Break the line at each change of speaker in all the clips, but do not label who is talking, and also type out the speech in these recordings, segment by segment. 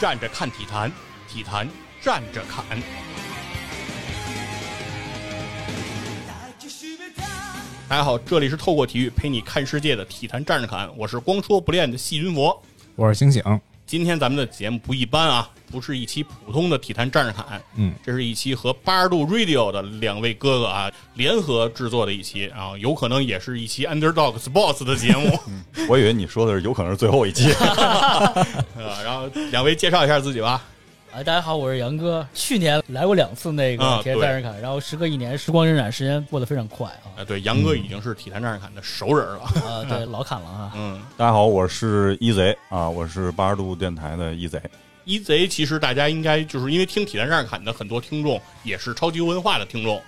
站着看体坛，体坛站着侃。大家好，这里是透过体育陪你看世界的体坛站着侃，我是光说不练的细菌佛。
我是星星，
今天咱们的节目不一般啊，不是一期普通的体坛战士侃，
嗯，
这是一期和八十度 Radio 的两位哥哥啊联合制作的一期啊，有可能也是一期 Underdog Sports 的节目，
我以为你说的是有可能是最后 一期，
呃，然后两位介绍一下自己吧，
啊，大家好，我是杨哥。去年来过两次那
啊
个铁人
对
战士卡，然后时隔一年，时光荏苒，时间过得非常快啊！
哎，对，杨哥已经是体坛战士侃的熟人了，
啊，对，老砍了啊！
嗯，
大家好，我是一贼啊，我是八十度电台的 E 一贼。
一贼其实大家应该就是因为听体坛战士侃的很多听众也是超级文化的听众，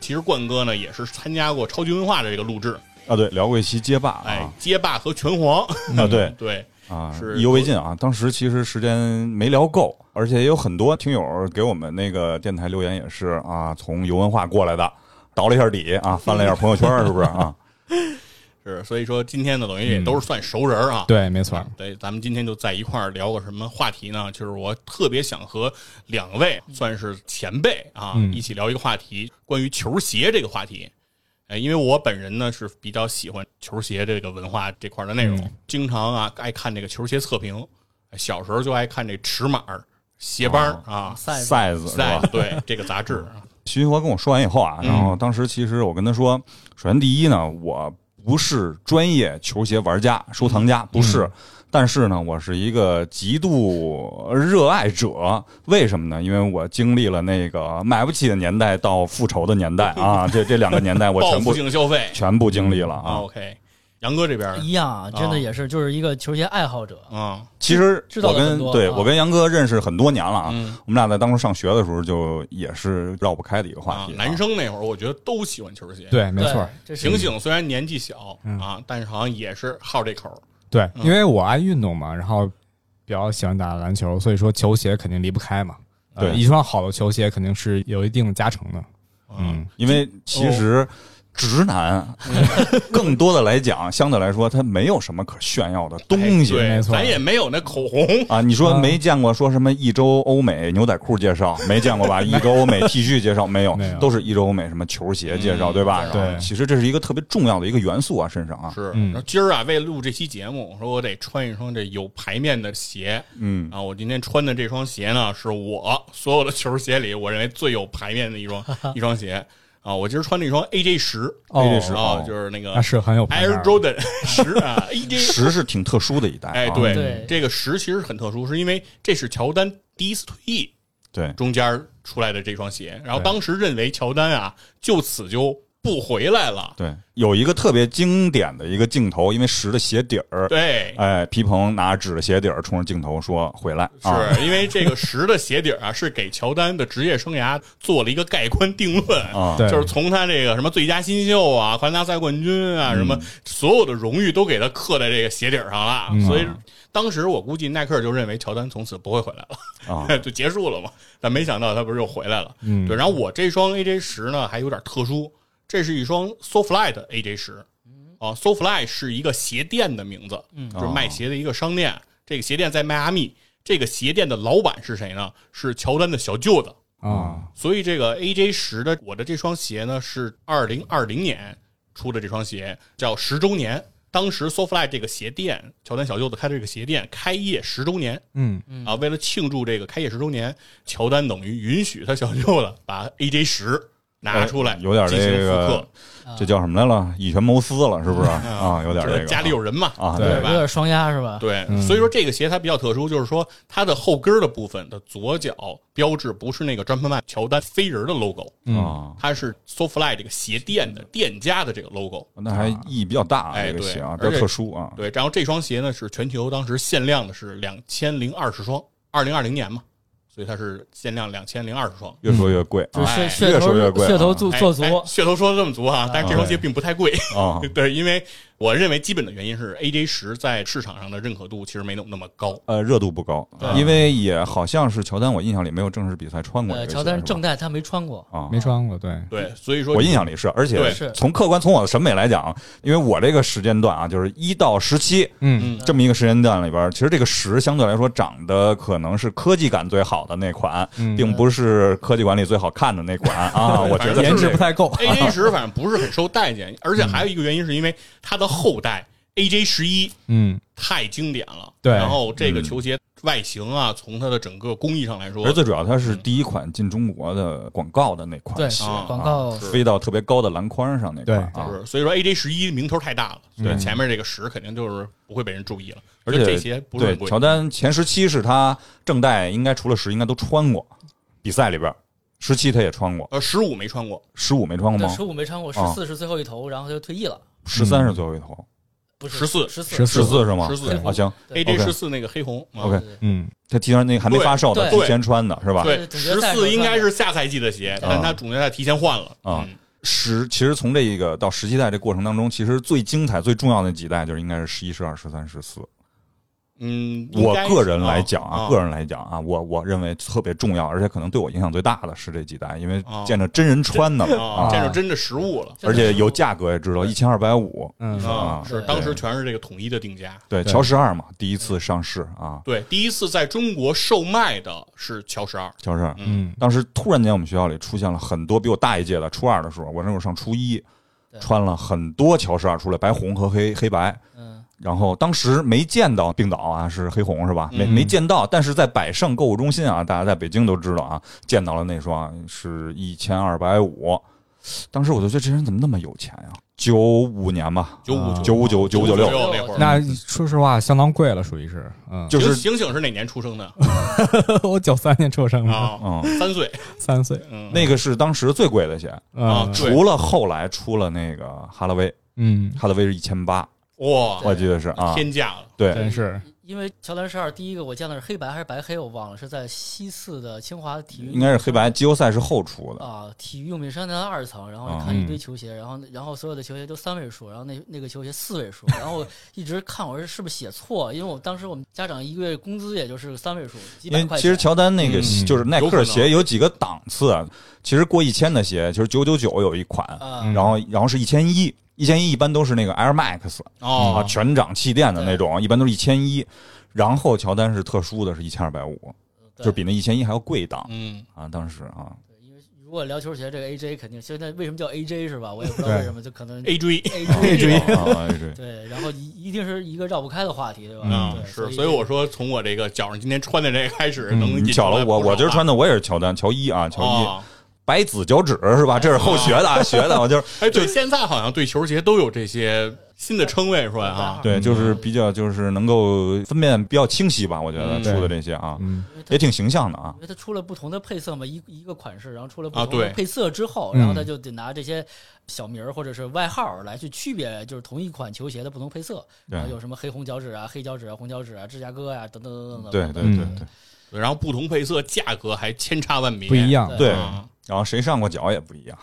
其实冠哥呢也是参加过超级文化的这个录制，
啊，对，聊过一期街霸
哎
啊，，
街霸和拳皇，
啊，对
对。
啊，
是
意犹未尽啊。当时其实时间没聊够，而且也有很多听友给我们那个电台留言，也是啊，从游文化过来的，倒了一下底啊，翻了一下朋友圈，是不 是啊？
是，所以说今天呢，等于也都是算熟人啊。
对，没错，
对，咱们今天就在一块儿聊个什么话题呢？就是我特别想和两位
嗯
算是前辈啊、
嗯
一起聊一个话题，关于球鞋这个话题。呃，因为我本人呢是比较喜欢球鞋这个文化这块儿的内
嗯
容，经常啊爱看这个球鞋测评，小时候就爱看这尺码儿、鞋帮儿、啊。
赛子
赛哦子是
在
吧？嗯
对这个杂志啊，
徐云华跟我说完以后啊，
嗯
然后当时其实我跟他说，首先第一呢，我不是专业球鞋玩家、收藏
嗯
家，不是。但是呢，我是一个极度热爱者，为什么呢？因为我经历了那个买不起的年代到复仇的 年代啊，这这两个年代我
报
全
复
部
性消费
全部经历了
啊。
啊。
OK，杨哥这边儿
一样啊，真的也是，就是一个球鞋爱好者。
啊，
其实
知道
我
了
跟
很多
对
啊
我跟杨哥认识很多年了啊，
嗯
我们俩在当初上学的时候就也是绕不开的一个话
啊
题、，
男生那会儿我觉得都喜欢球鞋，
对，没
对
错，，
这是
醒醒，虽然年纪小、
嗯
啊，但是好像也是好这口儿。
对，
嗯
因为我爱运动嘛，然后比较喜欢打篮球，所以说球鞋肯定离不开嘛。呃
对
一双好的球鞋肯定是有一定的加成的。
啊哎
嗯，
因为其实直 男更多的来讲，相对来说他没有什么可炫耀的东西
哎对
没错
咱也没有那口红，
啊。你说没见过说什么一周欧美牛仔裤 介绍，没见过吧？一周欧美 T 恤介绍没有
没有，
都是一周欧美什么球鞋介
嗯
绍，对吧？
对
然后其实这是一个特别重要的一个元素啊，身上啊，
是。
嗯
然后今儿啊，为了录这期节目，我说我得穿一双这有牌面的鞋
嗯，
啊。我今天穿的这双鞋呢，是我所有的球鞋里我认为最有牌面的一双一双鞋啊。我今儿穿了一双 AJ 十
哦
AJ10
啊
哦，
就是那个
那是很有牌面
Air
儿
Jordan 十啊，AJ
十是挺特殊的一代啊，
哎，对，
对
这个十其实很特殊，是因为这是乔丹第一次退役
对
中间出来的这双鞋，然后
对
当时认为乔丹啊就此就不回来了，
对，有一个特别经典的一个镜头，因为十的鞋底儿。
对，
哎，皮蓬拿指着鞋底儿冲着镜头说：“回来啊！”
是因为这个十的鞋底儿啊是给乔丹的职业生涯做了一个盖棺定论
啊
对
就是从他这个什么最佳新秀啊、环大赛冠军啊，
嗯
什么所有的荣誉都给他刻在这个鞋底儿上了，
嗯
所以当时我估计耐克就认为乔丹从此不会回来了。
啊，
就结束了嘛。但没想到他不是又回来了。
嗯
对。然后我这双 AJ 十呢还有点特殊，这是一双 SoFly 的 AJ 十。啊，SoFly 是一个鞋店的名字，
嗯
就是
啊
卖鞋的一个商店。这个鞋店在迈阿密。这个鞋店的老板是谁呢？是乔丹的小舅子。
啊，
所以这个 AJ 十的我的这双鞋呢是二零二零年出的这双鞋，叫十周年。当时 SoFly 这个鞋店，乔丹小舅子开的这个鞋店开业十周年，
嗯，
啊，为了庆祝这个开业十周年，乔丹等于允许他小舅子把 AJ 十拿出来，
哎有点
进行
这个
复刻，
这叫什么来了？以权谋私了，是不是啊？有点
啊嗯就
这
是
个
家里有人嘛，
啊，
对
对
有
吧？
点双压是吧？
对，
嗯
所以说这个鞋它比较特殊，就是说它的后跟儿的部分的左脚标志不是那个 Jumpman 乔丹飞人的 logo，
对
嗯
啊，
它是 SoFly 这个鞋店的店家的这个 logo。
那还意义比较大啊，
哎
这个鞋啊，比
对
较特殊啊。
对，然后这双鞋呢是全球当时限量的是两千零二十双，二零二零年嘛，所以它是限量两千零二十双。
越说越贵
就
啊
是
哎
噱噱
越说
头
越贵啊
噱头做
哎
做
哎
足，啊
噱头说的这么足哈，但是这双鞋并不太贵，
啊！
对，因为我认为基本的原因是 AJ 十在市场上的认可度其实没有那么高。
呃，热度不高，因为也好像是乔丹，我印象里没有正式比赛穿过这
呃，
个鞋。
乔丹
是吧
正代他没穿过，
啊，
没穿过，对，
对，所以说
我印象里是，而且
对
是
从客观从我的审美来讲，啊因为我这个时间段啊，就是一到十七
嗯
嗯
这么一个时间段里边，其实这个十相对来说长得可能是科技感最好的那款，
嗯
并不是科技馆里最好看的那款 啊。我觉得
颜值不
太够
AJ 十反正不是很受待见，而且还有一个原因是因为它的后代 AJ 十一
嗯，
太经典了。
对
然后这个球鞋外形啊，从它的整个工艺上来说
嗯而，最主要它
嗯
是第一款进中国的广告的那
对
款鞋，
啊
广告
是
飞到特别高的篮筐上那款啊。
就是所以说 AJ 十一名头太大了，所以前面这个十肯定就是不会被人注意了。
嗯而
就
且
这鞋不是
对
很贵，
乔丹前十七是他正代应该除了十应该都穿过，比赛里边十七他也穿过，
呃，十五没穿过，
十五没穿过
对
吗
十？五没穿过，十
啊
四是最后一头，然后他就退役了，
十三是最后一头，
不是
14
嗯十四
14
十四是吗？
14
对啊，行，
对
AJ
OK
十四那个黑红啊
OK
嗯，
他提前那个还没发售的，
对
提前穿的是吧？
对，
总决
十
赛时候
四应该
穿的
是下赛季的鞋，但他总决赛提前换了
啊
嗯
十其实从这一个到十七代这过程当中，其实最精彩、最重要的几代就是应该是十一、十二、十三、十四。
嗯，应
我
该
个
是
人来讲
啊，
啊，个人来讲啊，我我认为特别重要，而且可能对我影响最大的是这几代，因为
啊
见着真人穿的了
啊，
啊，
这是真的实物了。
真
而
的是
且有价格也知道一千二百五。
嗯
啊，
啊
是
对
当时全是这个统一的定价。
对，
对
乔十二嘛，第一次上市啊，
对，第一次在中国售卖的是乔十二，
乔十二。
嗯
当时突然间，我们学校里出现了很多比我大一届的，初二的时候，我那会儿上初一，
对
穿了很多乔十二出来，白红和黑黑白。
嗯，
然后当时没见到冰岛啊，是黑红是吧？没
嗯
没见到，但是在百盛购物中心啊，大家在北京都知道啊，见到了那双是一千二百五。当时我就觉得这人怎么那么有钱呀、九五年吧，
九五
啊
九五九九五九六，
六那会儿。
那说实话，相当贵了，属于是，嗯，
就是
醒醒是哪年出生的
我九三年出生的，
啊？
嗯，
三岁，
三岁，
嗯，
那个是当时最贵的鞋，
啊
嗯
对
除了后来出了那个哈拉威，
嗯，
哈拉威是一千八，
哇，
我记得是啊，
天价了。
对
真是，
因为乔丹十二第一个我见的是黑白还是白黑，我忘了，是在西四的清华体育
应该是黑白季后赛是后出的，
啊，体育用品商店的二层，然后
啊
你看一堆
嗯
球鞋，然后然后所有的球鞋都三位数，然后那那个球鞋四位数，然后我一直看我是是不是写错，因为我当时我们家长一个月工资也就是三位数，几
因
百
为
块
其实
钱。
乔丹那个
嗯
就是耐
有可
克
能
鞋有几个档次啊，其实过一千的鞋，其实九九九有一款，
啊
嗯
然后然后是一千一。一千一一般都是那个 Air Max 啊，
哦，
全掌气垫的
对
那种，一般都是一千一。然后乔丹是特殊的，是一千二百五，
对
就比那一千一还要贵一档
嗯，
啊。当时啊，
如果聊球鞋，这个 AJ 肯定现在为什么叫 AJ 是吧？我也不知道为什么，就可能
A 追
AJ
啊，对
对，然后一一定是一个绕不开的话题，对吧？
嗯
啊，
对
是，
以
所以我说从我这个脚上今天穿的这个开始，
嗯
能
你
引
巧
出来
了，我
不少
我今儿
话
穿的我也是乔丹，乔伊啊，乔伊，
哦
白子脚趾是吧？这是后学的，啊，学的，我就是
哎，对，现在好像对球鞋都有这些新的称谓出来啊。
对，
嗯
就是比较就是能够分辨比较清晰吧，我觉得
嗯
出的这些啊，
嗯
因为它
也挺形象的啊
因。为它出了不同的配色嘛，一一个款式，然后出了不
啊
同
对
的配色之后，
嗯
然后他就得拿这些小名儿或者是外号儿来去区别，就是同一款球鞋的不同配色，
对
然后有什么黑红脚趾啊、黑脚趾啊、红脚趾啊、芝加哥呀、等等等等等。
对对对对
嗯
对，
对然后不同配色价格还千差万别，
不一样，
对
啊
然后谁上过脚也不 一样，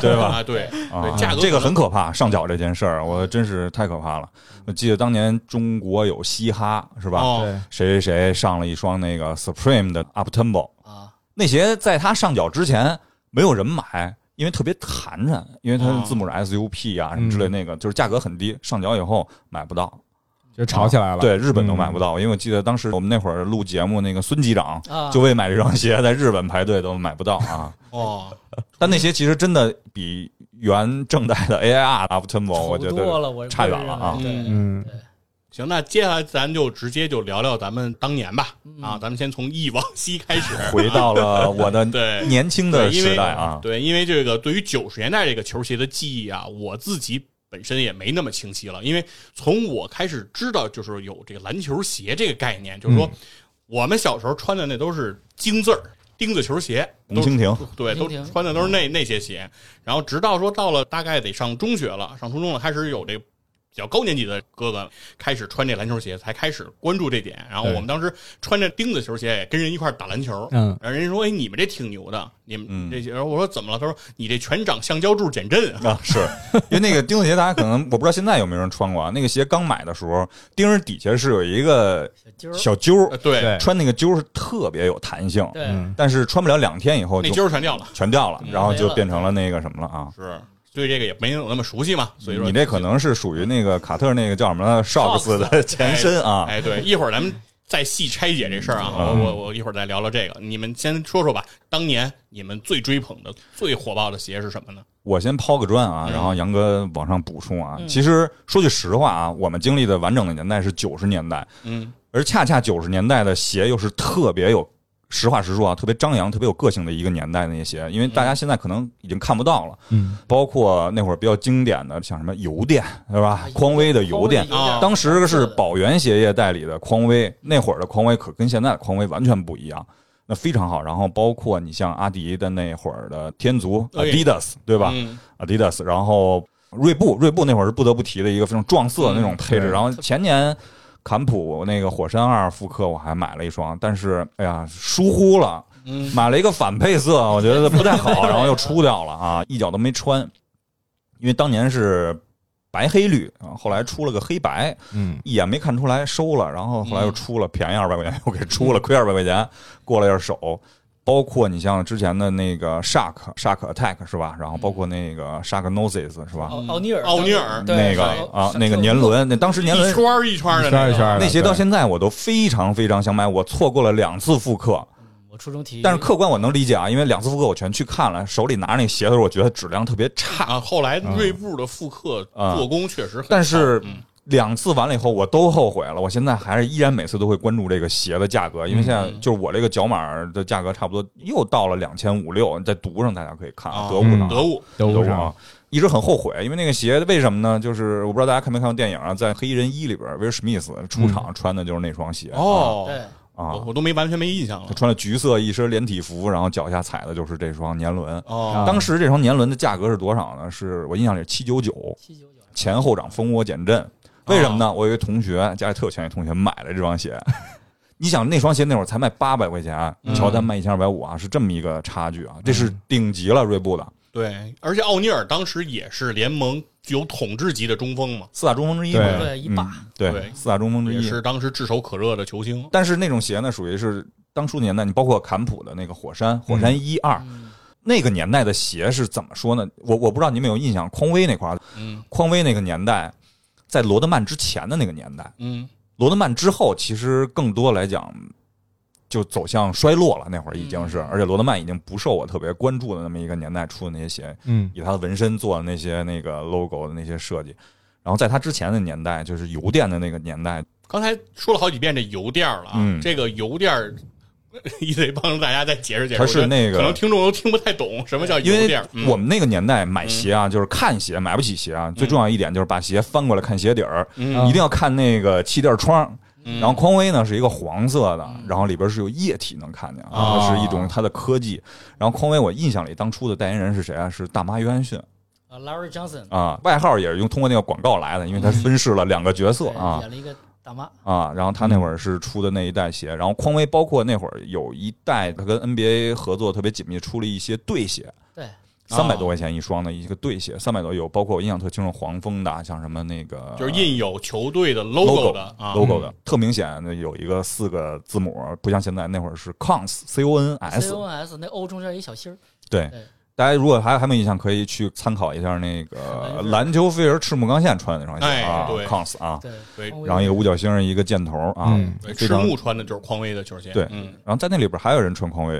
对吧？
啊，对，
啊，
价格
这个
可能
很可怕，上脚这件事儿，我真是太可怕了。我记得当年中国有嘻哈是吧？
嗯哦，
对，
谁谁谁上了一双那个 Supreme 的 Up Tempo，
啊，
那鞋在他上脚之前没有人买，因为特别寒碜，因为它
哦
的字母是 SUP 啊、什么之
嗯
类那个，就是价格很低，上脚以后买不到，
就吵起
嗯
来了，
对，日本都买不
到，
到，因为我记得当时我们那会儿录节目，那个孙机长
啊
就为买这双鞋在日本排队都买不到啊。
哦，
但那鞋其实真的比原正代的 AIR Up Tempo，我
丑
觉
多
得
了，我
差远了啊
我认为对
嗯
行，那接下来咱就直接就聊聊咱们当年吧，
嗯
啊，咱们先从忆往昔开始，
回到了我的
对
年轻
对
的
因为
时代啊。
对，因为这个对于九十年代这个球鞋的记忆啊，我自己本身也没那么清晰了，因为从我开始知道就是有这个篮球鞋这个概念，就是
嗯
说我们小时候穿的那都是钉字儿。钉子球鞋，
红蜻蜓
都是 对，都
红蜻蜓
穿的都是那那些鞋。然后直到说到了大概得上中学了，上初中了，开始有这比较高年级的哥哥开始穿这篮球鞋，才开始关注这点。然后我们当时穿着钉子球鞋也跟人一块儿打篮球，
嗯，
然后人家说：“哎，你们这挺牛的，你们
嗯
这些。”然后我说：“怎么了？”他说：“你这全掌橡胶柱减震。”
啊，是因为那个钉子鞋，大家可能我不知道现在有没有人穿过啊。那个鞋刚买的时候，钉儿底下是有一个
小揪儿，
小揪
呃
儿，
对，
对
穿那个揪儿是特别有弹性，
对，
嗯
但是穿不了两天以后
那
就
揪儿全掉了。
全掉了，
嗯
然后就
没了
变成了那个什么了啊。
是对这个也没有那么熟悉嘛，所以说
你这可能是属于那个卡特那个叫什么呢 Shox 的前身啊。嗯
哎，对，一会儿咱们再细拆解这事儿啊，我我我一会儿再聊聊这个。你们先说说吧，当年你们最追捧的、最火爆的鞋是什么呢？
我先抛个砖啊，
嗯
然后杨哥往上补充啊。
嗯
其实说句实话啊，我们经历的完整的年代是九十年代，
嗯
而恰恰九十年代的鞋又是特别有，实话实说啊，特别张扬、特别有个性的一个年代的那些鞋，因为大家现在可能已经看不到了，
嗯，
包括那会儿比较经典的像什么油垫，对吧？匡威的油垫
有，点
啊
当时是宝源鞋业代理的匡威，那会儿的匡威可跟现在的匡威完全不一样，那非常好。然后包括你像阿迪的那会儿的天足
哎
Adidas，对吧
嗯，
？Adidas，然后锐步，锐步那会儿是不得不提的一个非常撞色的那种配置。
嗯
然后前年坎普那个火山二复刻我还买了一双，但是哎呀疏忽了，
嗯
买了一个反配色，我觉得不太好，然后又出掉了啊，一脚都没穿，因为当年是白黑绿啊，后来出了个黑白。
嗯，
一眼没看出来，收了，然后后来又出了，便宜二百块钱又给出了，亏二百块钱，过了一下手。包括你像之前的那个 Shark Shark Attack 是吧？然后包括那个 Shark Noses 是吧？
奥奥尼尔，
奥尼尔
哦对
那个
小
啊
小，
那个年轮，那当时年
一
轮
圈儿一圈儿的
一圈
那
儿
个
一圈儿的
那些到
对
现在我都非常非常想买，我错过了两次复刻，
我初中体育，
但是客观我能理解啊，因为两次复刻我全去看了，手里拿着那鞋的时候，我觉得质量特别差，
啊，后来锐步的复刻
啊
做工确实很好，
但是
嗯
两次完了以后，我都后悔了。我现在还是依然每次都会关注这个鞋的价格，因为现在就是我这个脚码的价格差不多又到了两千五六，你在读上大家可以看
啊，
啊，德物上
得物
都
德
不
物
上
啊，一直很后悔，因为那个鞋为什么呢？就是我不知道大家看没看过电影啊，在《黑衣人一》里边，威尔史密斯出场穿的就是那双鞋
哦，
对，
啊
我，我都没完全没印象
他
了
穿了橘色一身连体服，然后脚下踩的就是这双年轮。
哦，
当时这双年轮的价格是多少呢？是我印象里七九九，
七九九，
前后掌蜂窝减震。为什么呢？我有一个同学，家里特有钱，一同学买了这双鞋。 你想那双鞋那会儿才卖八百块钱，
嗯
乔丹卖一千二百五啊，是这么一个差距啊，这是顶级了，锐步的
对，而且奥尼尔当时也是联盟具有统治级的中锋嘛，
四大中锋之一嘛，
对
对一霸
嗯对
对，
四大中锋之
也
一。
是当时炙手可热的球星。
但是那种鞋呢，属于是当初年代，你包括坎普的那个火山，火山一二
嗯
那个年代的鞋是怎么说呢？我我不知道你们有印象，匡威那块儿，
嗯
匡威那个年代，在罗德曼之前的那个年代，
嗯，
罗德曼之后，其实更多来讲就走向衰落了。那会儿已经是，
嗯
而且罗德曼已经不受我特别关注的那么一个年代出的那些鞋，
嗯
以他的纹身做的那些那个 logo 的那些设计。然后在他之前的年代，就是邮电的那个年代，
刚才说了好几遍这油垫儿了啊，
嗯
这个油垫儿 也得帮大家再解释解释。
它是
我觉得
那个
可能听众都听不太懂什么叫油
因为
垫儿。嗯
我们那个年代买鞋啊，就是看鞋，买不起鞋啊。最重要一点就是把鞋翻过来看鞋底儿，
嗯
一定要看那个气垫窗。
嗯
啊然后匡威呢是一个黄色的，然后里边是有液体能看见啊，它
啊
是一种它的科技。然后匡威我印象里当初的代言人是谁啊？是大妈约翰逊
啊，Larry Johnson
啊，外号也是用通过那个广告来的，因为他分饰了两个角色
对
啊
演了一个大妈，
啊。然后他那会儿是出的那一代鞋，然后匡威包括那会儿有一代他跟 NBA 合作特别紧密，出了一些对鞋。
对，
三百多块钱一双的一个对鞋，三百多有，包括我印象特清楚黄蜂的，啊像什么那个
就是印有球队的
logo
的啊
logo 的，特明显的有一个四个字母，不像现在那会儿是 cons c o n s
C O N S 那 O 中间一小心儿，
对
对。
大家如果还还没有印象，可以去参考一下那
篮
个
球
篮球飞人赤木刚宪穿的那双
哎
鞋啊
对
，cons 啊，
对，
对
匡威
然后一个五角星，一个箭头啊
嗯，
对，
非
赤
常。
木穿的就是匡威的球鞋。
对
嗯，
然后在那里边还有人穿匡威，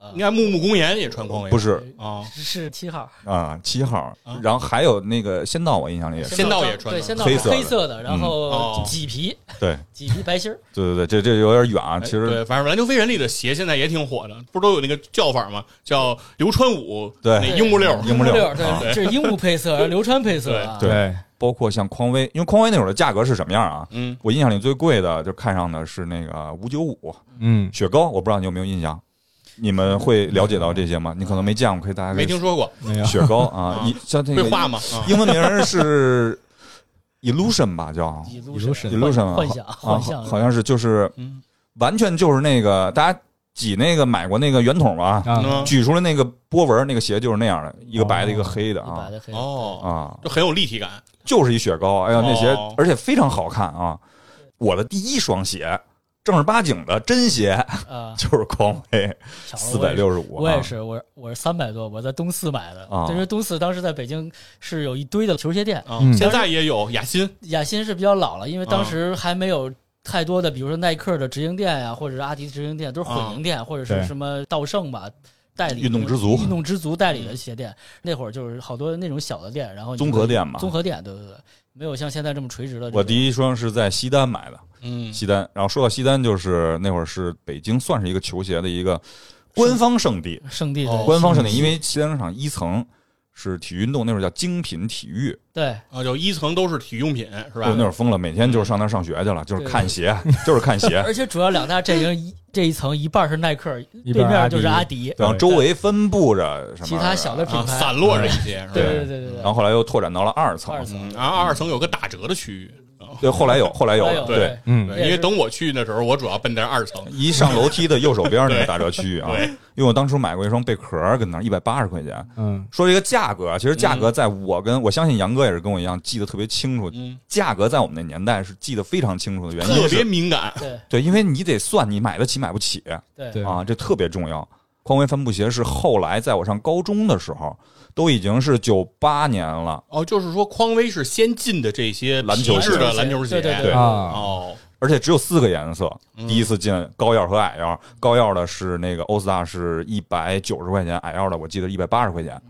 呃
应该木木公园也穿匡威吧，
不是
啊？
是是七号，
啊，七号
啊，
然后还有那个仙道，我印象里也是，
仙道
道
也穿
对，
的
仙道
黑
是
色的嗯
黑色的，然
哦
后麂皮
对
麂皮白心儿，
对对对，这这有点远啊，
哎
其实
对，反正篮球飞人里的鞋现在也挺火的，不是都有那个叫法吗？叫流川舞，
对
那樱木溜儿
哎樱木
木
六
六，
啊
对，这是樱木配色，然后流川配色啊，
对
对，
包括像匡威，因为匡威那会儿的价格是什么样啊？
嗯，
我印象里最贵的就看上的是那个五九五，
嗯，
雪糕，我不知道你有没有印象，你们会了解到这些吗？你可能没见过，可以大家可 以
没听说过，
没有，
雪糕啊，
啊
一像那
会
个
画吗？啊
英文名是 illusion 吧，叫
一路
Illusion
，illusion
幻想
啊，好
幻想
好像是就是
嗯
完全就是那个大家挤那个买过那个圆筒吧，
啊，
嗯
举出来那个波纹，那个鞋就是那样的，一个白的，
哦
一个黑的
一
啊
白的黑
哦，
啊，
就很有立体感。
就是一雪糕，哎呀，那鞋
哦
而且非常好看啊！我的第一双鞋，正儿八经的真鞋
啊，
就是匡威
巧了
四百。六十啊五，
啊我也我也是，我我是三百多，我在东四买的
啊。
但是东四当时在北京是有一堆的球鞋店，
啊
嗯，
现在也有雅欣，
雅欣是比较老了，因为
嗯
当时还没有太多的，比如说耐克的直营店呀，或者是阿迪直营店，都是混营店，或者是
对
什么道盛吧代理
嗯运动之足
运动之足代理的鞋店。那会儿就是好多那种小的店，然后你
综合店嘛。
综合店，对对对，没有像现在这么垂直的这种。
我第一双是在西单买的，
嗯
西单。然后说到西单，就是那会儿是北京算是一个球鞋的一个官方圣地，
圣地
哦
的
官方圣地，因为西单商场一层是体育运动，那会儿叫精品体育，
对
啊，就一层都是体育用品，是
我
吧？
那会儿疯了，每天就是上那儿上学去了，就是
嗯对
看鞋， 就是看鞋。
而且主要两大阵营，一这一层一半是耐克，
一
对
半是
面
阿迪
就是阿迪。
然后周围分布着什么
其他小的品
啊，
牌
散落着一些，是
对
吧？
对对对对
然后后来又拓展到了二层
二，层
嗯，然后二层有个打折的区域，啊
对，后来有，后来有
还
了，
有
对，
嗯
对，
也
因
是
为等我去的时候，我主要奔在二层。
一上楼梯的右手边那 个打折区域啊，
对
因为我当初买过一双贝壳儿，跟那儿一百八十块钱。
嗯，
说这个价格，啊其实价格在我跟、我相信杨哥也是跟我一样记得特别清楚，
嗯，
价格在我们那年代是记得非常清楚的原因
特别
是，
敏 感，
对
对，因为你得算你买得起买不起
对
对
啊，这特别重要。匡威帆布鞋是后来在我上高中的时候，都已经是九八年了，
哦，就是说匡威是先进的这些
篮球
皮质的
鞋
篮球鞋，
对对对
啊，
哦，
而且只有四个颜色，
嗯
第一次进高腰和矮腰，高腰的是那个欧斯大是一百九十块钱，矮腰的我记得一百八十块钱，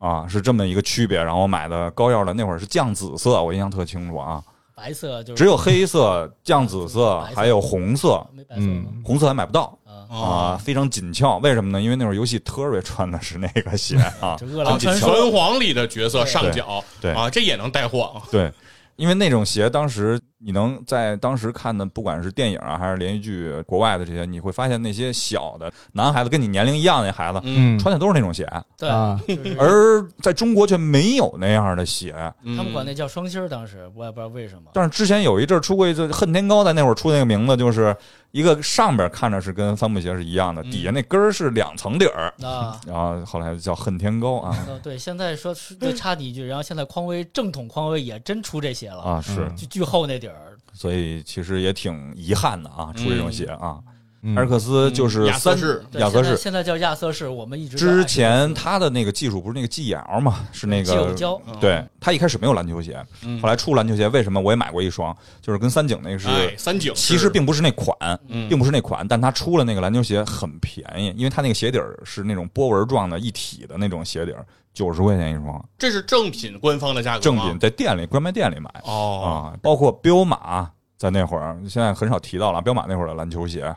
嗯
啊，是这么一个区别。然后我买的高腰的那会儿是酱紫色，我印象特清楚啊，
白色就是
只有黑色、酱紫色
白色
还有红色，
没白色吗？
嗯，
红色还买不到
啊，
啊，
哦，
非常紧俏。为什么呢？因为那会儿游戏 Terry 穿的是那个鞋啊
就，饿
很
狼
紧
传
俏
说。
拳皇里的角色上脚，
对对
啊，这也能带货，
对。因为那种鞋，当时你能在当时看的，不管是电影啊，还是连续剧，国外的这些，你会发现那些小的男孩子跟你年龄一样的孩子，
嗯，
穿的都是那种鞋，
对，
啊
就是
而在中国却没有那样的鞋。
嗯
他们管那叫双星儿，当时我也不知道为什么。
但是之前有一阵儿出过一阵，恨天高在那会儿出那个名字，就是一个上边看着是跟帆布鞋是一样的，
嗯
底下那根儿是两层底儿，
啊，
然后后来就叫恨天高啊
嗯，对，现在说是
嗯
对插你一句，然后现在匡威正统匡威也真出这些了，
啊是，
嗯
就巨厚那底儿，
所以其实也挺遗憾的啊，出这种鞋啊。
嗯
埃尔克斯就是
嗯亚瑟
三
士
对
亚瑟
现在
士。
现在叫亚瑟士，我们一直在
之前他的那个技术不是那个 G L 嘛，是那
季友
个嗯
胶
对他一开始没有篮球鞋，
嗯
后来出篮球鞋，为什么我也买过一双，就是跟三井那个是
哎，三井
其实并不是那款，
嗯
并不是那款，但它出了那个篮球鞋很便宜，因为它那个鞋底儿是那种波纹状的一体的那种鞋底儿，九十块钱一双，
这是正品官方的价格，啊
正品。在店里专卖店里买
哦，
啊，包括彪马在那会儿，现在很少提到了彪马那会儿的篮球鞋。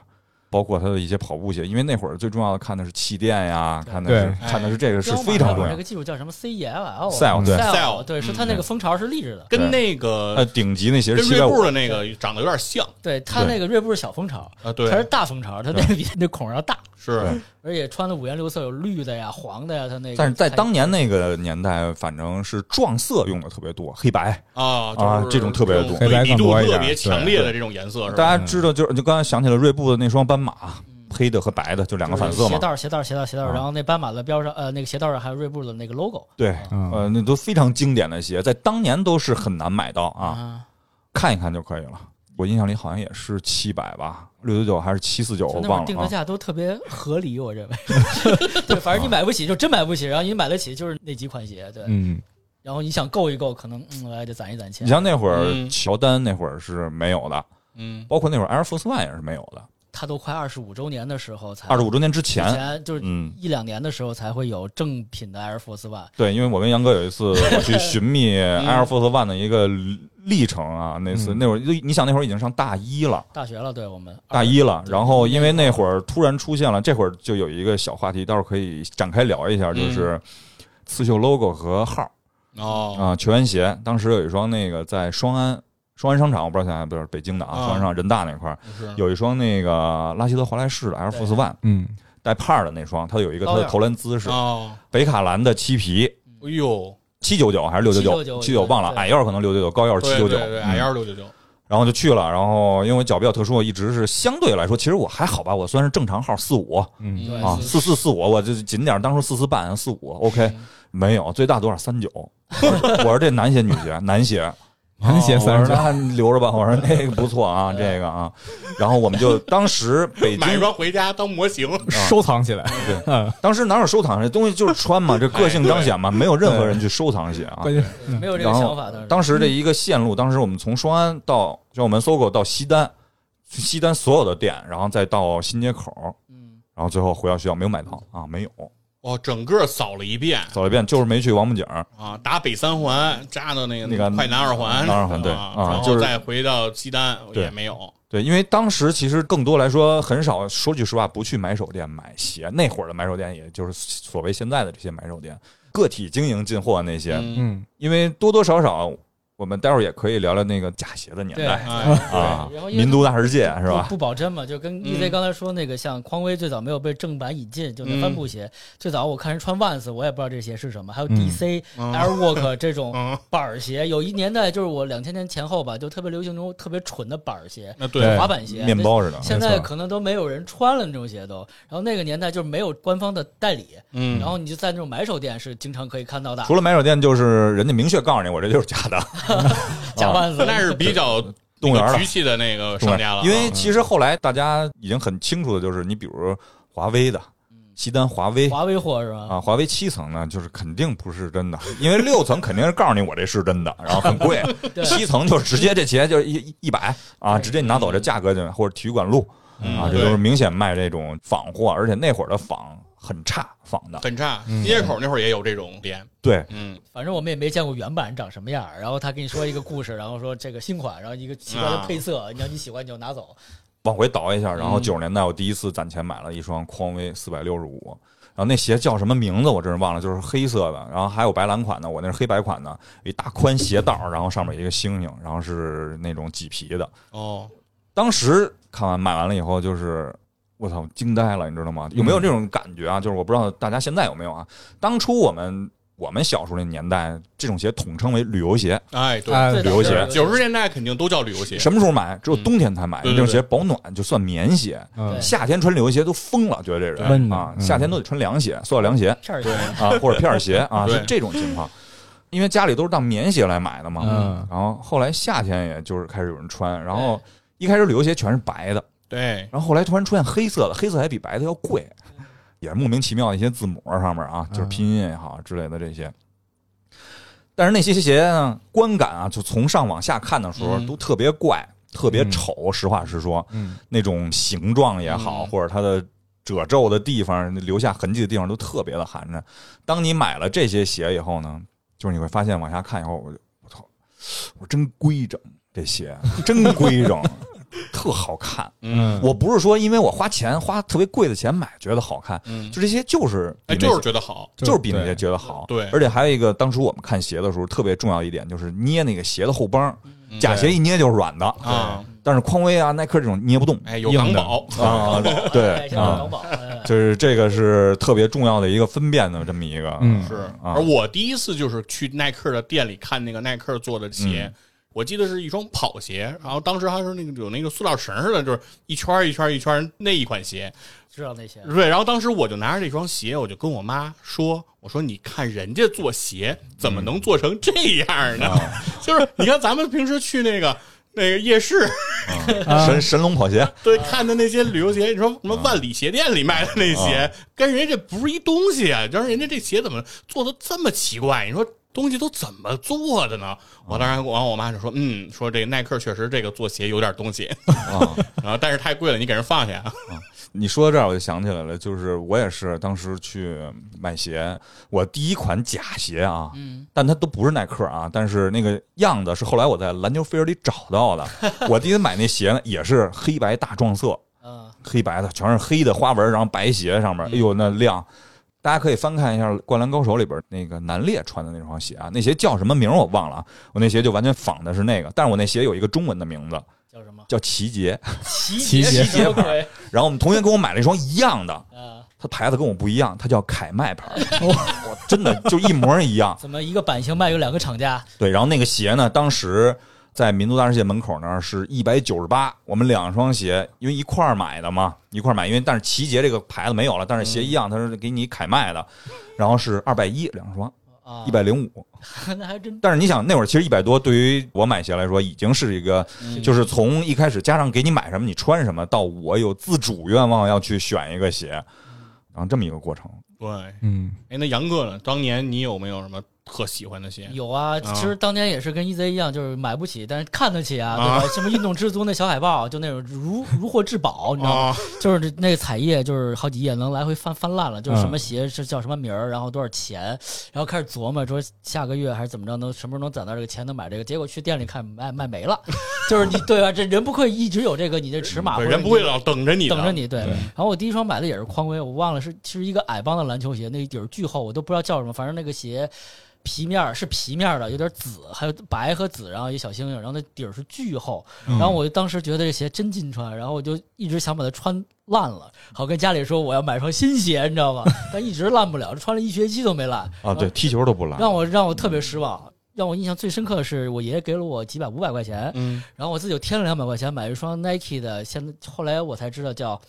包括它的一些跑步鞋，因为那会儿最重要的看的是气垫呀，看的是
对
看的是这个是
哎彪马
非常重
那
要
个。技术叫什么 C E L L
Cell，对
Cell，
对，是
嗯
他那个风潮是立着的，
跟那
呃，
个
顶级那鞋
跟
是七
锐
百
步
五，
的那个长得有点像
对他那个锐步是小风潮，
啊，
它是
对，
大风潮，它那个比那孔要大，
是
而且穿的五颜六色，有绿的呀、黄的呀，它那个。
但是在当年那个年代，反正是撞色用的特别多，黑白。
啊
啊
就是
这种特别多
对比度
黑白更多一
特
点
别强烈的这种颜
嗯
色，是
大
吧？
家知道，就是就刚才想起了锐步的那双斑马，黑的和白的就两个反色
鞋
嘛。
带儿、鞋带儿、鞋带儿、鞋带儿，
啊
然后那斑马的标上，呃，那个鞋带儿上还有锐步的那个 logo
对，
嗯
呃，那都非常经典的鞋，在当年都是很难买到啊，
啊，
看一看就可以了。我印象里好像也是七百吧，六九九还是七四九，
就
我
那会儿
忘
定
了
的
啊。
价都特别合理，我认为。 对，反正你买不起就真买不起，然后你买得起就是那几款鞋，对。
嗯
然后你想够一够，可能嗯，我还得攒一攒钱
你。像那会儿
嗯
乔丹那会儿是没有的，
嗯，
包括那会儿 Air Force One 也是没有的。
他都快二十五周年的时候才
二十五周年之
啊之
前，
前就是
嗯，
一两年的时候才会有正品的 Air Force One。
对，因为我跟杨哥有一次我去寻觅 Air Force One 的一个历程啊，那次
嗯
那会儿你想那会儿已经上大一了。
大学了，对我们
大一了，
对
然后因为那会儿突然出现了，这会儿就有一个小话题，到时候可以展开聊一下，就是刺绣 logo 和号儿
哦，
啊、球员鞋。当时有一双那个在双安双安商场，我不知道现在不是北京的啊，
啊嗯
双安商场人大那块儿
是
有一双那个拉希德华莱士的 Air Force One
嗯
带帕儿的那双，它有一个它
高
的
点儿
投篮姿势，
哦，
北卡蓝的漆皮。
啊哎呦，
七九九还是六九
799
七九忘了，
对
矮腰可能六九九，高腰是七
对
九
对
九，
对，
嗯
矮腰六九九，
然后就去了，然后因为脚比较特殊，我一直是相对来说，其实我还好吧，我算是正常号四五
嗯
对
啊，
是
四四四五，我就紧点儿，当初四四半四五，OK，没
嗯
有最大多少三九， 我说这男鞋女鞋男鞋，
男鞋
啊
三十九
我说，那留着吧，我说那个不错啊，这个啊，然后我 们就当时北
买一
京
双回家当模型。
收藏起来。
对
嗯，
当时哪有收藏这东西就是穿嘛，这个性彰显嘛，没有任何人去收藏鞋啊，
关键
没有这个
然后
想法当时。
当时这一个线路，当时我们从双安到就我们搜狗到西单，去西单所有的店，然后再到新街口，
嗯，
然后最后回到学校没有买到啊，没有
哦，整个扫了一遍
走了一遍，就是没去王府井。
啊，打北三环扎到那个
那个
快南二环，
南二环对
啊，
啊
然
就
后
是
再回到西单
对
也没有。
对，因为当时其实更多来说很少，说句实话，不去买手店买鞋。那会儿的买手店，也就是所谓现在的这些买手店，个体经营进货那些，
嗯，
嗯，
因为多多少少，我们待会儿也可以聊聊那个假鞋的年代
哎
啊
对然后，因为
民族大世界是吧
不？不保真嘛，就跟 EZ
嗯
刚才说那个，像匡威最早没有被正版引进，就那
嗯
帆布鞋，最早我看人穿 Vans，我也不知道这鞋是什么，还有
嗯
DC、
嗯
Airwalk 这种
嗯，
板儿鞋，有一年代就是我两千年前后吧，就特别流行那种特别蠢的板儿鞋，
那
对
对，嗯
滑板鞋，
面包似的
那。现
没
在
错
可能都没有人穿了那种鞋都，然后那个年代就是没有官方的代理，
嗯，
然后你就在那种买手店是经常可以看到的
除了买手店，就是人家明确告诉你，我这就是假的，
假
啊
万子，
那是比较
动物园了
局，气的那个
动物
商
园
家了啊，
因为其实后来大家已经很清楚的就是，你比如华为的西单华为
华为货是吧？
啊，华为七层呢，就是肯定不是真的，因为六层肯定是告诉你我这是真的，然后很贵，啊
对
七层就直接这鞋就一一百啊，
对
直接你拿走这价格就或者体育馆路
嗯
啊，这
对
都是明显卖这种仿货，而且那会儿的仿很差仿的，
很差。
嗯
新街口那会儿也有这种店，
对，
嗯，
反正我们也没见过原版长什么样儿，然后他跟你说一个故事，然后说这个新款，然后一个奇怪的配色，你要你喜欢你就拿走。
往回倒一下，然后
嗯
九十年代我第一次攒钱买了一双匡威四百六十五，然后那鞋叫什么名字我真是忘了，就是黑色的，然后还有白蓝款的，我那是黑白款的，一大宽鞋带儿，然后上面有一个星星，然后是那种麂皮的。
哦，
当时看完买完了以后，就是我操惊呆了，你知道吗？有没
嗯
有这种感觉啊？就是我不知道大家现在有没有啊？当初我们我们小时候那年代，这种鞋统称为旅游鞋，
哎，对，
哎
最早
旅游
就是
鞋
九十年代肯定都叫旅游鞋，
什么时候买？只有
嗯
冬天才买，
对哎
这
对
种
对
鞋保暖，就算棉鞋。
嗯
对
夏天穿旅游鞋都疯了，觉得这人
闷
啊，
嗯
夏天都得穿凉鞋，塑料凉鞋
片儿
对
鞋，
啊，或者片儿鞋啊，
对
是这种情况。因为家里都是当棉鞋来买的嘛，
嗯
然后后来夏天也就是开始有人穿，然后一开始旅游鞋全是白的，
对，
然后后来突然出现黑色的，黑色还比白的要贵，
嗯
也是莫名其妙的一些字母上面啊，就是拼音也好之类的这些。但是那些鞋呢，观感啊，就从上往下看的时候
嗯
都特别怪，特别
嗯
丑。实话实说，
嗯，
那种形状也好，
嗯
或者它的褶皱的地方、留下痕迹的地方都特别的寒碜。当你买了这些鞋以后呢，就是你会发现往下看以后，我就我操，我真规整，这鞋真 规整，特好看。
嗯
我不是说因为我花钱花特别贵的钱买觉得好看，
嗯，
就这些就是比
哎，
那些
就是觉得好，
就是比那些
对
觉得好。
对
而且还有一个，当初我们看鞋的时候特别重要一点就是捏那个鞋的后帮，
嗯
假鞋一捏就是软的。
啊，
但是匡威啊、耐克这种捏不动，
哎，有
硬
港
的
宝，
啊，对
哎像
啊
淘，宝，哎
就是这个是特别重要的一个分辨的这么一个，
嗯
是，
啊
而我第一次就是去耐克的店里看那个耐克做的鞋，
嗯
我记得是一双跑鞋，然后当时还是那个有那个塑料绳似的，就是一圈儿一圈儿一圈儿那一款鞋。
知道那些。
对，然后当时我就拿着这双鞋，我就跟我妈说：“我说你看人家做鞋怎
嗯
么能做成这样呢？
啊
就是你看咱们平时去那个。”那个夜市，
神神龙跑鞋，
对，看的那些旅游鞋，你说什
啊
么万里鞋店里卖的那鞋，跟人家这不是一东西啊！就是人家这鞋怎么做的这么奇怪？你说东西都怎么做的呢？我当然，然后我妈就说，嗯，说这耐克确实这个做鞋有点东西，
啊
然后但是太贵了，你给人放下。
你说到这儿我就想起来了，就是我也是当时去买鞋，我第一款假鞋啊，
嗯，
但它都不是耐克啊，但是那个样子是后来我在篮球飞儿里找到的，我第一次买那鞋呢也是黑白大撞色，
啊，
黑白的，全是黑的花纹，然后白鞋上面，哎呦那亮！大家可以翻看一下《灌篮高手》里边那个南烈穿的那双鞋啊，那鞋叫什么名儿我忘了啊，我那鞋就完全仿的是那个，但是我那鞋有一个中文的名字
叫什么？
叫齐杰，
奇
奇
奇
杰
杰鬼
然后我们同学给我买了一双一样的，
啊，
他它牌子跟我不一样，它叫凯迈牌儿， 我真的就一模一样。
怎么一个版型卖给两个厂家？
对，然后那个鞋呢，当时在民族大世界门口那儿是一百九十八，我们两双鞋，因为一块儿买的嘛，一块儿买，因为但是齐杰这个牌子没有了，但是鞋一样，它是给你凯迈的，然后是二百一两双，
啊，
一百零五。
那还真
但是你想，那会儿其实一百多，对于我买鞋来说，已经是一个，
嗯
就是从一开始家长给你买什么，你穿什么，到我有自主愿望要去选一个鞋，然后这么一个过程。
对，
嗯，
哎，那杨哥呢？当年你有没有什么特喜欢的鞋？
有啊，
啊
其实当年也是跟 EZ 一样，就是买不起，但是看得起啊，对吧？什么运动之都那小海报，就那种如如获至宝，你知道吗？
啊，
就是这那个彩页，就是好几页能来回翻翻烂了，就是什么鞋是叫什么名儿，然后多少钱，然后开始琢磨说下个月还是怎么着能什么时候能攒到这个钱能买这个，结果去店里看卖卖没了， 就是你对吧？这人不会一直有这个你这尺码，
对嗯
或者
人不会老等着你的，
等着你对。然后我第一双买的也是匡威，我忘了是是一个矮帮的篮球鞋，那底儿巨厚，我都不知道叫什么，反正那个鞋。皮面儿是皮面儿的，有点紫，还有白和紫，然后一小星星，然后那底儿是巨厚，
嗯
然后我就当时觉得这鞋真金穿，然后我就一直想把它穿烂了，好跟家里说我要买双新鞋，你知道吗？但一直烂不了，穿了一学期都没烂，
啊，对，踢球都不烂，
让我让我特别失望。让我印象最深刻的是，我爷爷给了我几百五百块钱，
嗯，
然后我自己又添了两百块钱买一双 Nike 的，现在后来我才知道叫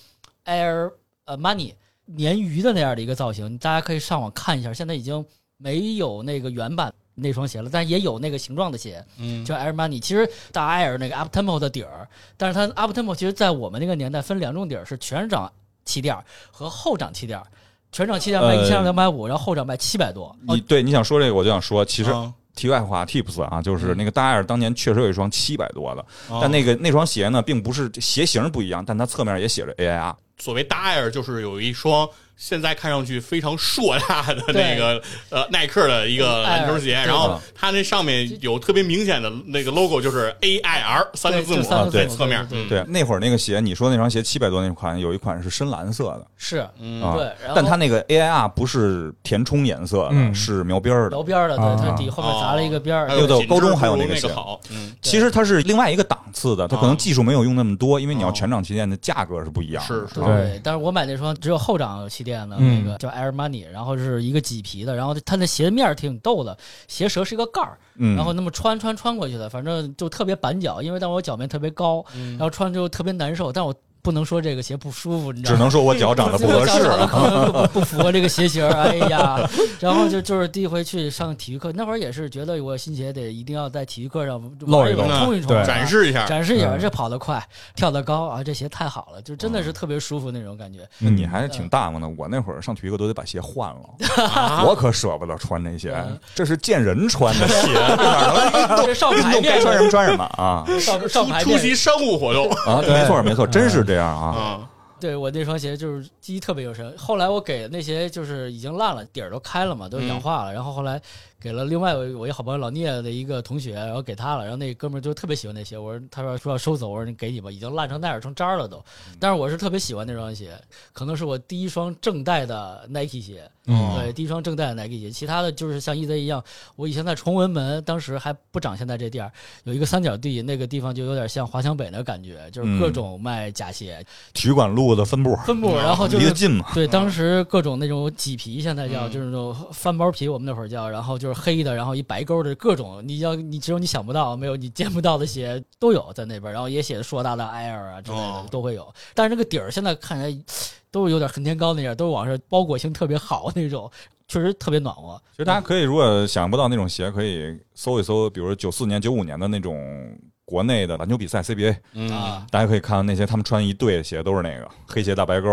Air 呃 Money 鲶鱼的那样的一个造型，大家可以上网看一下，现在已经没有那个原版那双鞋了，但也有那个形状的鞋，
嗯，
叫 Air Money。其实大 Air 那个 Up Tempo 的底儿，但是它 Up Tempo 其实在我们那个年代分两种底儿，是全掌气垫儿和后掌气垫儿。全掌气垫卖一千两百五，然后后掌卖七百多。哦
你对你想说这个，我就想说，其实
啊
题外话，tips 啊，就是那个大艾尔当年确实有一双七百多的，
啊
但那个那双鞋呢，并不是鞋型不一样，但它侧面也写着 AIR。
所谓大 Air 就是有一双现在看上去非常硕大的 那个呃耐克的一个篮球鞋，
嗯哎 Air，对
然后它那上面有特别明显的那个 logo，就是 A I R 三个字母
就三个字母
在
对
侧面，
对
嗯
对，那会儿那个鞋，你说那双鞋七百多那款，有一款是深蓝色的
是，
啊
对然后，
但它那个 AIR 不是填充颜色的，
嗯
是描边儿的。
聊边儿的，对，
啊
它底后面砸了一个边
嗯
儿
还，
有的
品质
高中还有
不如
那个
那
鞋
好，嗯，
对
其实它是另外一个档次的，它可
啊
能技术没有用那么多，因为你要
哦
全掌旗舰的价格是不一样的。
是是
对，
对
但是我买那双只有后掌气垫的那
嗯
个叫 Air Money，然后是一个麂皮的，然后它的鞋面儿挺逗的，鞋舌是一个盖儿，
嗯，
然后那么穿穿穿过去的，反正就特别板脚，因为当时我脚面特别高，
嗯
然后穿就特别难受，但我不能说这个鞋不舒服，你知
只
道吗？
能说我 脚长得不合适
这个
啊。
脚长 得不不不符合这个鞋型儿，哎呀，然后就就是第一回去上体育课，那会儿也是觉得我新鞋得一定要在体育课上
露一
玩
露
玩冲一啊冲，
对
嗯展示一下，
展示一下，
嗯
这跑得快，跳得高啊，这鞋太好了，就真的是特别舒服那种感觉。
那你还挺大方的，我那会儿上体育课都得把鞋换了，我可舍不得穿这鞋
嗯，
这是见人穿的鞋， 这哪能
这上
运
牌
动该
面
穿什么穿什么 啊
上上
出
牌
出
面，
席商务活动
啊！没错没错，真是这样啊。
嗯
啊，
对我那双鞋就是记忆特别有深。后来我给那些就是已经烂了，底儿都开了嘛，都氧化了。然后后来给了另外我一好朋友老聂的一个同学，然后给他了。然后那哥们儿就特别喜欢那鞋，我说他说说要收走，我说你给你吧，已经烂成那样成渣儿了都。但是我是特别喜欢那双鞋，可能是我第一双正代的 Nike 鞋。
嗯
哦
对，第一双正代的 Nike 鞋，其他的就是像 EZ 一样，我以前在崇文门，当时还不长现在这地儿，有一个三角地，那个地方就有点像华强北那感觉，就是各
嗯
种卖假鞋、
体育馆路的分部
分布，然后就
离得
是。
近 嘛，
对，当时各种那种麂皮，现在叫、
嗯
就是那种翻包皮，我们那会儿叫，然后就是黑的，然后一白勾的各种，你要你只有你想不到，没有你见不到的鞋都有在那边，然后也写的硕大的 Air 啊之类的、
哦
都会有，但是那个底儿现在看起来都是有点恨天高那样，都是往上包裹性特别好那种，确实特别暖和。
其实大家可以，如果想不到那种鞋，可以搜一搜，比如九四年、九五年的那种国内的篮球比赛 CBA，
嗯
啊，
大家可以看到那些他们穿一对的鞋都是那个黑鞋大白勾，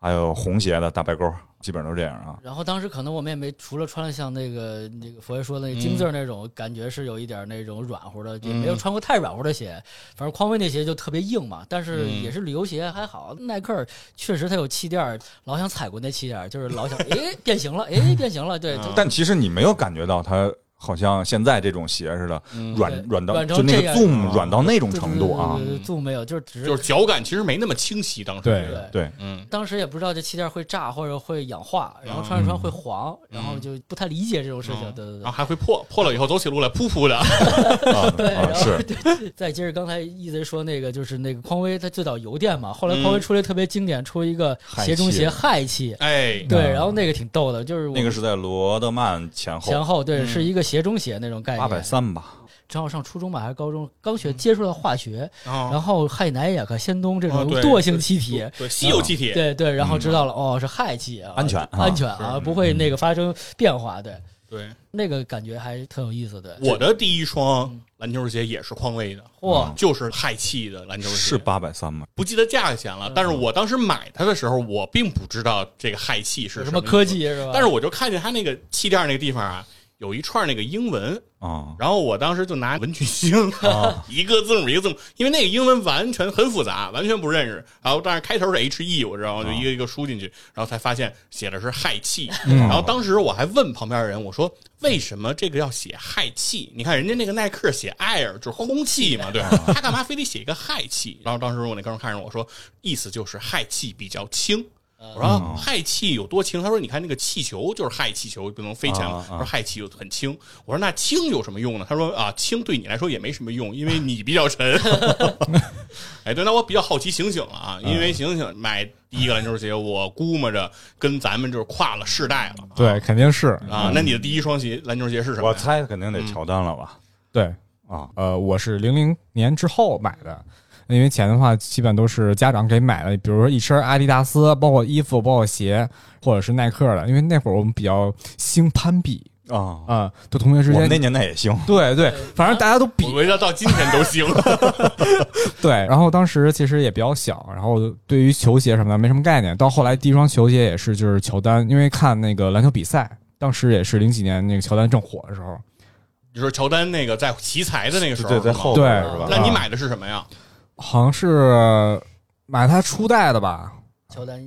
还有红鞋的大白勾，基本上都是这样啊。
然后当时可能我们也没，除了穿了像那个那个佛爷说的那个京字儿那种、感觉是有一点那种软乎的，也没有穿过太软乎的鞋。反正匡威那鞋就特别硬嘛，但是也是旅游鞋还好。耐克儿确实它有气垫儿，老想踩过那气垫儿，就是老想诶变形了，诶变形了，对，就
嗯
但其实你没有感觉到它好像现在这种鞋似的，
嗯
软
对
软到
软成
就那
这
个
样
zoom
啊
软到那种程度啊，
度没有，就是只
就是脚感其实没那么清晰，当时
对
觉得
对，
嗯，
当时也不知道这气垫会炸或者会氧化，然后穿着穿会黄，然后就不太理解这种事情。
嗯
对对
然后还会破，破了以后走起路来噗噗的，
啊
对，
啊
然后
是，
对，再接着刚才一直说那个，就是那个匡威，它最早油电嘛，后来匡威出了一个特别经典，出一个鞋中鞋氦气，
哎，
对，
嗯
然后那个挺逗的，就是我
那个是在罗德曼前后
前后对，
嗯
是一个鞋中鞋那种概
八百
念。
三吧，
正好上初中吧还是高中，刚学接触到化学，
然
然后氦氖氩氪氙氡这
嗯哦
种
对
惰性气体。
对稀有气体，
嗯对对，然后知道了，哦，是氦气啊，
安全啊
安全啊，
是
不会那个发生变化，对，
对，
那个感觉还挺有意思的。
我的嗯第一双篮球鞋也是匡威的，
嚯
就是氦气的篮球鞋，
是八百三吗？
不记得价钱
嗯
了，但是我当时买它的时候，我并不知道这个氦气是
有
什
什
么
么
意思
科，技是吧？
但是我就看见它那个气垫那个地方啊，有一串那个英文，
啊
然后我当时就拿文曲星，
啊
一个字母一个字母，因为那个英文完全很复杂，完全不认识。然后但是开头是 H E，我知道，我就一个一个输进去，然后才发现写的是氦气。然后当时我还问旁边的人，我说为什么这个要写氦气？你看人家那个耐克写 air 就是空气嘛，对吧？他干嘛非得写一个氦气？然后当时我那哥们看着我说，意思就是氦气比较轻。我说
嗯
啊氦气有多轻？他说你看那个气球就是氦气球，就能飞起来嘛。
啊啊
我说氦气就很轻。我说那轻有什么用呢？他说啊，轻对你来说也没什么用， 因为你比较沉。 哎，对，那我比较好奇醒醒了啊，
嗯
因为醒醒买第一个篮球鞋，我估摸着跟咱们就是跨了世代了
对，肯定是
啊。那你的第一双鞋篮球鞋是什么
嗯我
呀？
猜肯定得乔丹了吧？
对，
啊，
呃，我是零零年之后买的，因为钱的话基本都是家长给买的，比如说一身阿迪达斯，包括衣服，包括鞋，或者是耐克的，因为那会儿我们比较兴攀比
啊，
啊，就同学之
我
间
们那。年代也行，
对对，反正大家都比
我以为到到今天都行。
对，然后当时其实也比较小，然后对于球鞋什么的没什么概念。到后来第一双球鞋也是就是乔丹，因为看那个篮球比赛，当时也是零几年那个乔丹正火的时候。
你说乔丹那个在奇才的那个时候
对，在
是吗
后边
对
是吧？啊
那你买的是什么呀？
好像是买他初代的吧？
乔丹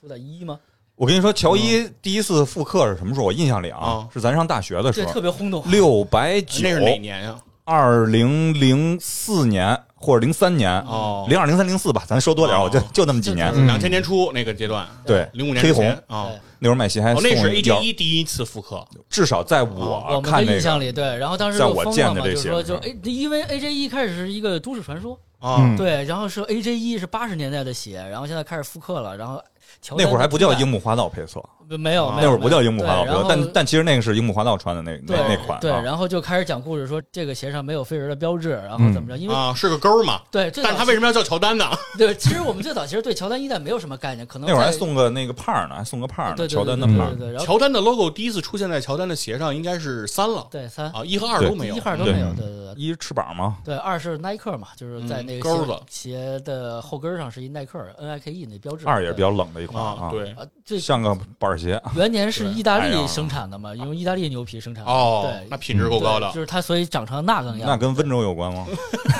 出的一吗？
我跟你说，乔伊第一次复刻是什么时候？我印象里啊
啊，
是咱上大学的时
对，特
候，
别轰动。
六百九
那，是哪年呀？
二零零四年或者零三年，
哦，
零二零三零四吧，咱说多点儿，
哦
我就就那么几年
就。
嗯
两千年初那个阶段，
对，
零五年
黑
之
红
前啊。
对
那会儿买鞋还
哦，
送
那是 A
一条
G 一第一次复刻，
至少在
啊我
我啊
们
看
的
那
印
个
象里，对，然后当时
在
就
我
疯
见
了
的
嘛，
这
就
些嗯
说
的时
就
候
A，因为 AJ 一开始是一个都市传说，
啊，
嗯
对，然后是 AJ 一是八十年代的鞋，然后现在开始复刻了，然后乔丹
那会儿还不叫樱
木，
木花道配色，
没有，没有
那会儿不叫樱木花道
啊对
配
然
色
后，
但但其实那个是樱木花道穿的那
对
那那款
对，
啊，
然后就开始讲故事，说这个鞋上没有飞人的标志，然后
嗯
怎么着，因为。
啊，是个勾嘛。
对，最
但
早
是他为什么要叫乔丹呢？
对，其实我们最早其实对乔丹一代没有什么概念，可能
那会儿还
在
送个那个胖儿呢，还送个胖儿
对
呢，
对
乔丹的胖
对对
儿
对。对，然 后
乔丹的 logo 第一次出现在乔丹的鞋上，应该是三了
对三
啊，一和二都没有，
一号都
对嗯
没有，对对对，
一翅膀嘛，
对，二是耐克嘛，就是在
嗯
那
钩
个
子
鞋鞋的后跟上是一耐克 N I K E 那标志。
二也比
较
较冷的一款
啊，对，
啊，最
像个板儿鞋。
元年是意大
哎
利
呀
生产的嘛，用意大利牛皮生产的。
哦
对，，
那品质够高的
对，就是它，所以长成那个
那
样。
跟温州有关吗？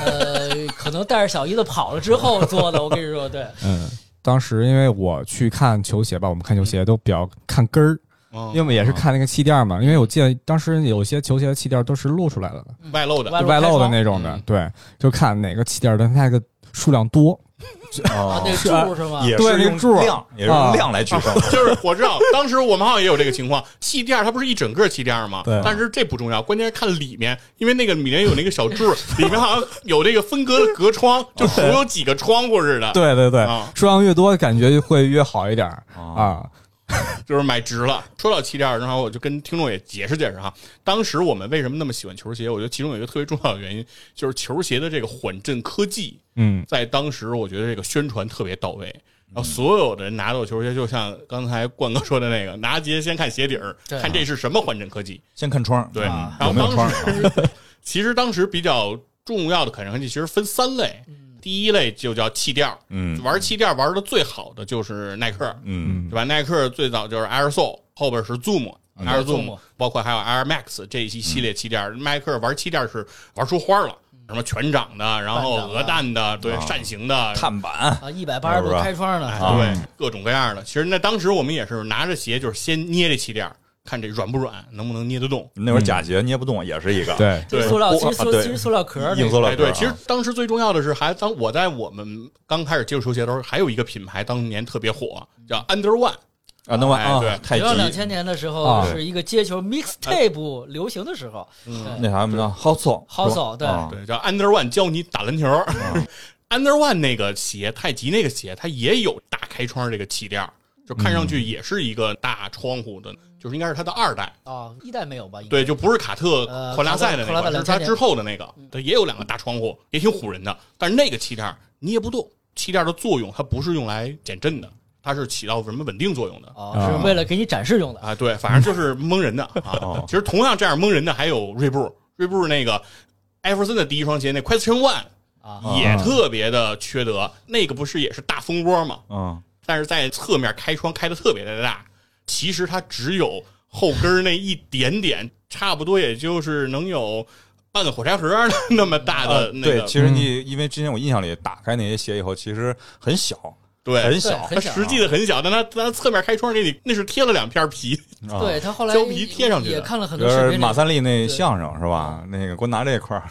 呃，可能带着小姨子跑了之后做的，我跟你说，对，
哦
嗯，当时因为我去看球鞋吧，我们看球鞋都比较看跟儿，
嗯
要么也是看那个气垫嘛。因为我记得当时有些球鞋的气垫都是露出来了的，
外露的
外
就
露
外露
开
的
窗
那种的
嗯。
对，就看哪个气垫的那个数量多。
啊
啊，
那
是啊
个柱是 吗？
也
对
是
那
用
柱儿
量，也是用
啊
量来区分。
就是我知道， 当时我们好像也有这个情况，气垫儿它不是一整个气垫儿吗？
对
但是这不重要，关键是看里面，因为那个里面有那个小柱儿， 里面好像有这个分隔的隔窗， 就数有几个窗户 似的。，
对对对
啊，
数量越多，感觉会越好一点儿
啊
啊。
就是买值了。说到气垫儿，然后我就跟听众也解释解释哈，当时我们为什么那么喜欢球鞋？我觉得其中有一个特别重要的原因，就是球鞋的这个缓震科技，
嗯，
在当时我觉得这个宣传特别到位。然后所有的人拿到球鞋，就像刚才冠哥说的那个，拿鞋先看鞋底儿，
对
看这是什么缓震科技。
先看窗儿，
对，
啊
然
有没有
后
窗
当
儿
时其实当时比较重要的可燃科技其实分三类，第一类就叫气垫儿，
嗯
玩气垫儿玩的最好的就是耐克，
嗯啊
对吧？耐克最早就是 Air Soul，后边是 Zoom。Air Zoom，
Zoom
包括还有 Air Max 这一系列气垫
嗯
儿，耐克玩气垫儿是玩出花儿了，什么全掌的，然后
半掌的
鹅嗯蛋的，对，
啊
扇形的，
碳板，
啊，一百八十度
是吧
开窗呢，
哎，
啊
对，各种各样的。其实那当时我们也是拿着鞋，就是先捏这气垫儿，看这软不软，能不能捏得动。
嗯
那会儿假鞋捏不动，也是一个
对，
对
塑料，
我
其实塑
啊对
其实塑料壳儿那
硬
个
塑料
哎，
壳儿
对，
啊。
其实当时最重要的是，还当我在我们刚开始接触球鞋的时候，还有一个品牌当年特别火，叫 Under One。
啊，能玩
哎
啊，
对
太
直到两
极
千年的时候
啊
是一个街球 mixtape 流行的时候，
嗯，
那啥什么叫 Hustle
Hustle，对
啊
对，叫 Under One 教你打篮球。Under One 那个鞋，太极那个鞋，它也有大开窗这个气垫儿，就看上去也是一个大窗户的，就是应该是它的二代。
啊，一代没有吧？应该
对，就不是卡特
呃
扩拉塞的
卡特
那个，
扩拉
是
塞
它
2000
之后的那个，
嗯
它也有两个大窗户，也挺唬人的。但是那个气垫儿捏不动，气垫儿的作用它不是用来减震的，它是起到什么稳定作用的
啊，是为了给你展示用的。
啊？对，反正就是蒙 人的啊
哦。
其实同样这样蒙人的还有锐步，锐步那个艾弗森的第一双鞋那 Question One
啊
哦
也特别的缺德，那个不是也是大风波吗？
嗯，
但是在侧面开窗开的特别的大，其实它只有后跟儿那一点点，差不多也就是能有半个火柴盒儿那么大的那
哦对，
个，
其实你因为之前我印象里打开那些鞋以后，其实很小，
对
很
对
小，
很
它
小啊
实际的很小，但它它侧面开窗给你，那是贴了两片皮，
啊
对他后来
胶皮贴上去的
也看了很
就
多视
是
频，
马三立那相声是吧？那个光拿这块儿，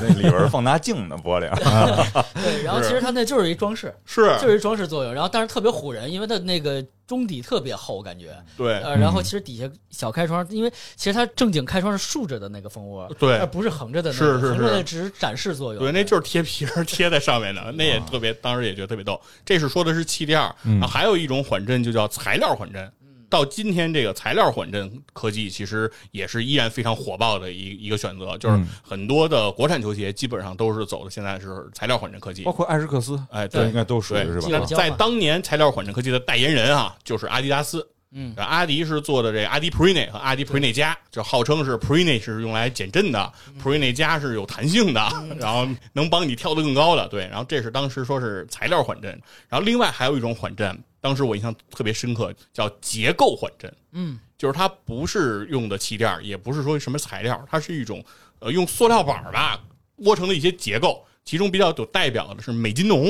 那里边儿放大镜的玻璃，啊
对，然后
是嗯
其实他那就是一装饰，
是
就是一装饰作用，然后但是特别唬人，因为它那个中底特别厚，感觉，
对
呃，然后其实底下小开窗，因为其实它正经开窗是竖着的那个蜂窝，
对
而不是横着的那
是
个，
是
横着
是
的只是展示作用，
对，那就是贴皮儿贴在上面的，那也特别，当时也觉得特别逗。这是说的是气垫儿，然后还有一种缓震就叫材料缓震。到今天，这个材料缓震科技其实也是依然非常火爆的一一个选择，就是很多的国产球鞋基本上都是走的现在是材料缓震科技
包。括艾什克斯，
哎，
这
对
应，该都属于是
对
吧
那
基？本
在当年材料缓震科技的代言人啊，就是阿迪达斯。啊
嗯，
阿迪是做的这个阿迪 Prene 和阿迪 Prene 加，就号称是 Prene 是用来减震的，Prene
嗯
加是有弹性的，然后能帮你跳得更高的。对，然后这是当时说是材料缓震，然后另外还有一种缓震，当时我印象特别深刻，叫结构缓震。
嗯，
就是它不是用的气垫儿，也不是说什么材料儿，它是一种呃用塑料板儿吧窝成的一些结构，其中比较有代表的是美津浓。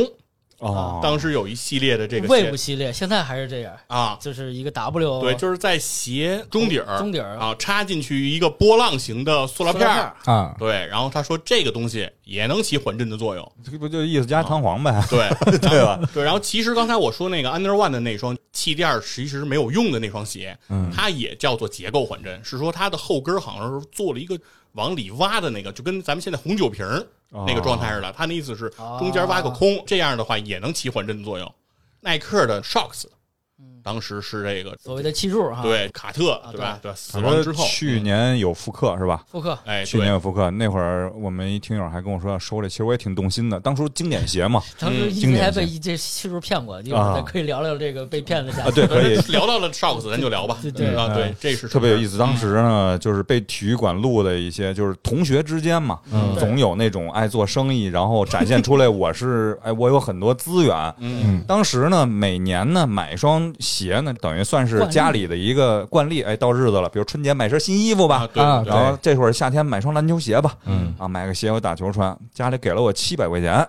哦，
啊当时有一系列的这个
，Wave
鞋
系列现在还是这样，
啊，
就是一个 W，
对，就是在鞋中底儿
哦中底儿
啊插进去一个波浪形的塑料
塑
片
料
儿
儿，
啊，
对，然后他说这个东西也能起缓震的作用，
这不就意思
啊
加弹簧呗？
对
对吧？
对，然后其实刚才我说那个 Under One 的那双气垫儿其实是没有用的那双鞋，
嗯
它也叫做结构缓震，是说它的后跟儿好像是做了一个往里挖的那个，就跟咱们现在红酒瓶儿
哦
那个状态似的，它那意思是
哦
中间挖个空，这样的话也能起缓震作用。耐克的 Shocks 当时是这个
嗯所谓啊的气柱哈，，
对，卡特对吧？对，死亡之后，嗯
去年有复刻是吧？
复刻
哎，
去年
对，
有复刻，那会儿我们一听友还跟我说要收这，其实我也挺动心的。当初经典鞋嘛，
嗯
当时一
经
直
典
还
性
被一这气柱骗过，一会儿
啊
咱可以聊聊这个被骗的价
啊，对，可以，
聊到了 Shocks，咱就聊吧。
对对
啊，对
嗯，
这是
特别有意
思。
思。当时呢，就是被体育馆录的一些，就是同学之间嘛，
嗯
总有那种爱做生意，然后展现出来我 是哎，我有很多资源。
嗯，
当时呢，每年呢买一双鞋呢，等于算是家里的一个惯例。哎，到日子了，比如春节买身新衣服吧
啊，，对
啊
对
然后这会儿夏天买双篮球鞋吧，
嗯
啊，买个鞋我打球穿。家里给了我七百块钱，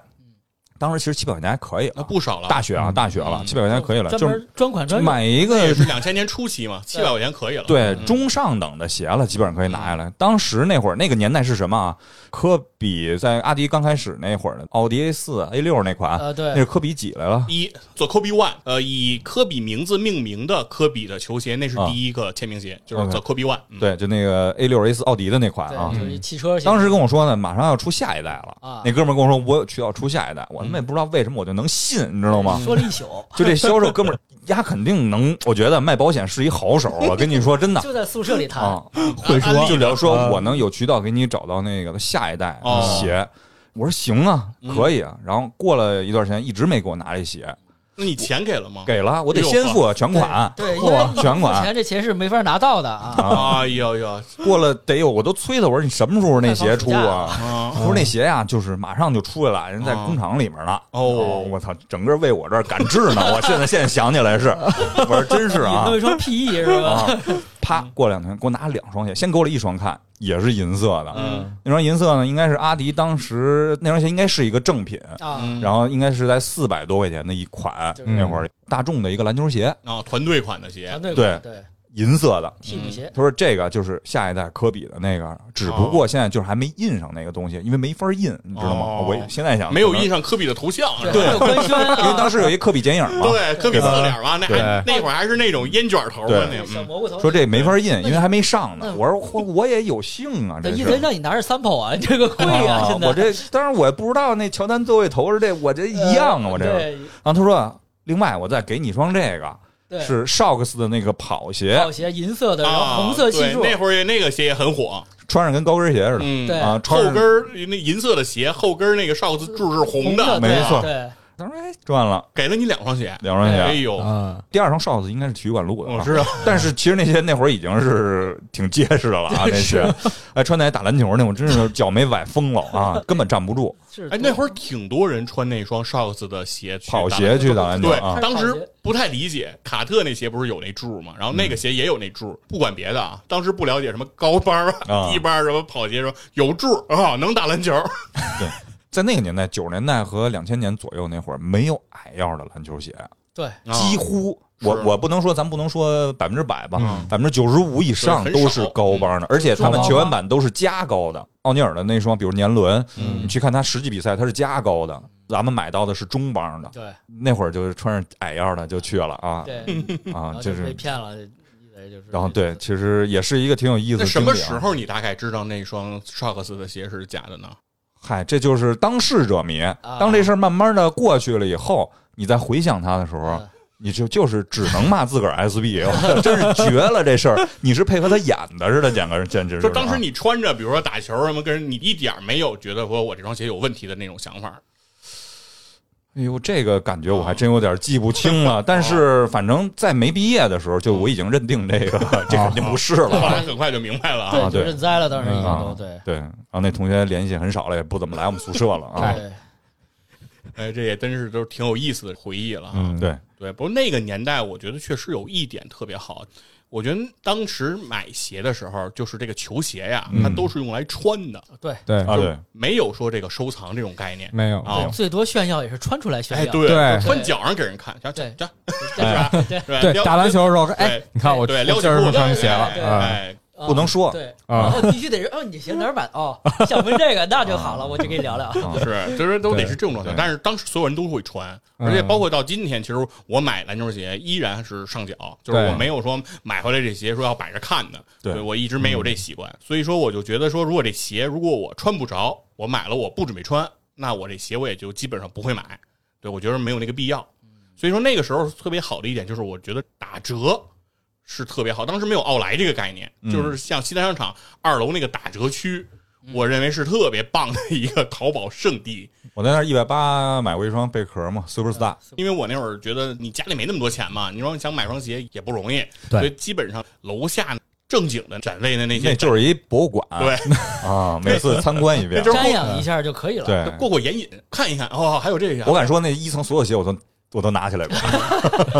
当时其实七百块钱还可以
那
了，
不少了，
大学啊，大学了，
嗯
七百块钱可以了，
专
就是
门专款专用
买一
这
个
也是两千年初期嘛，七百块钱可以了。
对
嗯
中上等的鞋了，基本上可以拿下
嗯
来。当时那会儿那个年代是什么啊？科比在阿迪刚开始那会儿的奥迪 A 四、A 六那款，
啊，
那
对
是，科比几来了？
一做 Kobe One，呃，以科比名字命名的科比的球鞋，那是第一个签名鞋，就是做 Kobe One。嗯，
啊对，就那个 A 六 A 四奥迪的那款啊
对，就。是汽车型，
当时跟我说呢，马上要出下一代了。
啊嗯
那哥们儿跟我说，我有渠道出下一代，我他妈也不知道为什么我就能信，你知道吗？
说了一宿，
就这销售哥们儿，丫肯定能，我觉得卖保险是一好手，我跟你说真的
就在宿舍里谈
啊，，
安利
会
的
说
就聊说
啊
我能有渠道给你找到那个下一代
哦
鞋。我说行啊，
嗯
可以啊。然后过了一段时间，一直没给我拿这鞋，
那你钱给了吗？
给了我得
哎呦
先付全款，
对，因为
嚯
你
全
付
款。
钱这钱是没法拿到的啊。
哎呦呦，
过了得有，我都催他，我说你什么时候那鞋出
快放
啊？
啊
我说那鞋呀、就是马上就出来了，人在工厂里面呢。
哦
我操，整个为我这儿赶制呢。我现在现在想起来是，我说真是啊
那么说 PE 是吧？
啊！ 啪，过两天给我拿两双鞋，先给我了一双看，也是银色的。
嗯
那双银色呢，应该是阿迪当时那双鞋应该是一个正品，
啊，
嗯，
然后应该是在四百多块钱的一款，
就是
那会儿大众的一个篮球鞋。
啊，团队款的鞋
团，队
对
对，
银色的。
替补鞋，
他说这个就是下一代科比的那个，只不过现在就是还没印上那个东西，因为没法印，你知道吗？
哦
我现在想
没有
可能
印上科比的头像，是吧
还有官宣
嗯因为
啊，
当时有一科比剪影 嘛，
对，科比侧脸嘛，那还
对
那会儿还是那种烟卷头的那
对
小
种，嗯
蘑菇头
说这没法印，因为还没上
那
呢。我说我我也有幸啊，
那
这
意
是
思让你拿着 sample 啊， 这个贵啊，
啊
现在
我这当然我也不知道那乔丹座位头是这，我这一样啊，
呃
我这个。然后他说，另外我再给你一双这个
这
是 Shocks 的那个跑鞋，
跑鞋银色的，然
啊，
后红色系
对
数，
那会儿也那个鞋也很火，
穿上跟高跟鞋似的
嗯，
对
啊，
后
穿
跟
上
儿那银色的鞋，后跟儿那个哨子柱是红
的，
的，
没错
对，
当时哎赚了
给了你两双鞋，
两双
哎
鞋。
呦，
啊，
第二双 Shocks 应该是体育馆录的
我
啊，
知道，
但是其实那些那会儿已经是挺结实的了 啊，那鞋，哎，穿的还打篮球呢，我真是脚没崴疯了 啊，根本站不住，
是
哎，那
儿
会儿挺多人穿那双 Shocks 的鞋去
跑
打
鞋去打篮球
对
啊，，
当时不太理解，卡特那鞋不是有那柱吗？然后
嗯
那个鞋也有那柱，不管别的啊，当时不了解什么高帮儿
啊
低帮儿什么跑鞋什么，有柱啊，能打篮球。
在那个年代，九十年代和两千年左右那会儿，没有矮腰的篮球鞋，
对，
几乎我
啊是
我不能说，咱不能说百分之百吧
嗯，
百分之九十五以上
对很
都
少嗯
是高帮的，而且他们球员版都是加高的。奥尼尔的那双，比如年轮，
嗯
你去看他实际比赛，他是加高的。咱们买到的是中帮的，
对
那会儿就是穿上矮腰的就去了啊
对，然
啊，
后
就
被
是
骗了，以为就是
然后对，其实也是一个挺有意思
那
的
什
经历
么
啊。
时候你大概知道那双 Shocks 的鞋是假的呢？
嗨，这就是当事者迷。
啊
当这事儿慢慢的过去了以后，你再回想他的时候
嗯，
你就就是只能骂自个儿 SB，我 真是绝了这事儿。你是配合他演的似的，简直简直
就是当时
啊
你穿着，比如说打球什么，跟人你一点儿没有觉得说我这双鞋有问题的那种想法。
哎呦，这个感觉我还真有点记不清了。但是反正在没毕业的时候，就我已经认定这个这肯定不是了。
后来很快就明白了啊，
对
啊
就
对
认栽了，当时已经
啊
都对
对，然后那同学联系很少了，也不怎么来我们宿舍了啊。
对，
哎，这也真是都是挺有意思的回忆了啊。
嗯，对，
对，不过那个年代，我觉得确实有一点特别好。我觉得当时买鞋的时候，就是这个球鞋呀，它都是用来穿的，
嗯对，
啊对，
没有说这个收藏这种概念。
没有，
啊
对最多炫耀也是穿出来炫
哎，
耀，
对，
对
穿脚上给人看，瞧瞧
对
瞧，
对
哎
对对
对
对，
撩
打篮球的时候，哎
对，
你看我
对，撩
我
起
今儿
裤
不
子
穿鞋了
哎
啊，
哎，
啊
不能说
对，
啊
然后必须得是哦，你这鞋哪儿买的？哦，想问这个，那就
啊
好了，我就跟你聊聊。
是，就是都得是这种状态。
对
但是当时所有人都会穿，
嗯
而且包括到今天，其实我买篮球鞋依然是上脚，就是
对
我没有说买回来这鞋说要摆着看的，
对
我一直没有这习惯。所以说，我就觉得说，如果这鞋如果我穿不着，我买了我不准备穿，那我这鞋我也就基本上不会买。对我觉得没有那个必要。所以说那个时候特别好的一点就是，我觉得打折。是特别好，当时没有奥莱这个概念，就是像西单商场二楼那个打折区，我认为是特别棒的一个淘宝圣地。
我在那一百八买过一双贝壳嘛，Super Star。
因为我那会儿觉得你家里没那么多钱嘛，你说想买双鞋也不容易，
对
所以基本上楼下正经的展位的那些
那就是一博物馆，
对
啊，每次参 观一
那
遍，
就是
瞻仰一下就可以了。
对。
过过眼瘾，看一看哦，还有这个
我敢说，那一层所有鞋我都我都拿起 来过，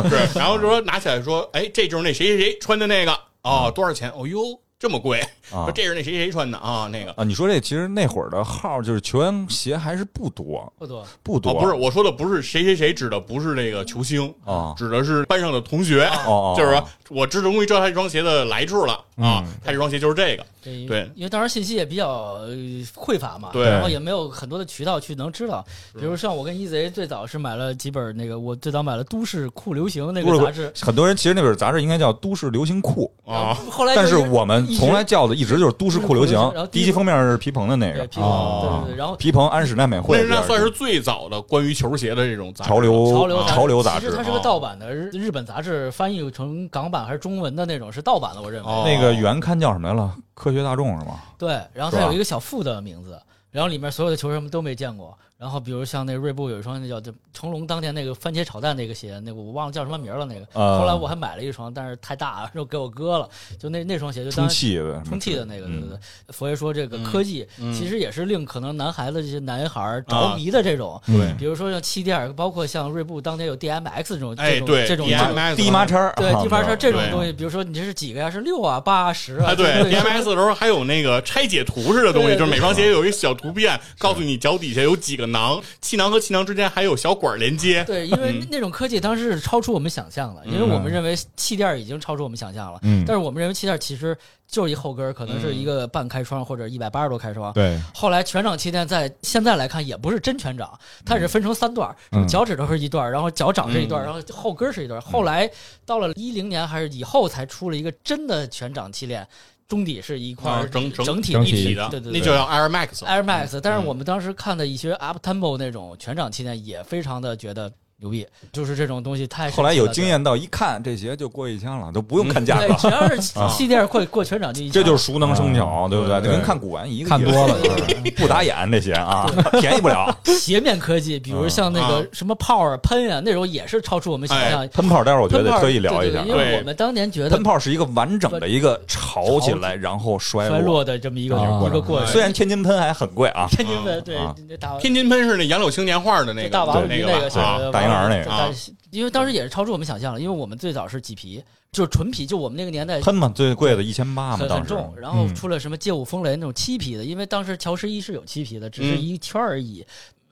是，然后就说拿起来说，哎，这就是那谁谁谁穿的那个哦，多少钱？哦哟，这么贵，
嗯啊
说这是那谁谁穿的啊，那个
啊。你说这其实那会儿的号就是球员鞋还是不多，
不多，
不多，
哦，不是，我说的不是谁谁谁，指的不是那个球星
哦
指的是班上的同学，
哦哦
就是
哦
说我知终于知道他这双鞋的来处了啊，
嗯
他这双鞋就是这个，
对
对
因为当时信息也比较呃匮乏嘛，
对
然后也没有很多的渠道去能知道。比如像我跟一贼最早是买了几本那个，我最早买了《都市酷流行》那
不
个杂
是
志，
很多人其实那本杂志应该叫《都市流行酷
啊，
后》，来就
但
是
是我们从来叫的一直就是《都市酷流行
都市酷流行然后》，
第
第一
一期封面是皮鹏的那
对
个啊
皮蓬，对对对，然后
皮鹏安室奈美
那
惠
是
的第二
那
期，
算是最早的关于球鞋的这种杂志
潮流
潮流
哦潮流杂志
其
哦
实它是个
啊
盗版的日日本杂志，翻译成港版还是中文的那种是盗版的，我认为。
哦
那个原刊叫什么来了？科学大众是吗？
对，然后
是
它
吧
有一个小副的名字，然后里面所有的球什么都没见过。然后比如像那锐步有一双那叫成龙当年那个番茄炒蛋那个鞋，那个我忘了叫什么名儿了那个。
呃
后来我还买了一双，但是太大了，又给我哥了。就那那双鞋就
充
当。
气的，
充气的那个，对
嗯
对对。佛爷说这
嗯
个科技其实也是令可能男孩子这些男孩儿
啊
着迷的这种，
对
比如说像气垫儿，包括像锐步当年有 DMX 这种，
哎
这种
对
这种
DMX
低麻叉儿，
对
啊
地盘车这种
对
东西，比如说你这是几个呀？是六啊、八啊、十啊？
啊，对
对
，DMS 的时候还有那个拆解图似的东西，
对
就是每双鞋有一小图片，告诉你脚底下有几个囊，气囊和气囊之间还有小管连接。
对，因
嗯
为那种科技当时是超出我们想象的，因为我们认为气垫已经超出我们想象了，
嗯
但是我们认为气垫其实就是一后跟儿，可能是
嗯
一个半开窗或者一百八十度开窗。
对，
后来全掌气垫在现在来看也不是真全掌，它也是分成三段儿，
嗯
什么脚趾头是一段儿，然后脚掌是一段
嗯
儿，然后后跟儿是一段儿。后来到了一零年还是以后才出了一个真的全掌气垫，中底是一块
啊
儿
整
整体
整
一体
体
的
对，对
那
对
就叫 Air Max。
Air Max，但
嗯
是我们当时看的一些 Up Tempo 那种全掌气垫也非常的觉得牛逼，就是这种东西太神奇了
后来有经。验到一看这鞋就过一千了，都不用看价格
对，
了，
只要是
啊
气垫过过全掌就一嗯
这
枪
就是熟能生巧，对不对？
对
就跟看古玩一个意思，
看多了，
不打眼这鞋啊， 便宜不 了。
斜面科技，比如像那
啊
个什么泡儿喷啊那种也是超出我们想象。
喷炮，待哎会儿我觉
喷
得
泡
可以聊一下啊
对对对因为
对
我们当年觉得
喷炮是一个完整的一个炒起来然后摔
衰落的这么一个
啊
一个过程。
虽然天津喷还很贵啊，
天津的对
啊
那大
天津喷是那杨柳青年画的那个
大王
那
鱼
吧
个
啊
小
大婴儿那个
啊
个，因为当时也是超出我们想象了，因为我们最早是麂皮，就是纯皮，就我们那个年代
喷嘛最贵的一千八嘛，
很
当
很
时
重，然后
嗯
出了什么街舞风雷那种漆皮的，因为当时乔十一是有漆皮的，只是
嗯
一圈而已。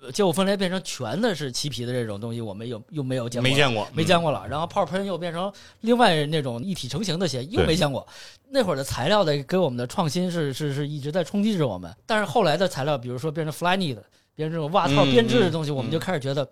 呃街舞风雷变成全的是漆皮的这种东西，我们又又没有见过，
没见过，嗯
没见过了。然后泡泡喷又变成另外那种一体成型的鞋，又
对
没见过。那会儿的材料的给我们的创新是是是一直在冲击着我们，但是后来的材料，比如说变成 Flyknit 的，变成这种袜套
嗯
编织的东西，
嗯
我们
嗯
就开始觉得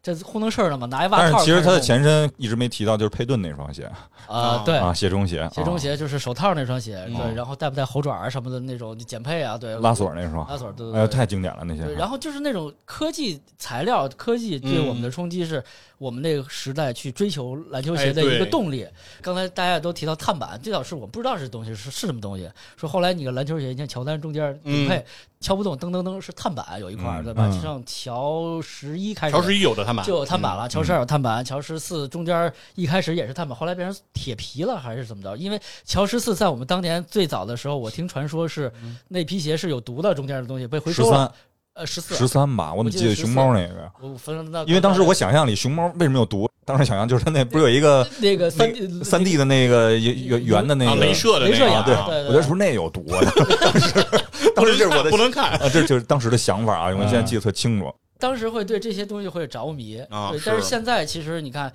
这糊弄事儿了嘛，拿一袜套
但
开始
是
弄。
其实它的前身一直没提到，就是佩顿那双鞋
啊，对，
啊，鞋中鞋，
鞋中鞋就是手套那双鞋，
嗯
对，然后带不带猴爪啊什么的那种减配啊，对，
啊拉锁那双，
拉锁，对
哎呦，
对对。
太经典了那些
呃对，。然后就是那种科技材料、科技对我
嗯
们的冲击，是我们那个时代去追求篮
哎
球鞋的一个动力。刚才大家都提到碳板，最早是我不知道是东西是是什么东西，说后来你个篮球鞋，你看乔丹中间顶配、敲不动，噔噔噔是碳板有一块儿，
嗯
对吧？
嗯
就像乔十一开始
嗯乔十一有的他
啊
买，
就有碳板
嗯
了，乔十二有碳板，乔十四中间一开始也是碳板，后来变成铁皮了还是怎么着？因为乔十四在我们当年最早的时候，我听传说是那批鞋是有毒的，中间的东西被回
嗯十
收了。
三
呃，十四，
十三吧，我怎么记得熊猫那个？
我分了那
因为当时我想象里熊猫为什么有毒？当时想象就是它那不是有一个
那个三呃
三 D 的那个圆圆圆的那
啊，
个
镭射的
镭
那
射
个
眼
啊，
儿，
对
对，
我觉得是不是那有毒 啊？当时当 时这是我的
不能看，
啊，这就是当时的想法啊，我现在记得特清楚。
当时会对这些东西会着迷
啊
对
是，
但是现在其实你看，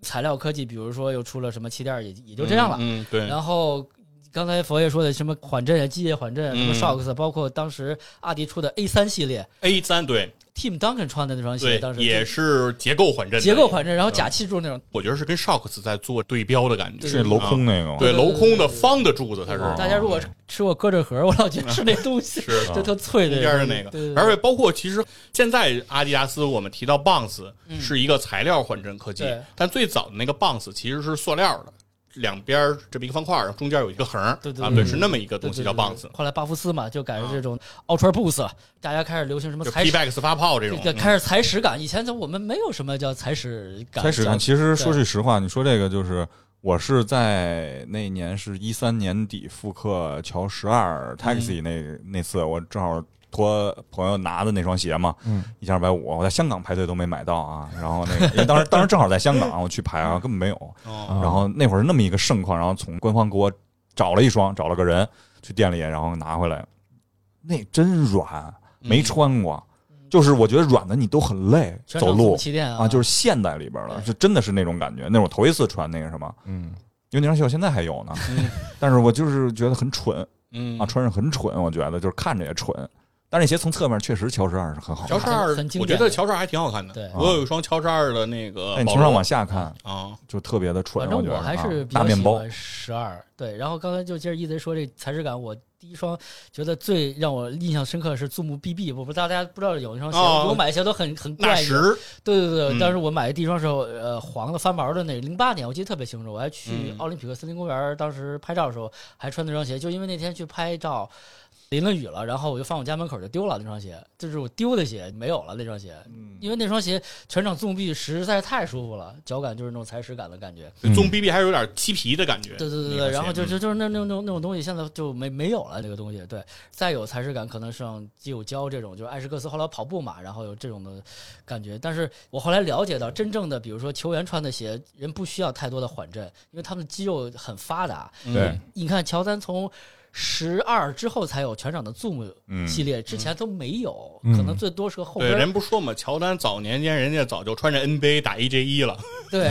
材料科技，比如说又出了什么气垫儿，也也就这样了。
嗯，嗯对，
然后刚才佛爷说的什么缓震啊、机械缓震啊、什么
嗯
shocks，包括当时阿迪出的 A 三系列
A 三对
，Team Duncan 穿的那双鞋，
对
当时
也是结构缓震的，
结构缓震，然后假气柱那种，
我觉得是跟 Shocks 在做对标的感觉，
是镂空那啊个吗？
嗯对
对对
镂
对
空的方的柱子，它是哦
嗯
大家如果吃过胳肢核，我老觉得是那东西，
是哦
就特脆的
中间的那
对对
个，
对
而且包括其实现在阿迪达斯我们提到 Bounce
嗯
是一个材料缓震科技
对，
但最早的那个 Bounce 其实是塑料的，两边儿这么一个方块儿，然后中间有一个横儿，
对对
啊，
对
本是那么一个东西
对
叫
对对
Bounce，
后来巴夫斯嘛，就改成这种 Ultra Boost，了大家开始流行什么
就
踩屎，
P-Bax 发泡这种，嗯
对，开始踩屎感。以前就我们没有什么叫踩屎感，
开始看，
叫
其实说句实话，你说这个就是。我是在那年是一三年底复刻乔十
嗯
二 taxi 那、那次，我正好托朋友拿的那双鞋嘛，
嗯，
一千二百五，我在香港排队都没买到啊。然后那个，因为当时当时正好在香港，我去排啊，根本没有。
哦
然后那会儿那么一个盛况，然后从官方给我找了一双，找了个人去店里，然后拿回来，那真软，
嗯
没穿过，就是我觉得软的你都很累，
全
走
程从
路
气垫
啊，就是
是
现代里边了，
对
是真的是那种感觉。那是我头一次穿那个什么，
嗯，
因为那双鞋我现在还有呢，
嗯
但是我就是觉得很蠢
嗯
啊，穿上很蠢，我觉得就是看着也蠢。但是那鞋从侧面确实乔十二是很好
乔
看，
十二
很很，经
我
典
觉得乔十二还挺好看的。
对
我有一双乔十二的那个，
哎但你从上往下看
啊，
就特别的蠢，
反正
觉
我
得
还是
啊
比
大
较
面
喜
包
欢十二。对，然后刚才就接着一贼说这踩屎感，我第一双觉得最让我印象深刻是 Zoom BB，我不知道大家不知道有一双鞋，
哦
我买的鞋都很很
纳
怪异。
什
对对对，
嗯
当时我买的第一双时候，呃，黄的翻毛的那零八年，我记得特别清楚，我还去
嗯
奥林匹克森林公园，当时拍照的时候还穿那双鞋，就因为那天去拍照。淋了雨了，然后我就放我家门口就丢了那双鞋，这是我丢的鞋，没有了那双鞋，
嗯
因为那双鞋全场纵臂实在是太舒服了，脚感就是那种踩屎感的感觉。
嗯
棕 BB 还是有点漆皮的感觉。
对对
那
对
个
对，
鞋
然后就
嗯
就就是那那那种那种东西，现在就没没有了那个东西。对，再有才是感，可能像基友胶这种，就是艾什克斯后来跑步嘛，然后有这种的感觉。但是我后来了解到，真正的比如说球员穿的鞋，人不需要太多的缓震，因为他们的肌肉很发达。
嗯
对
你看乔丹从十二之后才有全场的 Zoom
嗯
系列，之前都没有，
嗯
可能最多是个后
对，
边儿
人不说嘛，乔丹早年间人家早就穿着 NBA 打 AJ 一了，
对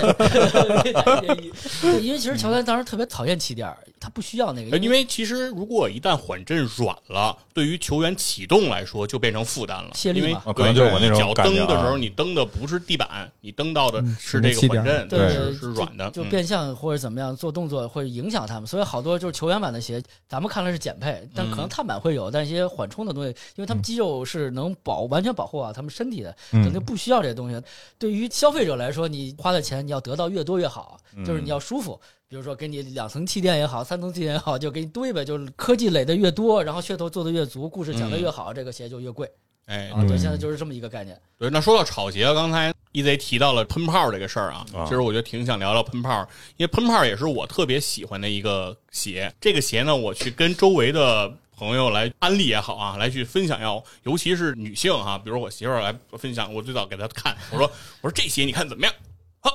对， 对因为其实乔丹当时特别讨厌起点儿，他不需要那个，
因为其实如果一旦缓震软了，对于球员启动来说就变成负担了，
泄力
因为
嘛
啊可能就是我那种
脚
感
蹬
觉啊
的时候，你蹬的不是地板，你蹬到的是这
是
个
那
缓震，
嗯对
是
就是
软的，
就
嗯
变相或者怎么样做动作会影响他们，所以好多就是球员版的鞋，咱们看来是减配，但
嗯
可能碳板会有，但一些缓冲的东西，因为他们肌肉是能保完全保护好他们身体的，
嗯
可能就不需要这些东西。对于消费者来说，你花的钱你要得到越多越好，
嗯
就是你要舒服。比如说，给你两层气垫也好，三层气垫也好，就给你堆呗。就是科技垒的越多，然后噱头做的越足，故事讲的越好，这个鞋就越贵
嗯哎，
啊。对，现在就是这么一个概念。
对，那说到炒鞋，刚才 EZ 提到了喷泡这个事儿啊，
啊
其实我觉得挺想聊聊喷泡，因为喷泡也是我特别喜欢的一个鞋。这个鞋呢，我去跟周围的朋友来安利也好啊，来去分享要，尤其是女性哈、比如我媳妇儿来分享，我最早给她看，我说我说这鞋你看怎么样？好，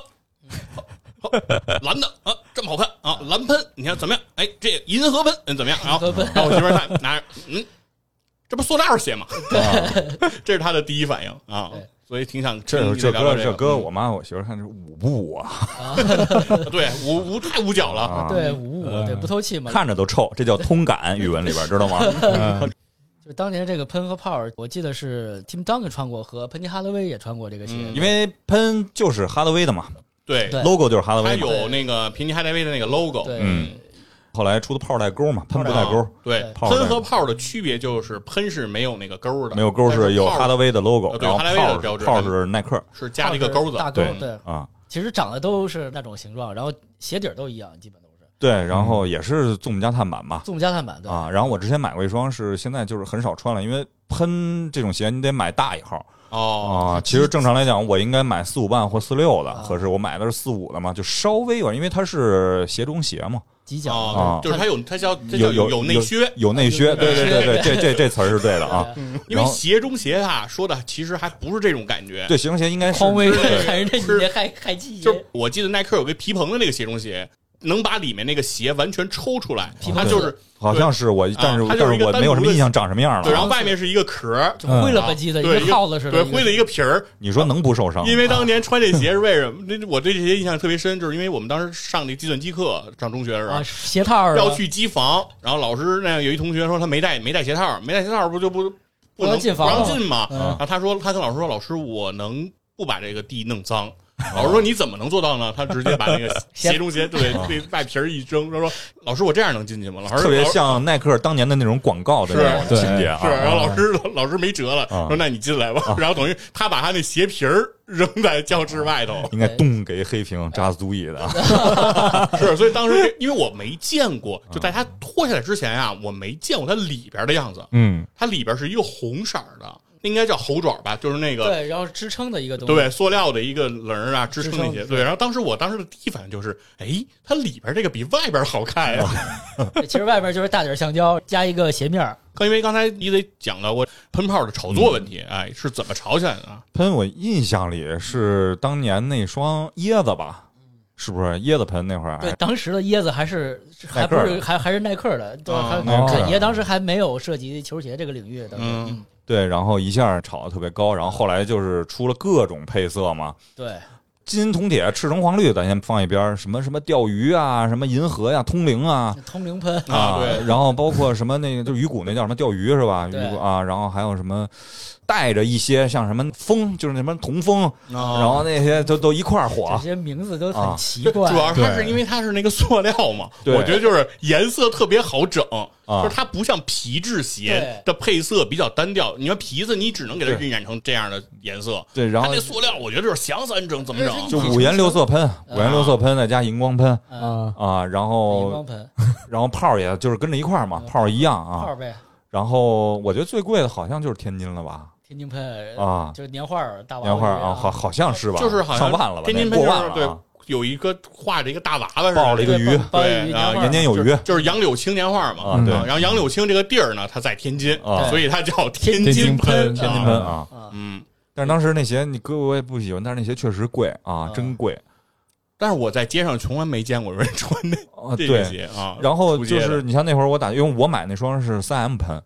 好，好蓝的啊，这么好看啊，蓝喷，你看怎么样？哎，这银河喷嗯怎么样？然后
银河喷
然后我媳妇儿看拿着，嗯，这不塑料鞋 吗？啊这是他的第一反应啊
对，
所以挺想听
这
你聊
这
聊
歌
这
这
个嗯
歌，我妈我媳妇儿看这舞步啊，
对无无太捂脚了。
啊
对，五五
嗯
对不透气嘛，
看着都臭，这叫通感，语文里边 知道吗？
嗯
就当年这个喷和泡儿，我记得是 Tim Duncan 穿过和喷尼哈德威也穿过这个鞋，
嗯
因为喷就是哈德威的嘛
对，
对
，logo 就是哈德
它
威嘛。
有那个平尼哈戴维的那个 logo，
对，
嗯后来出的炮带钩嘛，喷不带钩
啊，对，
泡带
喷和泡的区别就是喷是没有那个钩的，
没有钩
但是
有
泡
哈德威的 logo，
啊对
然后
哈德威的
炮
标志
是炮是耐克，
是加了一个钩子。
大钩
对
对，
啊，
其实长得都是那种形状，然后鞋底儿都一样，基本都是
对，然后也是字母加碳板嘛，
字母加碳板对，
啊，然后我之前买过一双是现在就是很少穿了，因为喷这种鞋你得买大一号
哦，
啊。其实正常来讲，我应该买四五半或四六的
啊，
可是我买的是四五的嘛，就稍微有点，因为它是鞋中鞋嘛，
几脚、
哦
啊，
就是它有它叫它叫
有
啊有内靴，
有内
有
靴，
内
对
靴
对对对，这这这词儿是对的
哦
啊。
因为
然后
鞋中鞋啊说的其实还不是这种感觉。
对，鞋中鞋应该是
匡威
对
看人家你还还记忆，
就是我记得耐克有个皮蓬的那个鞋中鞋，能把里面那个鞋完全抽出来
皮，
它
蓬
就是
好像是我，但是
啊它
但
就是一个
我
单
没有什
独
么
的
印象长什么样
对，然后
了啊。
外面是一个壳儿，
就灰了吧唧的、
对
一个耗子似的，
对，灰了一个皮儿，
啊你说能不受伤吗？
因为当年穿这鞋是为什么？那我对这些印象特别深，就是因为我们当时上那计算机课，上中学的时候、
啊鞋套儿啊
要去机房，然后老师那有一同学说他没带没带鞋套，没带鞋套不就不不
不让
能
进房
不让
了
进嘛？
嗯
然后他说他跟老师说老师我能不把这个地弄脏。老师说：“你怎么能做到呢？”他直接把那 个
鞋
鞋中鞋对对外皮儿一扔，他说：“老师，我这样能进去吗？”老师
啊特别
老师
像耐克当年的那种广告的那种
是
情节啊
是，。然后老师老师没辙了，
啊
说：“那你进来吧。 然后等于他把他那鞋皮儿扔在教室外头，
应该东给黑屏扎足矣的啊，
是，所以当时因为我没见过，就在它脱下来之前啊，我没见过它里边的样子。
嗯
它里边是一个红色儿的，那应该叫猴爪吧，就是那个
对，然后支撑的一个东西，
对塑料的一个棱儿啊，支撑那
支
些。
撑
对，然后当时我当时的第一反应就是，哎，它里边这个比外边好看呀、
啊
对，其实外边就是大底儿橡胶加一个鞋面儿，
刚因为刚才你得讲到过喷泡的炒作问题，
嗯
哎，是怎么炒起来的啊？
喷我印象里是当年那双椰子吧，是不是椰子喷那会儿？
哎
对，当时的椰子还是还
耐
不
克
是还还是耐克的，都还
啊
耐克
肯爷当时还没有涉及球鞋这个领域的，
嗯，
对，然后一下炒得特别高，然后后来就是出了各种配色嘛，
对，
金铜铁、赤橙黄绿，咱先放一边儿，什么什么钓鱼啊，什么银河呀、通灵 啊。
通灵喷，
啊对
然后包括什么那个，就是鱼骨那叫什么钓鱼是吧？鱼
对
骨啊，然后还有什么带着一些像什么风，就是那什么铜风，
啊
然后那些都都一块儿
这
火，
些名字都很
啊
奇
对，
怪
主。要是它是
对
因为它是那个塑料嘛，
对
我觉得就是颜色特别好整，
啊
就是它不像皮质鞋的配色比较单调。你说皮子，你只能给它
对
晕染成这样的颜色，
对，然
它
后
那塑料，我觉得就是想怎么整怎么整。
就五颜六色喷，五颜六色喷再加荧光喷
啊，
啊
啊，然
荧
后
光喷
然后泡儿也就是跟着一块儿嘛，泡儿一样
泡
啊。
儿呗，
然后我觉得最贵的好像就是天津了吧，
天津喷，
啊，
就是年画儿大娃
年
娃
画儿
鱼
啊，好好像是吧，
就是好像
上万了吧，
天津
那
喷就
过
是
万了
对
啊，，
有一个画着一个大娃娃似的，
抱了一个鱼
对鲍鲍鱼
对啊
年画儿
年年有余
就就是杨柳青年画嘛。
啊对
然后杨柳青这个地儿呢，它在天津，
啊
所以它叫天
天津
喷。
喷
啊
天津喷啊。
啊，
嗯，
啊
但是当时那鞋你哥我也不喜欢，但是那鞋确实贵啊，真贵。
但是我在街上从来没见过有人穿那
啊，
这个
对。
鞋啊。
然后
出
就
街的
是你像那会儿我打，因为我买那双是三 M 喷，
啊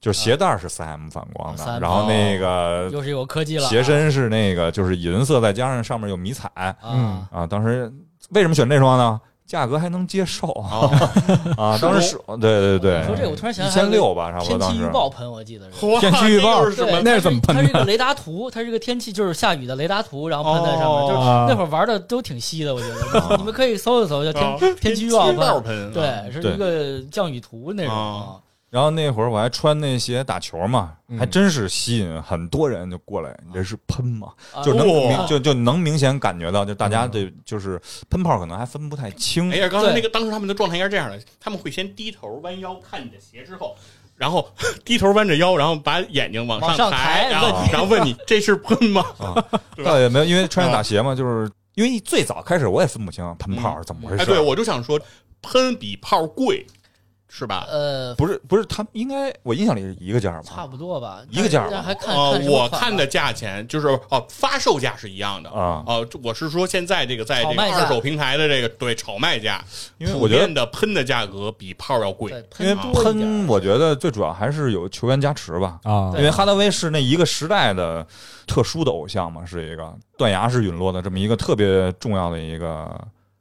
就是鞋带是三 M 反光的，
3M
然后那个
又是有科技了啊，
鞋身是那个就是银色，再加上上面有迷彩
啊，
啊。当时为什么选这双呢？价格还能接受啊
啊，
啊！当时是，对对对，
你说这个我突然想
一
起来
千六吧，差不多
天
当
气
时
预。报喷，我记得是。
啊 哇
天气预报
那又是什
对
么？
那是
它
怎么喷
它是一
的
个雷达图，它是一个天气就是下雨的雷达图，然后喷在上面，
哦
就是
啊
那会儿玩的都挺稀的，我觉
啊
得。你们可以搜一搜，叫
啊
呃天天气预报
天气
喷，
喷，啊
对，是一个降雨图那种
啊
啊。
然后那会儿我还穿那鞋打球嘛，
嗯
还真是吸引很多人就过来，你这是喷吗？
啊
就能
哇嗯
明就就能明显感觉到，就大家对就是喷泡可能还分不太清
哎。呀，刚才那个当时他们的状态应该是这样的：他们会先低头弯腰看你的鞋，之后，然后 低头弯着腰，然后把眼睛往
往上
抬，
抬
然后
问你
然后问 你这是喷吗？
倒也没有，因为
啊
穿上打鞋嘛，就是因为最早开始我也分不清喷泡是怎么回
哎，
事
对，
儿。
我就想说，喷比泡贵是吧？
呃，
不是不是，他们应该我印象里是一个价儿
差
吧？
不多吧，
一个价儿吧
但还看
呃，
看什么
我
款
看的价钱就是哦、发售价是一样的
啊
哦、这我是说现在这个在这
炒
个
卖价
二手平台的这个对炒卖价，
因为
普
我觉
遍啊
得，
的喷的价格比泡要贵
因
对，
为
喷多一点
喷，我觉得最主要还是有球员加持吧。
啊
因为哈德威是那一个时代的特殊的偶像嘛，是一个断崖式陨落的这么一个特别重要的一个，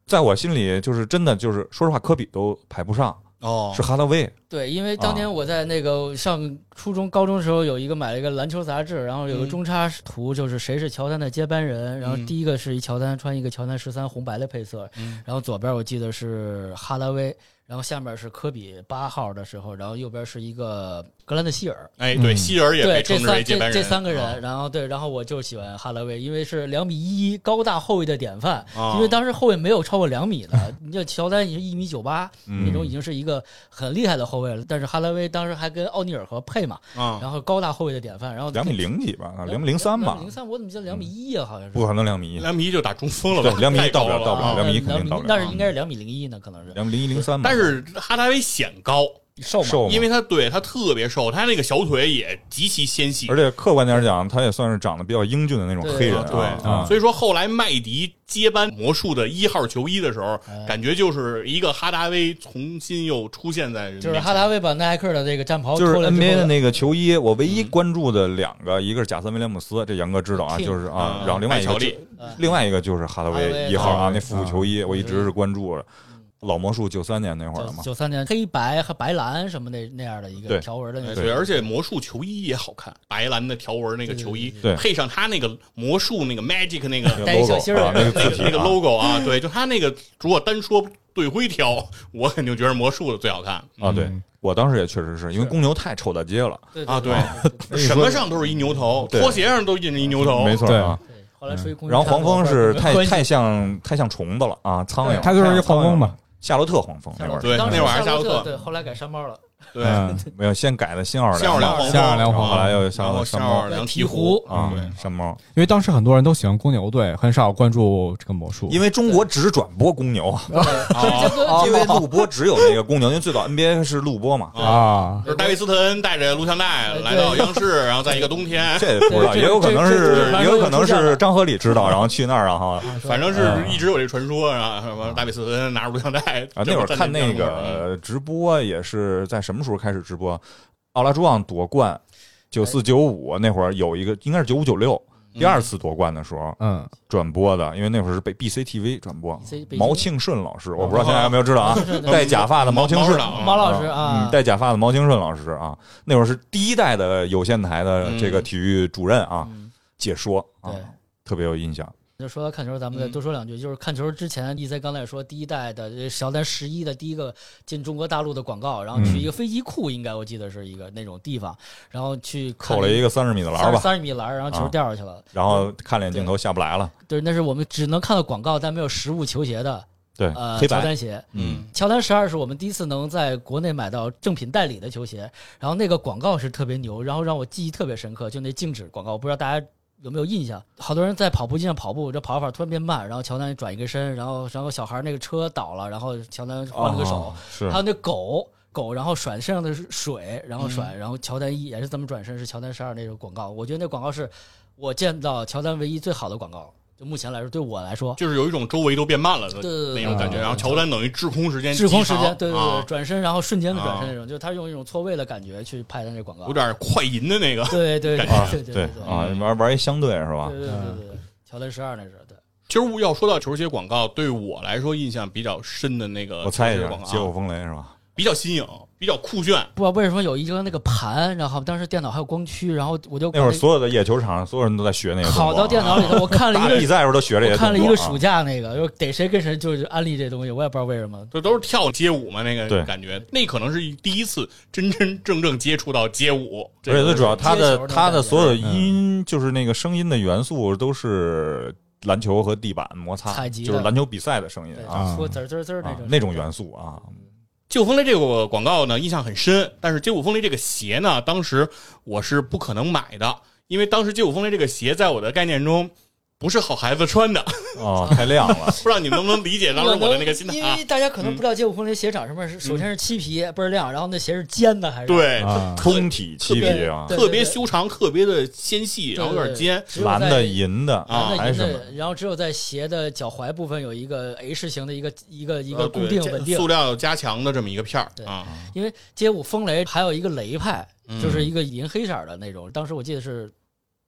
在我心里就是真的就是说实话，科比都排不上，
哦
是哈德威。
对，因为当
啊
年我在那个上初中、高中的时候，有一个买了一个篮球杂志，然后有个
嗯
中插图，就是谁是乔丹的接班人。然后
嗯
第一个是一乔丹穿一个乔丹十三红白的配色，
嗯
然后左边我记得是哈达威，然后下面是科比八号的时候，然后右边是一个格兰特希尔。
哎，对，
嗯
希尔也被称
对，这
之为
三
接班
这
人，
这三个
啊
人，然后对，然后我就喜欢哈达威，因为是两米一高大后卫的典范，
啊
因为当时后卫没有超过两米的，你这乔丹已经一米九八，
嗯
那种已经是一个很厉害的后卫了。但是哈兰威当时还跟奥尼尔和配嘛，
啊
然后高大后卫的典范，然后
两米零几吧，啊两米零三吧
两米，零三，我怎么记得两米一啊？好像是
不可能两米一，
两米一就打中锋了吧？
对两米一
太高
到不了到不了
啊
两米一
呃
肯定到
两
不
米
了，
但是应该是两米零一呢，可能是
两米零一零三吧。
但是哈达威显高，
瘦嘛。
瘦嘛，
因为他对他特别瘦，他那个小腿也极其纤细
而，且客观点讲，他也算是长得比较英俊的那种黑人
啊
啊，
对
啊
所以说后来麦迪接班魔术的一号球衣的时候，感觉就是一个哈达威重新又出现在人
就是
面
哈
前
达威把耐克的这个战袍
就是
脱了之后
NBA 的那个球衣，我唯一关注的两个，一个是贾森威廉姆斯，这杨哥知道啊，
King
就是啊
啊，
然后另外一
麦乔
个就
利
另外一个就是哈德
哈德
威
威
一号
哈德，
啊
威
那复古球衣我一直是关注的。老魔术九三年那会儿嘛
九，九三年黑白和白蓝什么那那样的一
对
个条纹的那
哎
种
对，而且魔术球衣也好看，白蓝的条纹那个球衣，
对对对对
配上他那个魔术那个 magic 那个
那个
带一小
logo
心儿
啊，那个
那
字
个
体
那个
啊
logo 啊，对，就他那个如果单说队徽条，我肯定觉得魔术的最好看
啊，对
嗯
我当时也确实是因为公牛太臭大街了，
对
啊，对，
对
什么上都是一牛头，
对
拖鞋上都印着一牛头，
没错啊。
对后来属于公
然后黄蜂是
太
太太像太像虫子了啊，苍
对
蝇，
他就是一
太
个
像
黄蜂
苍蝇了，
嘛，
夏洛特黄蜂那会儿，
对
当时
那会儿还是夏
夏
洛特
对，后来改山猫了。
对，
嗯，
没有先改的新奥尔
夏
良
尔
嘛
良黄蜂，
夏尔良黄
蜂后来又
然后夏尔良鹈
鹈
鹕
鹕
啊
对，
山猫，
因为当时很多人都喜欢公牛队，很少关注这个魔术，
因为中国只转播公牛 啊，
这这
因为录播只有那个公牛，因为最早 NBA 是录播嘛，
啊
就是戴维斯特恩带着录像带来到央视，然后在一个冬天，
这不知道，
对
也
这
有可能
这这
是
这这
也有可能
这
是
这
张合理知道，然后去那儿然啊后
啊
反正是一直有这传说，然后什么戴维斯特恩拿着录像带
啊，那会儿看那
嗯
个直播也是在什么时候开始直播？奥拉朱旺夺冠，九四九
哎
五那会儿有一个，应该是九五九六
嗯
第二次夺冠的时候
嗯，
转播的，因为那会儿是被 BCTV 转播。
这
毛庆顺老师，我不知道现在有没有知道啊
是，
嗯
的
戴假发的毛庆顺，
毛
哦毛老师
嗯
啊，
戴假发的毛庆顺老师啊，那会儿是第一代的有线台的这个体育主任啊，
嗯
解说啊
对，
特别有印象。
就说到看球，咱们再
嗯
多说两句。就是看球之前，一在刚才也说，第一代的这乔丹十一的第一个进中国大陆的广告，然后
嗯
去一个飞机库，应该我记得是一个那种地方，然后去
扣了一
个
个三十米的篮儿吧，啊
三十米篮儿，然后球掉下去了。
然后看脸镜头下不来了，
对，那是我们只能看到广告，但没有实物球鞋的
对，
呃
黑
乔
白，
丹鞋。
嗯，
乔丹十二是我们第一次能在国内买到正品代理的球鞋，然后那个广告是特别牛，然后让我记忆特别深刻，就那静止广告，我不知道大家有没有印象？好多人在跑步机上跑步，这跑着跑着突然变慢，然后乔丹转一个身，然后然后小孩那个车倒了，然后乔丹换了个手，
哦是
还有那狗狗，然后甩身上的水，然后
嗯
甩，然后乔丹一也是这么转身，是乔丹十二那个广告，我觉得那广告是我见到乔丹唯一最好的广告。就目前来说，对我来说，呃
就是有一种周围都变慢了的
对对对
那种感觉。
啊
然后乔丹等于滞空时间极
滞
长，
空时间，对对对，
啊，
转身然后瞬间的转身
啊
那种，就是他用一种错位的感觉去拍他这广告
有。点快银的那个。
对对对
啊
对对对
啊，玩玩一相对是吧？
对对对对对，乔丹十二那是对。
其实要说到球鞋广告，对我来说印象比较深的那个，
我猜一下，
广
解
告
口
啊
风雷是吧？
比较新颖，比较酷炫。
不知道为什么有一个那个盘，然后当时电脑还有光驱，然后我就
那会儿所有的野球场，所有人都在学那个动作啊。
拷到电脑里头，我看了
打
一个
比赛的时候都学这些
我
动作啊。
看了一个暑假那个，就是逮谁跟谁就是安利这东西，我也不知道为什么。
这都是跳街舞嘛，那
对
个感觉，那可能是第一次真真正正接触到街舞。这
而且最
个
主要，它
接球
的
那种
它的
感觉嗯
所有音就是那个声音的元素都是篮球和地板摩擦，
采集
就
的
是篮球比赛的声音
对，
啊
就说滋儿滋儿滋儿那
啊
种
那种元素 啊。
街舞风雷这个广告呢，印象很深。但是街舞风雷这个鞋呢，当时我是不可能买的，因为当时街舞风雷这个鞋在我的概念中不是好孩子穿的，
哦，太亮 了
不知道你们能不能理解当时我的那个心态
因
啊
为？大家可能不知道街舞风雷鞋厂什么是，首先是漆皮倍儿亮，然后那鞋是尖的还是
对，
啊，
通体漆皮啊，
对
特别修长，特别的纤细，然后有点尖。
只有
蓝
在
的、银的
啊
蓝的
还是
银
什么
的，然后只有在鞋的脚踝部分有一个 H 型的一个一个一
呃
个
对
固定
这
稳定
塑。料加强的这么一个片儿
对
啊，
因为街舞风雷还有一个雷派，
嗯
就是一个银黑色儿的那种，当时我记得是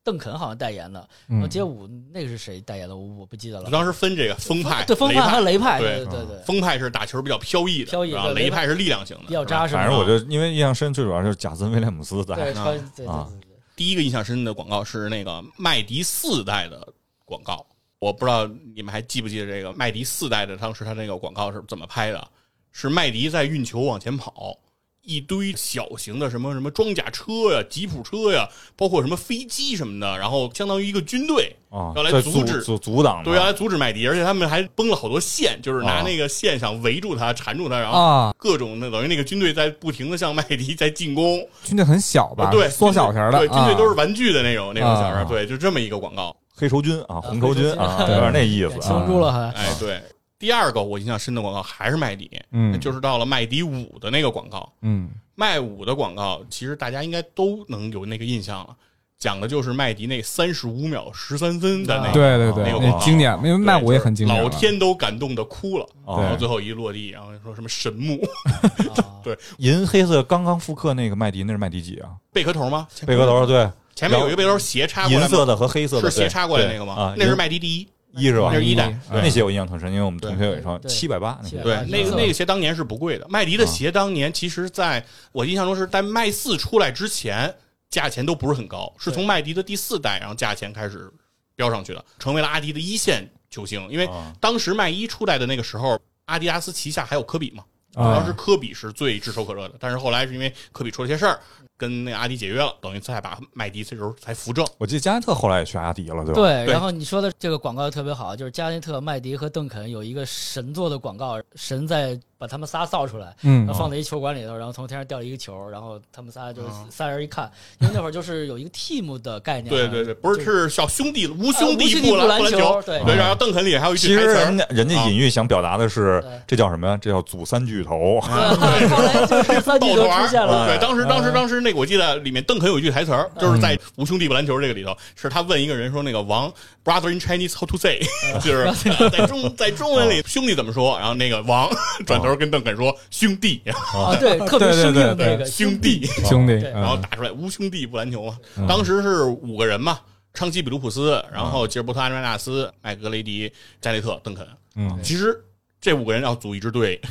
邓肯好像代言的，然后
嗯
街舞那个是谁代言的，我我不记得了。
当时分这个风派、
对风
雷
派和雷派，
对嗯
对对对，
风派是打球比较飘逸的，
飘逸
然
对
后
雷
雷
派
派是力量型的，
比较
是吧
扎实嘛。
反正我就因为印象深，最主要就是贾森威廉姆斯在
对穿对对对
啊
对
第一个印象深的广告是那个麦迪四代的广告，我不知道你们还记不记得这个麦迪四代的当时它那个广告是怎么拍的？是麦迪在运球往前跑，一堆小型的什么什么装甲车呀、吉普车呀，包括什么飞机什么的，然后相当于一个军队
啊，
要来
在
阻止
阻阻挡的
对，啊要来阻止麦迪，而且他们还崩了好多线，就是
啊
拿那个线想围住他、缠住他，然后
啊，
各种那等于那个军队在不停的向麦迪在进攻。
军队很小吧？
哦对，
缩小型的，
对，军队
啊
都是玩具的那种那种小人儿，
啊
对，就这么一个广告。
黑绸军啊，红
黑
绸
绸
军
军
啊，
对
有点那意
对，
思
撑
啊。
住了还。
哎，对，第二个我印象深的广告还是麦迪，
嗯，
就是到了麦迪五的那个广告，
嗯
麦五的广告其实大家应该都能有那个印象了，讲的就是麦迪那三十五秒十三分的那
啊
个，
对对
那，
对
个
那
广告
经典，因为卖五也很经典啊，
老天都感动的哭了，
哦
然后最后一落地，然后说什么神木
啊
对
银黑色刚刚复刻那个麦迪，那是麦迪几啊？
贝壳头吗？
贝壳头对，
前面有一个贝壳头斜插过
银
来
色
吗？
的和黑色的
是斜
对
插过来
对
那个吗
啊，？
那是
银
麦迪第一，
一是吧？
那是一代，
对
那鞋我印象特深，因为我们同学有一双
对
七百八，
780
对
啊，
那
银
个
色
那个鞋当年是嗯不贵的。麦迪的鞋当年其实在我印象中是在麦四出来之前，价钱都不是很高，是从麦迪的第四代，然后价钱开始飙上去的，成为了阿迪的一线球星。因为
啊
当时麦一出来的那个时候，阿迪达斯旗下还有科比嘛，
啊
当时科比是最炙手可热的。但是后来是因为科比出了些事儿，跟那个阿迪解约了，等于才把麦迪这时候才扶正。
我记得加内特后来也去阿迪了，对吧？
对，
对
然后你说的这个广告特别好，就是加内特、麦迪和邓肯有一个神做的广告，神在把他们仨造出来，
嗯
然后放在一球馆里头，然后从天上掉了一个球，然后他们仨就是
哦
仨人一看，因为那会儿就是有一个 team 的概念，啊
对对对，不是
就是
小兄弟呃无兄
啊无
弟
兄弟
不
不篮
篮
球
球，
对
对，然后邓肯里还有一
其
句台
实
词儿
人家人家隐喻想表达的是
对，啊
这叫什么呀？这叫组三巨头，
对，后来就是三
啊抱
巨头
团儿
出现了，
对，当时当时当时那个我记得里面邓肯有一句台词儿，就是在《无兄弟不篮球》这个里头，是他问一个人说那个王 brother in Chinese how to say，就是 呃在中在中文里兄弟怎么说，然后那个王转头跟邓肯说兄弟，
啊，对，特别
对对
生硬
对
的
对
那个
兄弟，
兄弟，
对
嗯
然后打出来无兄弟不篮球嘛，当时是五个人嘛。昌西、比卢普斯，然后吉尔伯特·安德纳斯、麦格雷迪、加内特、邓肯。
嗯，
其实这五个人要组一支队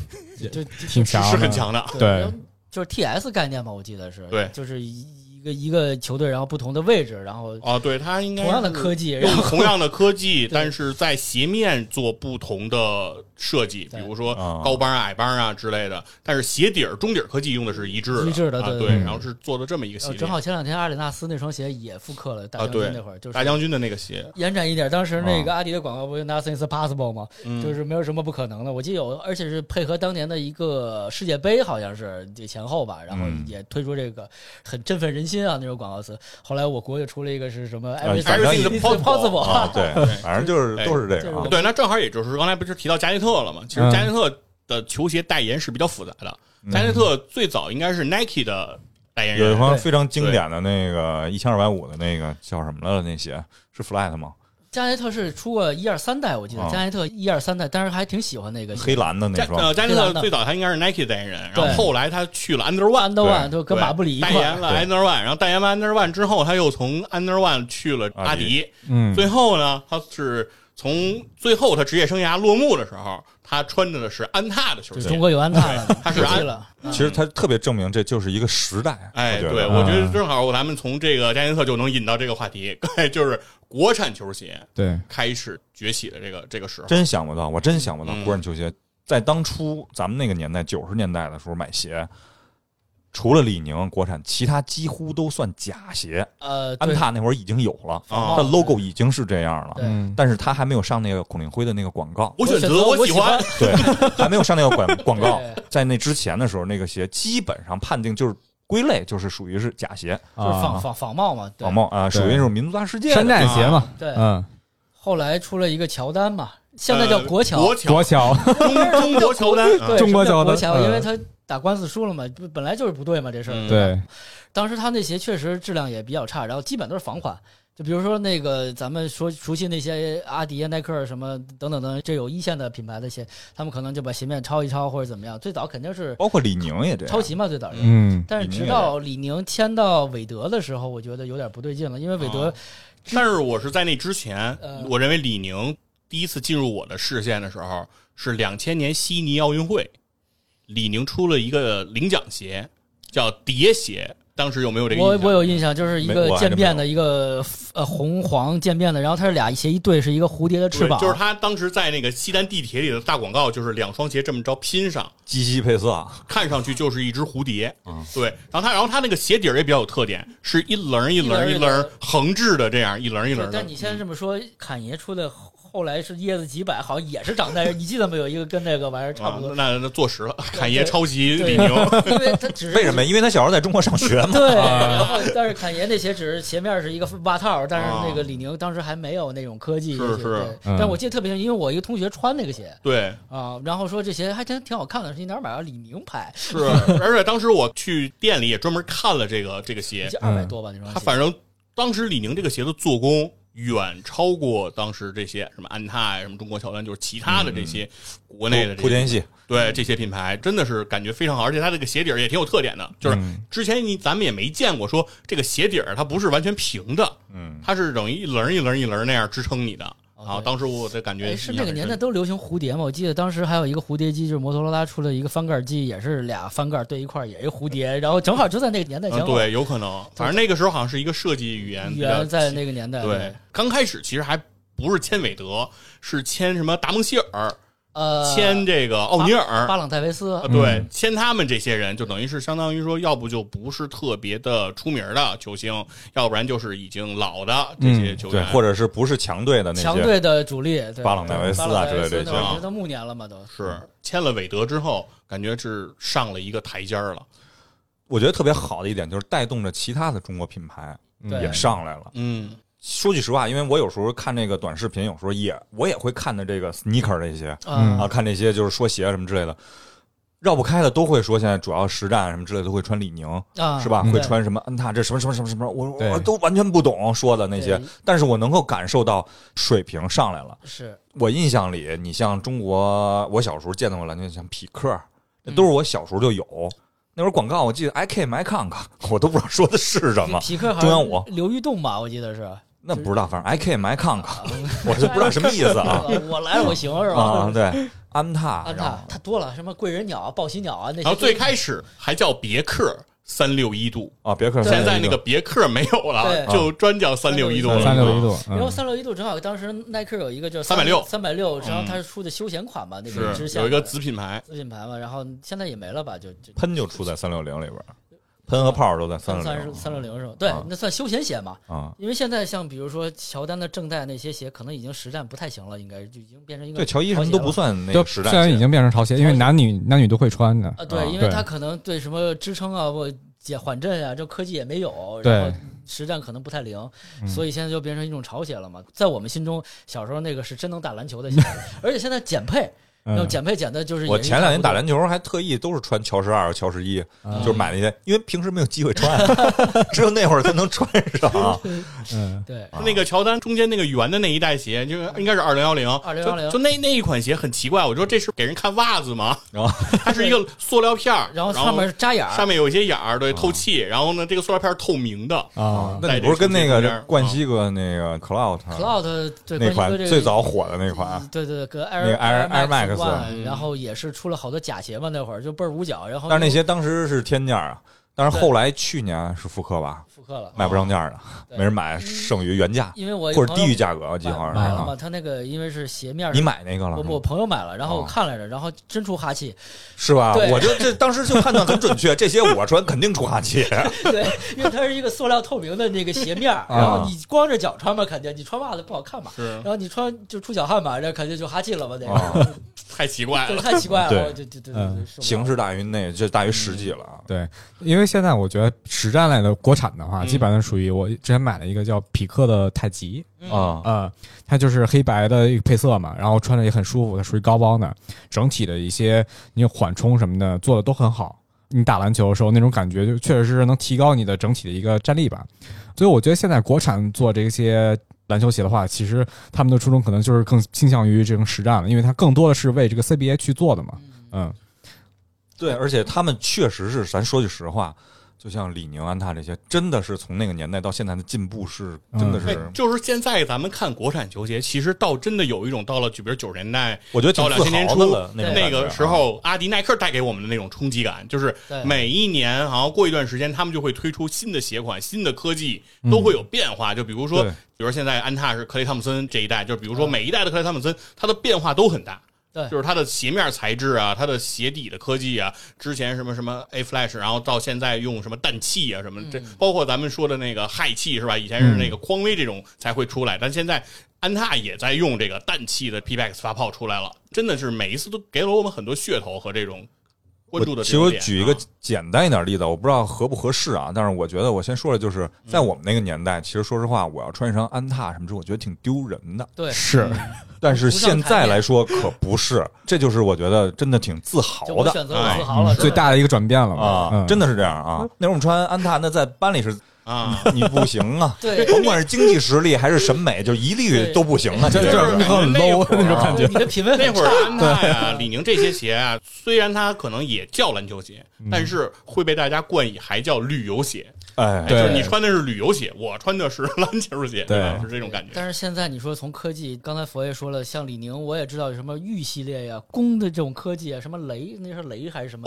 就
挺强的，
是很强的，
对
然后就是 TS 概念嘛，我记得是，
对
就是一一个一个球队，然后不同的位置，然后
哦，对他应该
同样的
是
科技，然
用
后
同样的科 技，但是在鞋面做不同的设计，比
对
如说
啊
高帮、啊、矮帮啊之类的。但是鞋底儿、中底儿科技用的是一致的，
一致的
啊
对
对
嗯
对
然后是做的这么一个系
呃
列。
正好前两天阿里纳斯那双鞋也复刻了大将
啊
军
对
那会儿，就是
大将军的那个鞋，
延展一点，当时
啊
那个阿迪的广告不是 “Nothing is possible” 吗？
嗯
就是没有什么不可能的。我记得有，而且是配合当年的一个世界杯，好像是也前后吧，然后
嗯
也推出这个很振奋人心啊那种广告词。后来我国就出了一个是什么
呃
“Everything
反正
is possible”，
啊，对，反正就是
对
都是这
就是
个啊
对，那正好也就是刚才不是提到加内特了吗？其实
嗯
加内特的球鞋代言是比较复杂的。加内特最早应该是 Nike 的代言
嗯有一
人，
双非常经典的那个一千二百五的那个叫什么来着？那鞋是 Flat 吗？
加内特是出过一二三代，我记得
啊
加内特一二三代，当时还挺喜欢那个
黑蓝的那
加
双
呃，加内
对蓝
特
的
最早他应该是 Nike 代言人，然
对
后后来他去了 Under One，
安德
对
万，就跟
对
马布里一
代
块
言
儿。
了 Under One，然后代言完 Under One 之后，他又从 Under One 去了阿
阿
迪，
嗯，
最后呢，他是从最后他职业生涯落幕的时候，他穿着的是安踏的球
就
鞋，
中国有安踏了，
他是
可惜
安
了。啊
其实它特别证明这就是一个时代。啊
哎，
我觉
对，
得嗯
我觉得正好咱们从这个加内特就能引到这个话题，哎，就是国产球鞋
对，
开始崛起的这个这个时候。
真想不到，我真想不到
嗯
国产球鞋在当初咱们那个年代九十年代的时候买鞋，除了李宁国产，其他几乎都算假鞋。
呃，对
安踏那会儿已经有了，
啊
它 logo 已经是这样了，
对
嗯，
但是它还没有上那个孔令辉的那个广告。
我选
我选择
择我
我
喜
喜
欢
欢，
对，还没有上那个广广告
对，
在那之前的时候，那个鞋基本上判定就是归类，就是属于是假鞋，
就是仿
啊
仿仿冒嘛，对
仿。冒啊，
对
属于那种民族大世界的
山寨鞋嘛，
啊对，
嗯，
后来出了一个乔丹嘛，现在叫
呃
国乔，
国乔
国桥，
中中国乔丹，
对，
中国
什
乔丹
么叫国乔，因为
嗯
他打官司输了嘛，不本来就是不对嘛，这事儿。
嗯
对，
当时他那鞋确实质量也比较差，然后基本都是仿款。就比如说那个咱们说熟悉那些阿迪啊、耐克儿什么等等等，这有一线的品牌的鞋，他们可能就把鞋面抄一抄或者怎么样。最早肯定是
包括李宁也这样
抄。袭嘛，最早是。
嗯，
但是直到李宁签到韦德的时候，我觉得有点不对劲了，因为韦德
啊但是我是在那之前
呃，
我认为李宁第一次进入我的视线的时候是两千年悉尼奥运会，李宁出了一个领奖鞋，叫蝶鞋。当时有没有这个
我
印象？
我有印象，就是一
没
个
我还真
渐变
没
的一个呃红黄渐变的，然后它是俩鞋一对是一个蝴蝶的翅
对，
膀，
就是他当时在那个西单地铁里的大广告，就是两双鞋这么着拼上，
鸡西配色啊，
看上去就是一只蝴蝶
嗯。
对，然后他，然后他那个鞋底儿也比较有特点，是一棱儿一棱儿
一棱儿一
一棱
棱儿
儿横置的，这样一棱儿一棱
对
儿的。啊嗯
但你现在这么说，侃爷出的后后来是椰子几百，好像也是长在，你记得没有？一个跟那个玩意儿差
啊
不，多，
那那坐实了，侃爷
对
抄袭
对
李宁。
因为他只是
为什么？？因为他小时候在中国上学嘛。
对，
啊
然后但是侃爷那鞋只是鞋面是一个袜套，但是那个
啊
李宁当时还没有那种科技，
是
就是对
嗯
但我记得特别清，因为我一个同学穿那个鞋
对，
啊，然后说这鞋还真挺好看的，是你哪儿买的？李宁牌，
是，而且当时我去店里也专门看了这个这个鞋，
这二百多吧那双
他
鞋。
反正当时李宁这个鞋的做工远超过当时这些什么安踏呀、什么中国乔丹，就是其他的这些国内的这
莆
些
田系，
对这些品牌，真的是感觉非常好，而且它这个鞋底儿也挺有特点的，就是
嗯
之前你咱们也没见过说这个鞋底儿它不是完全平的，
嗯，
它是等于一棱儿一棱儿一棱儿那样支撑你的啊
哦。对
当时我的感觉
哎，
印
是
象嗯
那个
很
年代
深
都流行蝴蝶嘛？我记得当时还有一个蝴蝶机，就是摩托罗拉出了一个翻盖机，也是俩翻盖对一块儿，也一蝴蝶，然后正好就在那个年代前
嗯，
后。
对，有可能，反正那个时候好像是一个设计语言
语
比较
言在那个年代，
对，，刚开始其实还不是签韦德，是签什么达蒙希尔，
呃，
签这个奥尼尔，
巴朗戴维斯
呃，对，签他们这些人，就等于是相当于说，要不就不是特别的出名的球星，要不然就是已经老的这些球
对
员，，
或者是不是强队的那
强
些，
队的主力，对
巴朗戴维斯啊
巴朗戴维
之类
这
那
些
会
啊
儿都暮年了嘛，都
是签了韦德之后，感觉是上了一个台阶儿了。
我觉得特别好的一点就是带动着其他的中国品牌
对
也上来了。
嗯，
说句实话，因为我有时候看那个短视频，有时候也我也会看的这个 sneaker 这些
嗯
啊，看这些就是说鞋什么之类的，绕不开的都会说现在主要实战什么之类的都会穿李宁，
啊
是吧？
嗯
会穿什么安踏这什么什么什么什么，我
对
我都完全不懂说的那些
对，
但是我能够感受到水平上来了。
是
我印象里，你像中国，我小时候见到过篮球，像匹克，那
嗯
都是我小时候就有。那会儿广告，我记得 I K 买看 看，我都不知道说的是什 么，
匹克好
中
像
央啊五
刘玉栋吧，我记得是，
那不知道，反正 I K 买看看，
啊
我就不知道什么意思 啊
呃我来了我行是
啊！
吧？
对，安踏，然
安踏
后
它多了，什么贵人鸟啊、报喜鸟啊那
然
些都，
后最开始还叫别克三六一度，
啊，别克，
现在那个别克没有了，
对
就专叫三六一度了。
三六一度，
然后
嗯
三六一度正好当时耐克有一个就是
360
三百六，然后
嗯
它是出的休闲款嘛，那个
是
之下
有一个子品牌，
子品牌嘛，然后现在也没了吧，就就
喷就出在三六零里边，喷和泡都在三
三
六
三
零
三六零是吧？对
啊，
那算休闲鞋嘛，
啊。
因为现在像比如说乔丹的正代那些鞋，可能已经实战不太行了，应该就已经变成一个
对，乔伊什么都不算那
都
个
虽
实战
然
鞋
已经变成潮鞋，因为
潮鞋
男女男女都会穿的
啊，
啊
对，因为
对
它可能对什么支撑啊、或解缓震啊，这科技也没有，
对
然后实战可能不太灵，
嗯
所以现在就 变成一种潮鞋了嘛。在我们心中，小时候那个是真能打篮球的鞋，而且现在减配。
嗯
然后减配减的就是
我
也是
前两年
差
打
不多
篮球还特意都是穿乔十二、乔十一，
嗯
就是买那些，因为平时没有机会 穿， 只有那会儿才能穿上。
嗯，
对
那个乔丹中间那个圆的那一代鞋，就是应该是二零幺零，
2010
就那那一款鞋很奇怪，我说这是给人看袜子吗？
然后
它是一个塑料片儿， 然
然后上面是扎眼儿，
上面有一些眼儿，对，透气。然后呢，这个塑料片儿透明的，
啊，
那你不是跟那
在这个中
个
间啊
冠希哥那个 Cloud 啊
Cloud 对
那
关
款
于对这个嗯
最早火的那款啊，
对对对，跟
那
Air
个 Air- Air
Max
Max 啊
One，
嗯
然后也是出了好多假鞋嘛，那会儿就倍儿捂脚，然后
但是那些当时是天价啊，但是后来去年是复刻吧，
复刻了，
卖不上价的，
哦对
没人买，剩余原价
因为我有
或者
朋友
低于价格，我记得好像
买
是
了嘛，
啊。
他那个因为是鞋面儿，
你买那个了
我
是
我
吗
朋友买了，然后我
哦
看来着，然后真出哈气，
是吧？
对
我就这当时就判断很准确，这些我穿啊肯定出哈 气。
对，因为它是一个塑料透明的那个鞋面儿，
啊
然后你光着脚穿嘛，肯定你穿袜子不好看嘛，
是
然后你穿就出脚汗嘛，这肯定就哈气了嘛，得
啊
太奇怪
这
了。
太奇怪
对
了，我就就就
嗯
形式大于内，就大于实际了啊。
对，因为现在我觉得实战类的国产的话，
嗯
基本上属于我之前买了一个叫匹克的太极，
嗯
啊
呃，它就是黑白的一个配色嘛，然后穿着也很舒服，它属于高帮的，整体的一些你缓冲什么的做的都很好。你打篮球的时候那种感觉，就确实是能提高你的整体的一个战力吧。所以我觉得现在国产做这些篮球鞋的话，其实他们的初衷可能就是更倾向于这种实战了，因为它更多的是为这个 CBA 去做的嘛。嗯，
对，而且他们确实是，咱说句实话，就像李宁、安踏这些，真的是从那个年代到现在的进步是，
嗯
真的
哎
是，
就是现在咱们看国产球鞋，其实倒真的有一种到了，就比如九十年代
我觉得挺
到两
自
千年
豪
初
的了。种
那
感觉
个
啊
时，候，阿迪耐克带给我们的那种冲击感，就是
对
每一年好像过一段时间，他们就会推出新的鞋款、新的科技，都会有变化。就比如说，
对
比如现在安踏是克雷汤姆森这一代，就比如
嗯
说每一代的克雷汤姆森，它的变化都很大。
对
就是它的鞋面材质啊，它的鞋底的科技啊，之前什么什么 A Flash，然后到现在用什么氮气啊，什么这，包括咱们说的那个氦气是吧？以前
嗯
是那个匡威这种才会出来，但现在安踏也在用这个氮气的 PBX 发泡出来了，真的是每一次都给了我们很多噱头和这种关注
我
的
其
这
实
种
我
点啊。
举一个简单一点的例子，我不知道合不合适啊，但是我觉得我先说了，就是
嗯
在我们那个年代，其实说实话，我要穿一双安踏什么之后，我觉得挺丢人的。
对，
是，
但是现在 来说可不是，这就是我觉得真的挺自豪
就我
的。嗯
选择
哎
我自豪了，
嗯最大的一个转变了嘛。
啊，
嗯、
真的是这样啊！那会儿我们穿安踏，那在班里是
啊，
你不行啊，
对
甭管是经济实力还是审美，就一律都不行啊！
这
你
这
就是
很 low 的那种
啊
感
真
觉
的哦对。你的品 味
那
很
会
差。
儿安踏呀、李宁这些鞋啊，虽然它可能也叫篮球鞋，
嗯
但是会被大家冠以还叫旅游鞋。
哎，
哎就是
对
你穿的是旅游鞋，我穿的是篮球鞋，
对
吧是这种感觉。
但是现在你说从科技，刚才佛爷说了，像李宁，我也知道有什么玉系列呀、弓的这种科技啊，什么雷，那是雷还是什么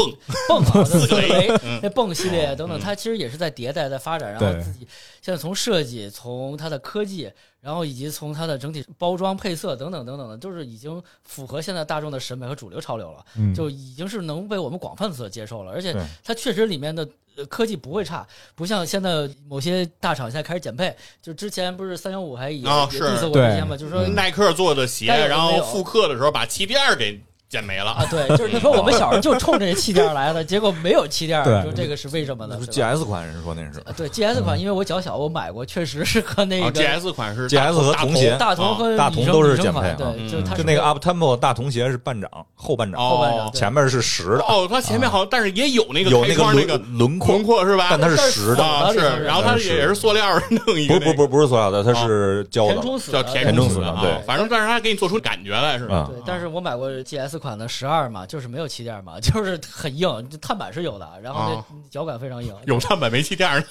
泵
泵啊，
四个雷
雷
嗯，
那泵系列啊等等，
嗯
它其实也是在迭代、在发展，然
对
后自己现在从设计、从它的科技，然后以及从它的整体包装配色等等等等的，就是已经符合现在大众的审美和主流潮流了。
嗯，
就已经是能被我们广泛所接受了，而且
对
它确实里面的呃科技不会差，不像现在某些大厂现在开始减配，就之前不是三幺五还也、
啊
也
是
diss 过
对
一些嘛，就是
嗯
说、
耐克做的鞋，
该有的
然
没
后
有
复刻的时候把气垫儿给剪没了。
啊，对，就是你说我们小时候就冲着这气垫儿 来的，结果没有气垫儿，
对
说这个是为什么呢
那？是
对吧
GS 款，人说那是
啊对 GS 款，因为我脚小，我买过，确实是和那
然
啊
后
个
GS 哦款是
GS 和
大头
童鞋
大同和
哦大
女
同
生
都
女
是
生
减
款
配啊
对，
嗯
就是它
就是那个
会
Up Tempo 大童鞋是半掌后半掌，
后半
哦
掌
前面是实的，
哦，它前面好像但是也有那个
有
开
那
窗那个
轮轮廓
轮，廓是吧？
但它是实的，
啊
走到
是
里头是，吧
然后它
是
也是塑料儿弄一
不
个那个，
是不是不是不是塑料的，它是胶
填
的。
充死
叫
的
填
填充
死
死
的
的
啊
对
反正但是它给你做出感觉来是吧？
啊
对，但是我买过 GS 款的十二嘛，就是没有气垫嘛， 就是很硬，就碳板是有的，然后
啊
那脚感非常硬，
有碳板没气垫儿，。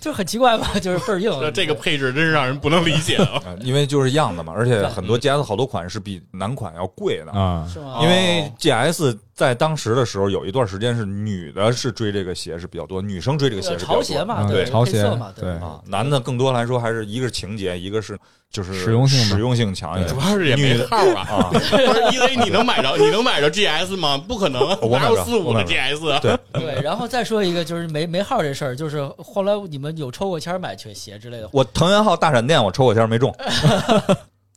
就是很奇怪吧，就是倍儿硬
这个配置真是让人不能理解啊！
啊因为就是样子嘛，而且很多 GS 好多款是比男款要贵的，
啊、
是
嗯
吗？
哦
因为 GS 在当时的时候有一段时间是女的是追这个鞋是比较多，女生追这个鞋是比较
呃潮
多
鞋嘛，
嗯
对
配
潮鞋
色嘛，
对
啊，男的更多来说还是一个是情节，一个是就是
实用性嘛
实用性强一
主
点。
要是也没
女的
号儿啊，
啊，
不是因为你能买着，你能买着 GS 吗？不可能，
我买
哪
不着
有四五
我
的
买不着
GS 啊？
对
对。然后再说一个，就是没没号这事儿，就是后来你们有抽过签儿买球鞋之类的，
我藤原浩大闪电，我抽过签 儿没中。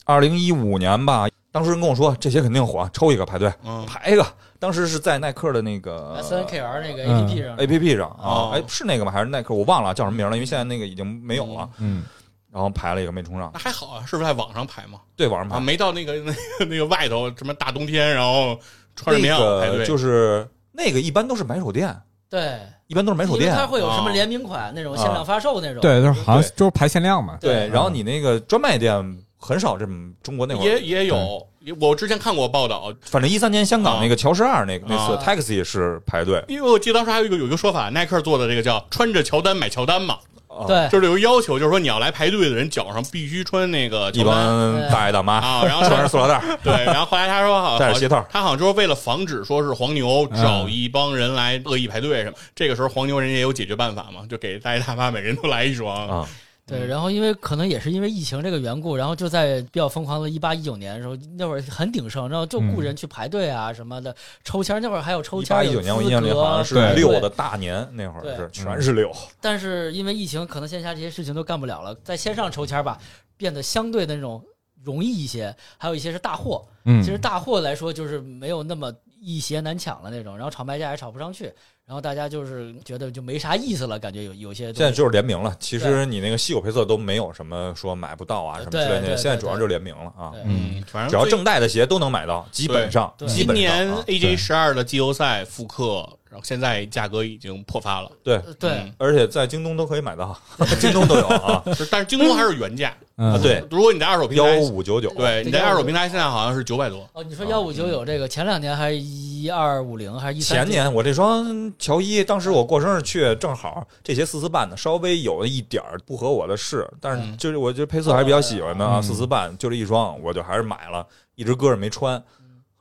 二零一五年吧，当时人跟我说这鞋肯定火，抽一个排队
嗯，
排一个。当时是在耐克的那个
S N K R 那个
嗯
A P P 上
呃 A P P 上
哦
啊，哎是那个吗？还是耐克？我忘了叫什么名了，因为现在那个已经没有了。
嗯，
然后排了一个没冲上
那，还好啊，是不是在网上排嘛？
对，网 上
啊，
排。
没到那个那个那个外头什么大冬天，然后穿着棉袄排
那
队，
个就是那个一般都是买手店，
对，
一般都是买手
因为
店。
它会有什么
啊
联名款那种
啊
限量发售那种，
对，就是好像就是排限量嘛。
对，然后
嗯
你那个专卖店很少这么中国那会儿
也也有，也我之前看过报道，
反正一三年香港
啊
那个乔十二那个那次
啊
taxi 是排队，
因为我记得当时还有一个有一个说法，耐克做的这个叫“穿着乔丹买乔丹”嘛，
啊
对，
就是有一个要求，就是说你要来排队的人脚上必须穿那个
一
乔丹
帮大爷大妈
啊，然后
穿着
他
塑料袋儿，
对，然后后来他说好，
戴着鞋套
他好像就是为了防止说是黄牛
嗯
找一帮人来恶意排队什么，这个时候黄牛人也有解决办法嘛，就给大爷大妈每人都来一双
啊
对，然后因为可能也是因为疫情这个缘故，然后就在比较疯狂的一八一九年的时候，那会儿很鼎盛，然后就雇人去排队啊什么的，抽签儿，那会儿还有抽
一
签儿，
八一九
有
年我
资
印象里好
格
像是
对
六的大年那会
对
儿是全是六，
但是因为疫情，可能线下这些事情都干不了了，在线上抽签儿吧，变得相对的那种容易一些，还有一些是大货，
嗯，
其实大货来说就是没有那么一鞋难抢了那种，然后炒卖价也炒不上去，然后大家就是觉得就没啥意思了，感觉有有些东西
现在就是联名了。其实你那个稀有配色都没有什么说买不到啊什么之类
对
的，
对
现在主要
对
就是联名了啊。
对
嗯，反正
只要
最
正代的鞋都能买到，基本上，
对
基
今
本上
年
啊
AJ 十二的季后赛复刻，然后现在价格已经破发了，
对，
呃对。
嗯
而且在京东都可以买 到，京东都有啊。
就是但是京东还是原价，
嗯
啊，对，
如果你在二手平
幺
台，
五九九，
对你在二手平台现在好像是九百多，
哦，
啊
你说幺五九九这个，前两年还一二五零，还是一
嗯前年我这双乔伊，当时我过生日去，正好这鞋四四半的，稍微有一点儿不合我的试，但是
嗯
就是我觉得配色还是比较喜欢的啊，
嗯
四四半就这一双，我就还是买了，一直搁着没穿，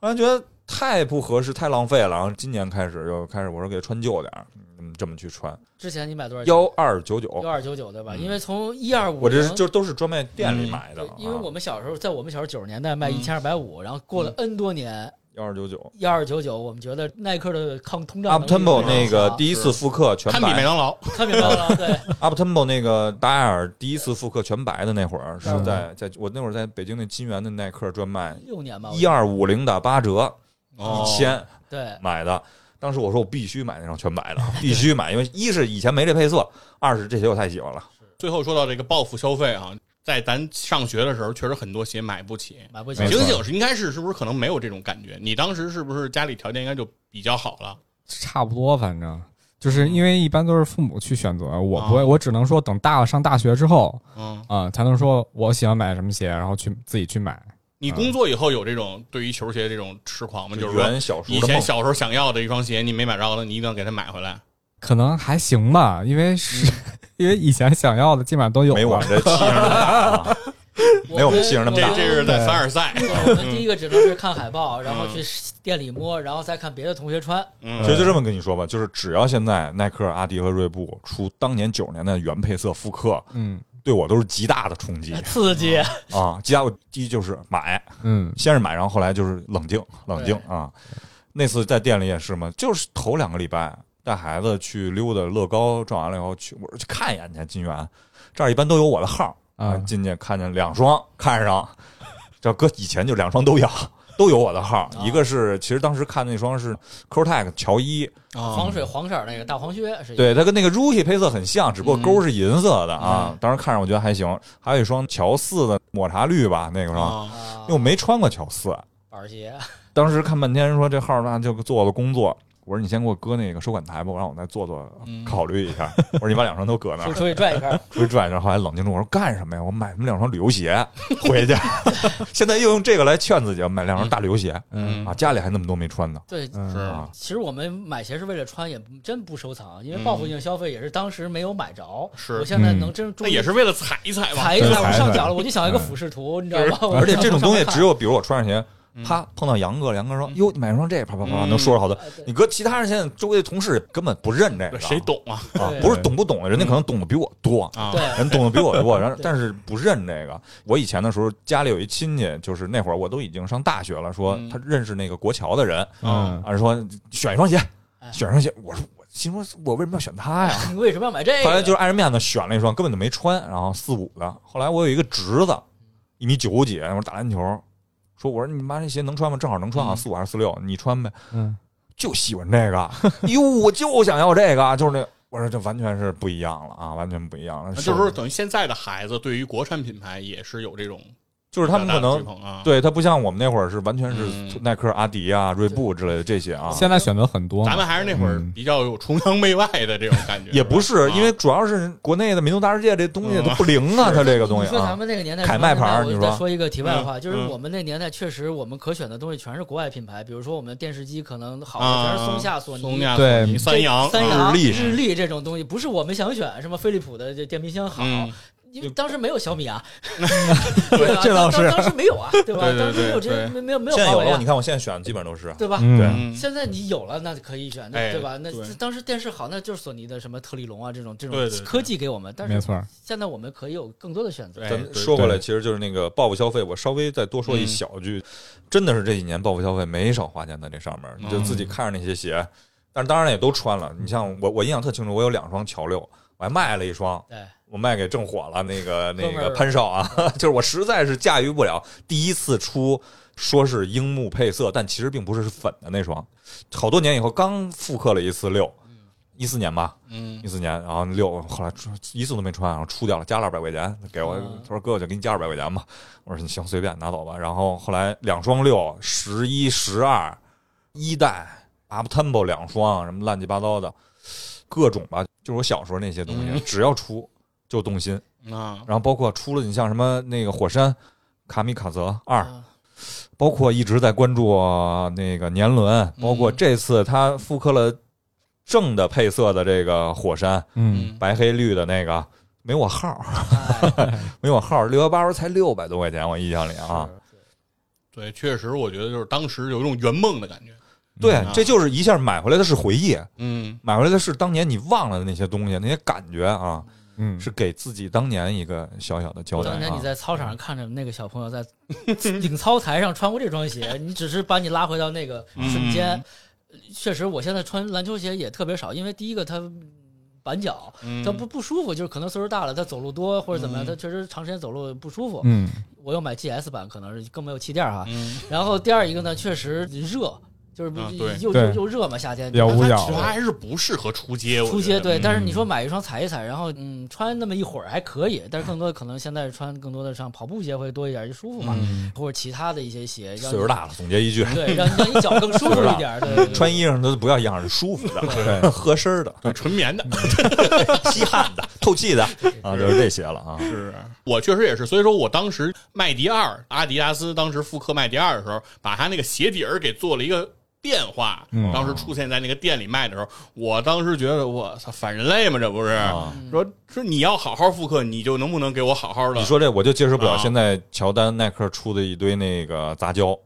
后来觉得太不合适，太浪费了，然后今年开始又开始我说给它穿旧点儿，嗯，这么去穿
之前你买多少钱？
幺二九
幺
九，
二九九对吧？
嗯
因为从一二五，
我这是啊就都是专卖店里买的
对，因为我们小时候，在我们小时候九十年代卖
嗯
一千二百五，然后过
嗯
了 N 多年，
幺二九九。
幺二九九，我们觉得耐克的抗通胀
Up
能力
Tempo
非常
那个
强
第嗯一次复刻全
堪比麦
白
当劳。
看明白了，对，
，Up Tempo 那个达雅尔第一次复刻全白的那会儿是
嗯
在在我那会儿在北京那金源的耐克专卖，
六年吧，我
一二五零打八折，
哦
一千
对
买的。当时我说我必须买那双全 白的，必须买，因为一是以前没这配色，二是这鞋我太喜欢了。
最后说到这个报复消费啊，在咱上学的时候，确实很多鞋买不起。
买不起
没，错
醒醒是应该是是不是可能没有这种感觉？你当时是不是家里条件应该就比较好了？
差不多，反正就是因为一般都是父母去选择，我不会，我只能说等大了上大学之后
嗯，
啊、才能说我喜欢买什么鞋，然后去自己去买。
你工作以后有这种对于球鞋这种痴狂吗？就是说
原小叔
以
的
前
梦，
小时候想要的一双鞋，你没买着的，你一定要给它买回来。
可能还行吧，因为是、 因为以前想要的基本上都有了。
没我这气势啊！没有我们气势那么
这
大嗯
这是在凡尔赛，
对我们第一个只能是看海报，然后去店里摸，然后再看别的同学穿。
嗯，
所以就这么跟你说吧，就是只要现在耐克、阿迪和锐步出当年九十年代原配色复刻，
嗯
对我都是极大的 冲击
刺激，
啊！极大，我第一就是买，
嗯，
先是买，然后后来就是冷静，冷静啊。那次在店里也是嘛，就是头两个礼拜带孩子去溜达乐高，转完了以后去，我说去看一眼去金源，这儿一般都有我的号
啊
进去看见两双，看上，这哥以前就两双都有，都有我的号，
啊
一个是其实当时看那双是 c o r t e c 乔伊，
啊
防水黄色那个大黄靴是一个，
对，它跟那个 Rookie 配色很像，只不过
嗯
勾是银色的啊，
嗯
当时看着我觉得还行，还有一双乔四的抹茶绿吧，那个双，
啊，
啊
因为我没穿过乔四，啊
板儿鞋，
当时看半天，说这号儿那就做了工作。我说你先给我搁那个收款台吧，我让我再做做
嗯
考虑一下。我说你把两双 都搁那
出
儿，
出去转一圈，
出去转一转。后来冷静住，我说干什么呀？我买他们两双旅 游鞋啊回去， 现在又用这个来劝自己买两双大旅游鞋
嗯
啊，家里还那么多没穿呢
对。
嗯
是
啊。
其实我们买鞋是为了穿，也真不收藏，因为报复性消费也是当时没有买着。
是
我现在能真
那
终于
也是为了踩一踩嘛。
踩一踩，
对
我
踩一
上
踩
脚了，我就想一个俯视图，你知道吗？我
而且这种东西只
有
有比如我穿上鞋，
嗯
啪碰到杨哥，杨哥说：“
嗯
哟，你买双这，啪啪啪，
嗯
能说了好多。”
对
你搁其他人现在周围的同事根本不认这个，
谁懂嗯啊？
啊？
对
不是懂不懂的，人家可能懂得比我多
啊，
对
人懂得比我多，然后
对
但是不认这个。我以前的时候，家里有一亲戚，就是那会儿我都已经上大学了，说
嗯
他认识那个国侨的人，
嗯
啊，说选一双鞋，
哎
选一双鞋。我说我心说，我为什么要选他呀？
你为什么要买这个？
后来就是碍着面子选了一双，根本就没穿，然后四五的。后来我有一个侄子，一米九几，那会儿打篮球，说我说你妈这鞋能穿吗？正好能穿啊，
嗯
四五还是四六，你穿呗。
嗯
就喜欢这个，哟，我就想要这个，就是那。我说这完全是不一样了啊，完全不一样了。
就是说，等于现在的孩子对于国产品牌也是有这种
就是他们可能
能啊，
对它不像我们那会儿是完全是
嗯
耐克、阿迪啊、锐步之类的这些啊，
现在选择很多嘛
咱，们还是那会儿
嗯
比较有崇洋媚外的这种感觉，
也不
吧
是，因为
啊
主要是国内的民族大世界这东西
嗯
它不灵啊，它这个东
你
西
说咱
啊，
们那个年代
凯迈牌儿
我
你
再
说
说一个题外的话，
嗯
就是
嗯
我们那年代确实我们可选的东西全是国外品牌，比如说我们电视机可能好的
啊，
全是松下、索尼、
松下、
对
索尼三洋、
三
啊
洋、
日立
日立这种东西，不是我们想选什么飞利浦的这电冰箱好，
嗯
因为当时没有小米 啊，
对
对吧？
这倒
当
是
当当时没有啊，对吧？
对对对
当时没有这
对
没没有没有
现在
华
有
为
了，
啊
你，看我现在选的基本上都是，
对吧？
嗯
对
嗯
现在你有了，那可以选，那
哎
对吧？那
对
当时电视好，那就是索尼的什么特立龙啊这种这
对
种
对对
科技给我们，但
没
是
错儿，
现在我们可以有更多的选择。
哎
咱
对
们说回来，
对
其实就是那个报复消费，我稍微再多说一小句，真的是这几年报复消费没少花钱在这上面，你就自己看着那些鞋，但是当然也都穿了。你像我，我印象特清楚，我有两双乔六，我还卖了一双，
对，
我卖给正火了那个那
哥们
个
儿
潘少啊， 就是我实在是驾驭不了，第一次出说是樱木配色，但其实并不是是粉的那双，好多年以后刚复刻了一次六，一四年吧，
嗯
一四年，然后六，后来出一次都没穿，然后出掉了，加了二百块钱给我
嗯。
他说：“哥，我就给你加二百块钱吧。”我说：“你行，随便拿走吧。”然后后来两双六，十一、十二，一代 Up Tempo 两双，什么乱七八糟的，各种吧，就是我小时候那些东西，
嗯
只要出就动心。
啊，
然后包括出了你像什么那个火山卡米卡泽二，
嗯
包括一直在关注那个年轮，包括
嗯
这次他复刻了正的配色的这个火山。
嗯，
嗯，
白黑绿的那个，没我号儿，
哎
没我号儿，六幺八时候才六百多块钱，我印象里啊，
对，确实，我觉得就是当时有一种圆梦的感觉，
对
嗯，
这就是一下买回来的是回忆，
嗯，
买回来的是当年你忘了的那些东西，那些感觉啊，
嗯，
是给自己当年一个小小的交代
当年你
啊。
在操场上看着那个小朋友在 领操台上穿过这双鞋，你只是把你拉回到那个
嗯
瞬间。确实，我现在穿篮球鞋也特别少，因为第一个它板脚，
嗯
它不不舒服，就是可能岁数大了，它走路多或者怎么样，
嗯
它确实长时间走路不舒服。
嗯，
我又买 GS 版，可能是更没有气垫儿哈。
嗯，
然后第二一个呢，确实热，就是
啊对
又又
对
又热嘛，夏天
比较
但
无
它
聊
其实还是不适合出街，我
出
觉
街
得
对，
嗯
但是你说买一双踩一踩，然后嗯穿那么一会儿还可以，但是更多可能现在穿更多的像跑步鞋会多一点，就舒服嘛，
嗯
或者其他的一嗯些鞋，让
岁数大了，总结一句，
你，对，让让你脚更 舒服一点，对
嗯
对，对
穿衣裳都不要一样是舒服的、合 身儿的、
对纯棉的，
吸汗的、透气的啊，就是这些了啊。
是我确实也是，所以说我当时麦迪二，阿迪达斯当时复刻麦迪二的时候，把它那个鞋底儿给做了一个变化。
嗯
当时出现在那个店里卖的时候，我当时觉得我操，反人类嘛，这不是？
啊
说说你要好好复刻，你就能不能给我好好的？
你说这我就接受不了，
啊
现在乔丹、耐克出的一堆那个杂交，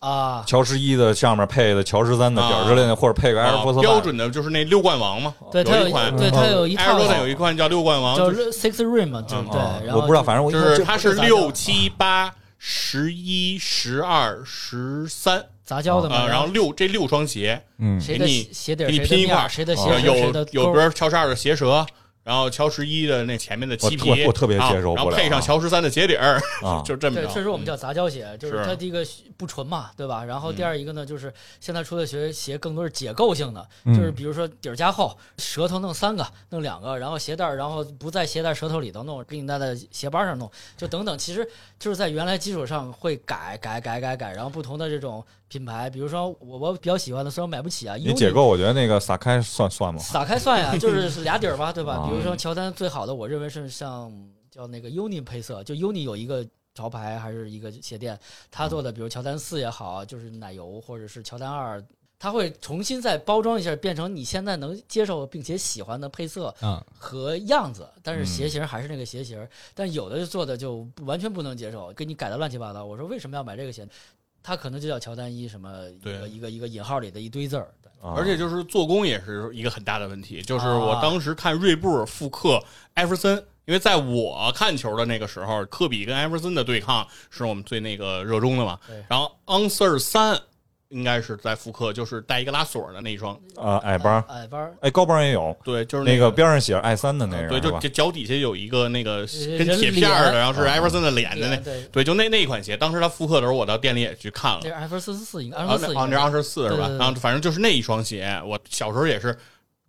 啊，
乔十一的上面配的乔十三的点儿之类的，或者配个
啊
Air Force
标
One
准的就是那六冠王嘛，
对，它
有
有
一
一
款
对它有一
艾
套
尔顿有一款叫六冠王，
叫
就是
Six Rim 嘛，就
嗯
对
啊，
然后
我不知道，反正我一
就
看
是
就
它
不是
是
杂交
六七八十一十二十三
杂交的嘛，
啊，然后六这六双鞋，
嗯，
谁
给
的
你
鞋底儿
给你
谁的
拼一
面儿
块儿
谁的
啊
鞋底儿谁
有
的
有
勾
比如乔十二的鞋舌，然后乔十一的那前面的漆
我
皮，啊
我我特别接受不了
然后配上乔十三的鞋底儿，
啊，
就这么
对，
着。
确实我们叫杂交鞋，就是
嗯是
它第一个不纯嘛，对吧？然后第
嗯
二一个呢，就是现在出的鞋鞋更多是解构性的，
嗯
就是比如说底儿加厚，舌头弄三个，弄两个，然后鞋带儿，然后不在鞋带儿舌头里头弄，给你带在鞋帮上弄，就等等。其实就是在原来基础上会改改改改改，然后不同的这种品牌，比如说我我比较喜欢的，虽然买不起啊，
你解构，我觉得那个撒开算算吗？
撒开算呀，就是俩底儿嘛，对吧
啊？
比如说乔丹最好的，我认为是像叫那个 Uni 配色，就 Uni 有一个潮牌还是一个鞋店，他做的，比如乔丹四也好，就是奶油或者是乔丹二，他会重新再包装一下，变成你现在能接受并且喜欢的配色
啊，
和样子，但是鞋型还是那个鞋型，但有的就做的就不完全不能接受，给你改的乱七八糟。我说为什么要买这个鞋？他可能就叫乔丹一什么一个
对
一个一个引号里的一堆字儿，
啊
而且就是做工也是一个很大的问题，就是
啊
我当时看锐步复刻艾弗森，因为在我看球的那个时候，科比跟艾弗森的对抗是我们最那个热衷的嘛
对。
然后 On Sir 三应该是在复刻，就是带一个拉锁的那一双，
嗯
啊，矮帮儿，
矮帮儿。
哎，高帮儿也有，
对，就是
那
个
个边上写着 i 三的那个，
对，
是吧
就脚底下有一个那个
人
跟铁片儿
脸
的，然后是艾弗森的脸的那
对，
对，就那那一款鞋，当时它复刻的时候，我到店里也去看
这
了。
是艾弗四四四应该，
啊
艾，弗
那
四
啊，那二十四是吧
对对？对
然后反正就是那一双鞋，我小时候也是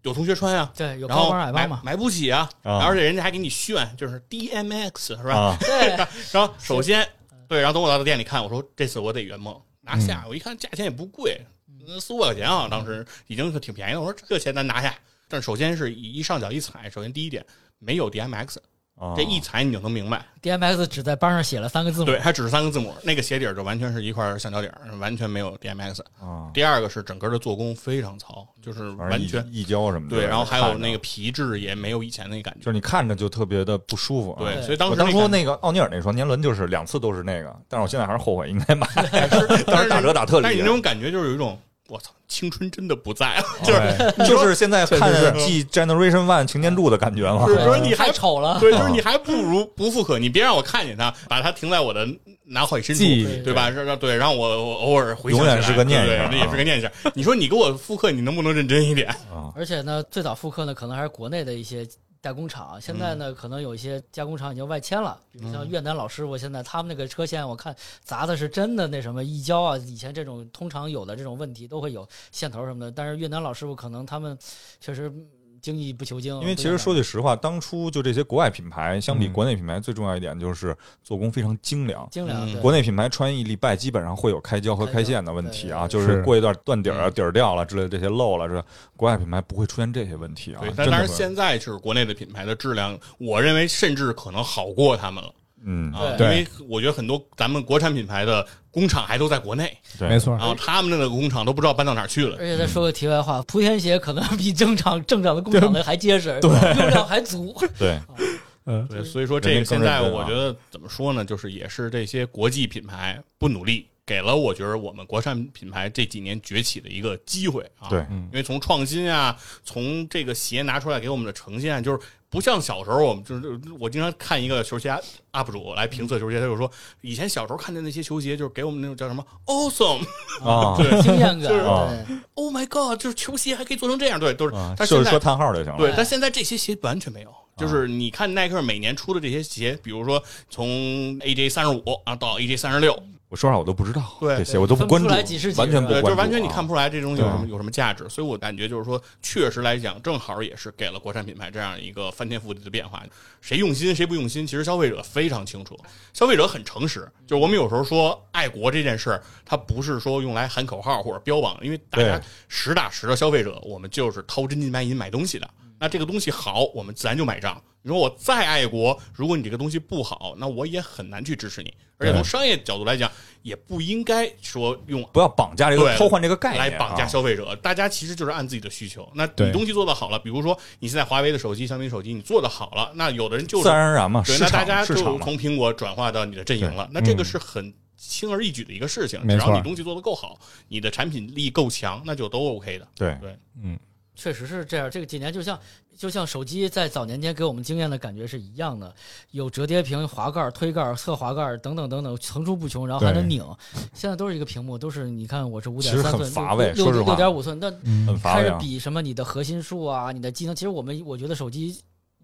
有同学穿啊呀，
对有
然
高
后
帮矮
买
帮嘛，
买不起啊，
啊
而且人家还给你炫，就是 DMX 是吧？
啊，
对，
然后首先对，然后等我到店里看，我说这次我得圆梦拿
嗯
下。我一看价钱也不贵，嗯四五百块钱啊，当时已经是挺便宜的。我说这钱咱拿下。但首先是一上脚一踩，首先第一点没有 DMX，
啊
这一踩你就能明白，
DMX 只在帮上写了三个字母，啊
对，它只是三个字母，那个鞋底儿就完全是一块橡胶底儿，完全没有 DMX。
啊，
第二个是整个的做工非常糙，就是
反
完
正一
全
一胶什么的，
对，然后还有那
个，
个皮质也没有以前那感觉
就是，你看着就特别的不舒服啊。
对，
对
所以当
我
时
当初
感觉
那个奥尼尔那双年轮就是两次都是那个，但是我现在还是后悔应该买，
但
当
是
时打折打特
但是
例
你那，种感觉就是有一种我操，青春真的不在了，
哦
就是
对就是现在看
确实是
继 Generation One 擎天柱的感觉嘛
就。是说
对
你还
太丑了，
对，就是你还不如不复刻，你别让我看见它，把它停在我的脑海深处，
记忆
对吧？让让对，让我我偶尔回想起来，
永远是个念想啊
对对，也是个念想。你说你给我复刻，你能不能认真一点？
而且呢，最早复刻呢，可能还是国内的一些代工厂。现
嗯
在呢，可能有一些加工厂已经外迁了，比如像越南老师傅，现在他们那个车线，我看砸的是真的那什么溢胶啊，以前这种通常有的这种问题都会有线头什么的。但是越南老师傅可能他们确实精益不求精，
因为其实说句实话，当初就这些国外品牌相
嗯
比国内品牌，最重要一点就是做工非常精良。
精良，
嗯
对
国内品牌穿一礼拜，基本上会有开胶和开线的问题啊，
开胶
就是
是
过一段断底
嗯
儿啊、底儿掉了之类的这些漏了，这国外品牌不会出现这些问题啊
对，。但
真的
但
会
是现在是国内的品牌的质量，我认为甚至可能好过他们了
嗯，
啊，因
对
为我觉得很多咱们国产品牌的工厂还都在国内，
对
没错
然，后他们那个工厂都不知道搬到哪儿去了
而。且再说个题外话，莆田鞋可能 比正常正常的工厂的还结实，对，用料还足。
对，
嗯，
对，所以说这
人
个
民更
现在
认真
我
啊
觉得怎么说呢，就是也是这些国际品牌不努力，给了我觉得我们国产品牌这几年崛起的一个机会啊。
对
因为从创新啊，从这个鞋拿出来给我们的呈现，就是不像小时候我们就是我经常看一个球鞋 UP 主来评测球鞋，他就说以前小时候看见那些球鞋，就是给我们那种叫什么 awesome，oh
啊，
经验感，
就是
啊
对
my god，就是球鞋还可以做成这样，对，都是。
啊
但
就
现
是
在
说叹号就行了。
对，但现在这些鞋完全没有。就是你看耐克每年出的这些鞋，比如说从 AJ 三十五啊到 AJ 三十六，
我说实话，我都不知道
对
这些，我都不关注，
分不出来几是几
完全不
对，就
关注啊，
是完全你看不出来这东西有什么
对
有什么价值。所以我感觉就是说，确实来讲，正好也是给了国产品牌这样一个翻天覆地的变化。谁用心，谁不用心，其实消费者非常清楚，消费者很诚实。就是我们有时候说爱国这件事儿，它不是说用来喊口号或者标榜，因为大家
对
实打实的消费者，我们就是掏真金白银买东西的。那这个东西好，我们自然就买账。你说我再爱国，如果你这个东西不好，那我也很难去支持你。而且从商业角度来讲，也不应该说用
不要绑架这个
对
偷换这个概念啊，
来绑架消费者。大家其实就是按自己的需求。那你
对
东西做的好了，比如说你现在华为的手机、小米手机，你做的好了，那有的人就是
自然而然嘛，
对，
市
那大家
场嗯
就
市场嘛，
从苹果转化到你的阵营了。那这个是很轻而易举的一个事情，只
没错
要你东西做的够好，你的产品力够强，那就都 OK 的。
对
对，
确实是这样。这个几年就像就像手机在早年间给我们经验的感觉是一样的，有折叠屏、滑盖、推盖、侧滑盖等等等等，层出不穷，然后还能拧。现在都是一个屏幕，都是你看我是五点
其实
三
很
寸，
乏味
六
说实
六
话
六点五寸，但
嗯
很乏
开
味
始
啊。
比什么你的核心数啊，你的技能。其实我们我觉得手机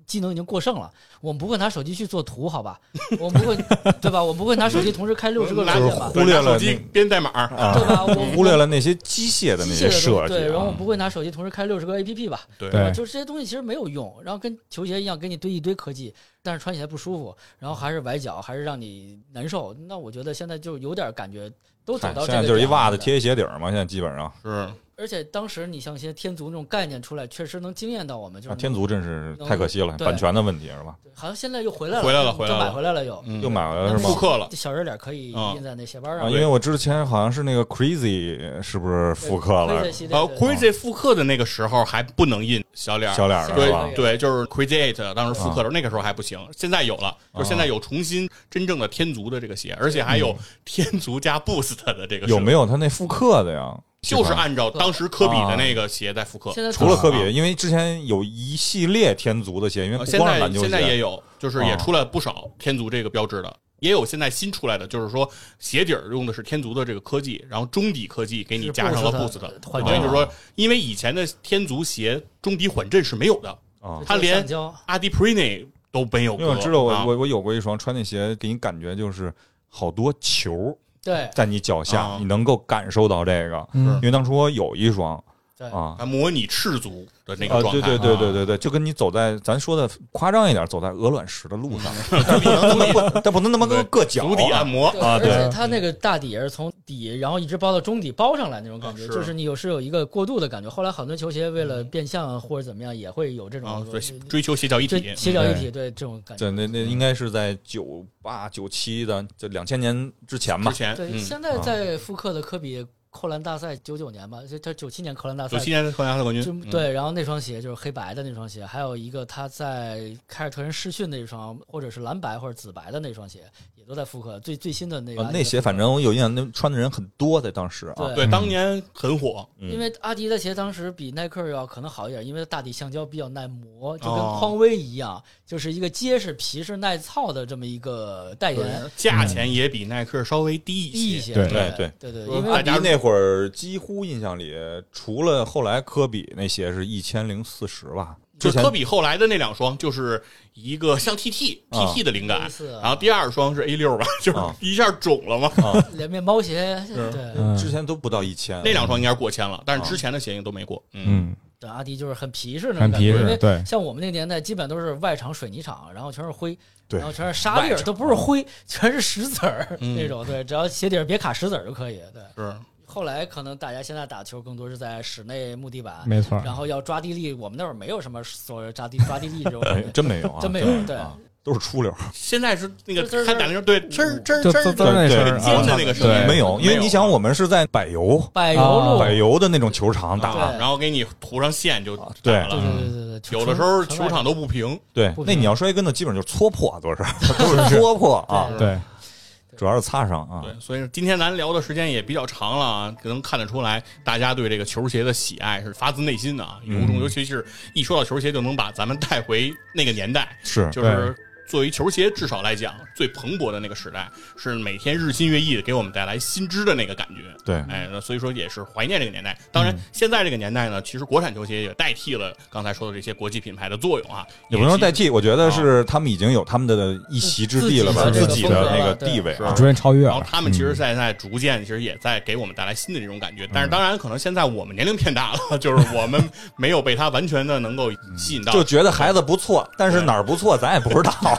技能已经过剩了，我们不会拿手机去做图，好吧？我们不会，对吧？我们不会拿手机同时开六 十个
拿
就
软
是
件
互
吧？
对
忽略
拿手
了
机
那
编代码儿，
啊
对吧？我
忽略了那些机械的那
机
些
械的东西
设计
对，然后我
啊
们，不会拿手机同时开六十个 APP 吧？
对
对吧
对
就是这些东西其实没有用，然后跟球鞋一样，给你堆一堆科技，但是穿起来不舒服，然后还是崴脚，还是让你难受。那我觉得现在就有点感觉，都走
嗨
到
现
这个
在就是一
点
袜
了
子贴一鞋底儿嘛，现在基本上
是
而且当时你像一些天足那种概念出来，确实能惊艳到我们，就是
啊天
能，
足真是
能
太可惜了，
对
版权的问题是吧？
好像现在又回来了，
回来了
就
回来
就
了
买回来了又。
嗯
又买回来
嗯
是
复
吗？
刻了
这。小人脸可以
嗯
印在那鞋帮
啊，
上，
因为我之前好像是那个 Crazy 是不是复刻了
灰色系列
呃
的
，Crazy 复刻的那个时候还不能印小脸儿，
小脸儿
对
是吧啊
对？对，就是 Create 当时复刻的时候，那个时候还不行，现在有了，就现在有重新真正的天足的这个鞋，而且还有天足加 Boost 的这个，
嗯有没
有？
有他那复刻的呀？
就是按照当时科比
啊
的那个鞋在复刻。
现在
除了科
啊
比，因为之前有一系列天足的鞋，因为
呃
不
现
光是
在
篮球
现在也
鞋，啊
有，就是也出了不少天足这个标志的，也有现在新出来的，就是说鞋底儿用的是天足的这个科技，然后中底科技给你
是
加上了
Boost
Boost，
的啊
等
缓
于
震
就是说，因为以前的天足鞋中底缓震是没有的
啊，
它连
橡胶
Adiprini 都没有
因为
革。
我知道我
啊
我我有过一双穿那鞋，给你感觉就是好多球
对
在你脚下
啊，
你能够感受到这个。
嗯
因为当初我有一双，
对
啊，
它模拟赤足的那
啊
个，状
对
态，
对对对
啊
对对，就跟你走在咱说的夸张一点，走在鹅卵石的路上，
它不能
但不但不能他妈
对
跟硌脚
足底
啊
按摩，
对
啊
而
对
且它那个大底也是从底，然后一直包到中底，包上来那种感觉，
啊是
就是你有是有一个过渡的感觉。后来很多球鞋为了变相或者怎么样，也会有这
啊
种，呃
对，追求协调一体
这，协调一体，对这种感觉。嗯
对，那那应该是在九八九七的，就两千年之前吧
之。前，
对，
嗯，
现在在复刻的科比扣篮大赛九九年吧，就他九七年扣篮大赛
九，七年的冠亚的冠军
就，
嗯，
对，然后那双鞋就是黑白的那双鞋，还有一个他在凯尔特人试训那双，或者是蓝白或者紫白的那双鞋，也都在复刻最最新的那个
啊
阿，迪
那
的
鞋
复刻
反正我有印象，那穿的人很多，在当时啊
对。
对，当年很火，
嗯
因为阿迪的鞋当时比耐克要可能好一点，因为大底橡胶比较耐磨，就
哦
跟匡威一样，就是一个结实、皮实、耐操的这么一个代言
嗯
嗯
价钱也比耐克稍微低
一
一些，
些。
对
对
对对对，因为
阿迪那会儿几乎印象里，除了后来科比那鞋是一千零四十吧，
就
之前
科比后来的那两双，就是一个像 TT
啊
TT 的灵感，
类似啊
然后第二双是 A 六吧，就是
啊
一下肿了嘛。
连面包鞋，对
嗯
之前都不到一千。
那两双应该是过千了，但是
啊
之前的鞋型都没过。嗯，
嗯，
对阿迪就是很皮实那
很
种感觉，
皮
因
实，
为
对，
像我们那个年代，基本都是外场水泥厂，然后全是灰，
对
然后全是沙粒
外
儿，
场
都不是灰，全是石子儿
嗯
那种。对，只要鞋底儿别卡石子儿就可以。对，
是
后来可能大家现在打球更多是在室内木地板，
没错儿。
然后要抓地力，我们那会儿没有什么所谓抓地抓地力这种感
哎
觉，
真没有啊，
真没有对
啊，都是出溜儿。
现在是那个
滋儿滋儿
看打铃对吱儿吱儿
就
吱
滋
儿
滋儿
那
那
个
声
那
儿
个尖的
啊
那个声
对
音
没有，因为你
啊
想，我们是在柏油
柏油路。
啊
柏油的那种球场打
啊
的，
对
然后给你涂上线就打
啊对
对
了。
对对对对，
有的时候
纯
球场都不平，
对
不，
那
平
你要摔跟头，基本就是搓破，都是都是搓破啊，
是
对，
主要是擦伤啊。
对，所以今天咱聊的时间也比较长了啊，能看得出来，大家对这个球鞋的喜爱是发自内心的啊，
嗯
由衷，尤其是一说到球鞋，就能把咱们带回那个年代，
是
就是作为球鞋至少来讲最蓬勃的那个时代，是每天日新月异的给我们带来新知的那个感觉。
对嗯
哎，那所以说也是怀念这个年代。当然，现在这个年代呢，其实国产球鞋也代替了刚才说的这些国际品牌的作用啊，
也不能说代
替。
替，我觉得是他们已经有他们的一席之地了吧，
自
啊自
己
己
的
的那个
风格了
地位啊
逐。渐超越
然后
了。
他们其实
嗯
现在逐渐，其实也在给我们带来新的这种感觉。但是当然，可能现在我们年龄偏大了， 就是我们没有被它完全的能够吸引到，
就觉得孩子不错，但是
对
哪儿不错咱也不知道。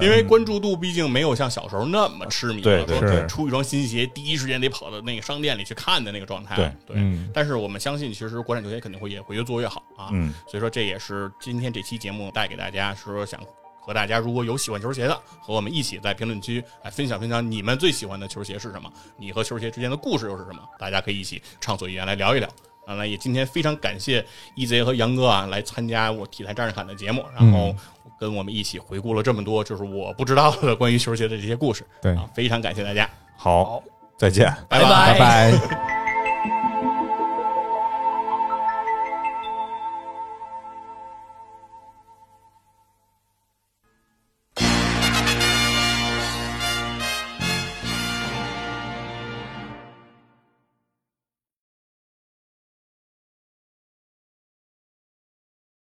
因为关注度毕竟没有像小时候那么痴迷了。
对对
说
是
出一双新鞋，第一时间得跑到那个商店里去看的那个状态。
对
嗯
但是我们相信，其实国产球鞋肯定会也会越做越好啊。
嗯，
所以说这也是今天这期节目带给大家，是说想和大家如果有喜欢球鞋的，和我们一起在评论区来分享分享你们最喜欢的球鞋是什么，你和球鞋之间的故事又是什么，大家可以一起畅所欲言来聊一聊。啊，那也今天非常感谢 EZ 和杨哥啊来参加我体坛战士侃的节目，然后跟我们一起回顾了这么多就是我不知道的关于球鞋的这些故事
对，
啊，非常感谢大家，
好，再见。
拜
拜
拜
拜。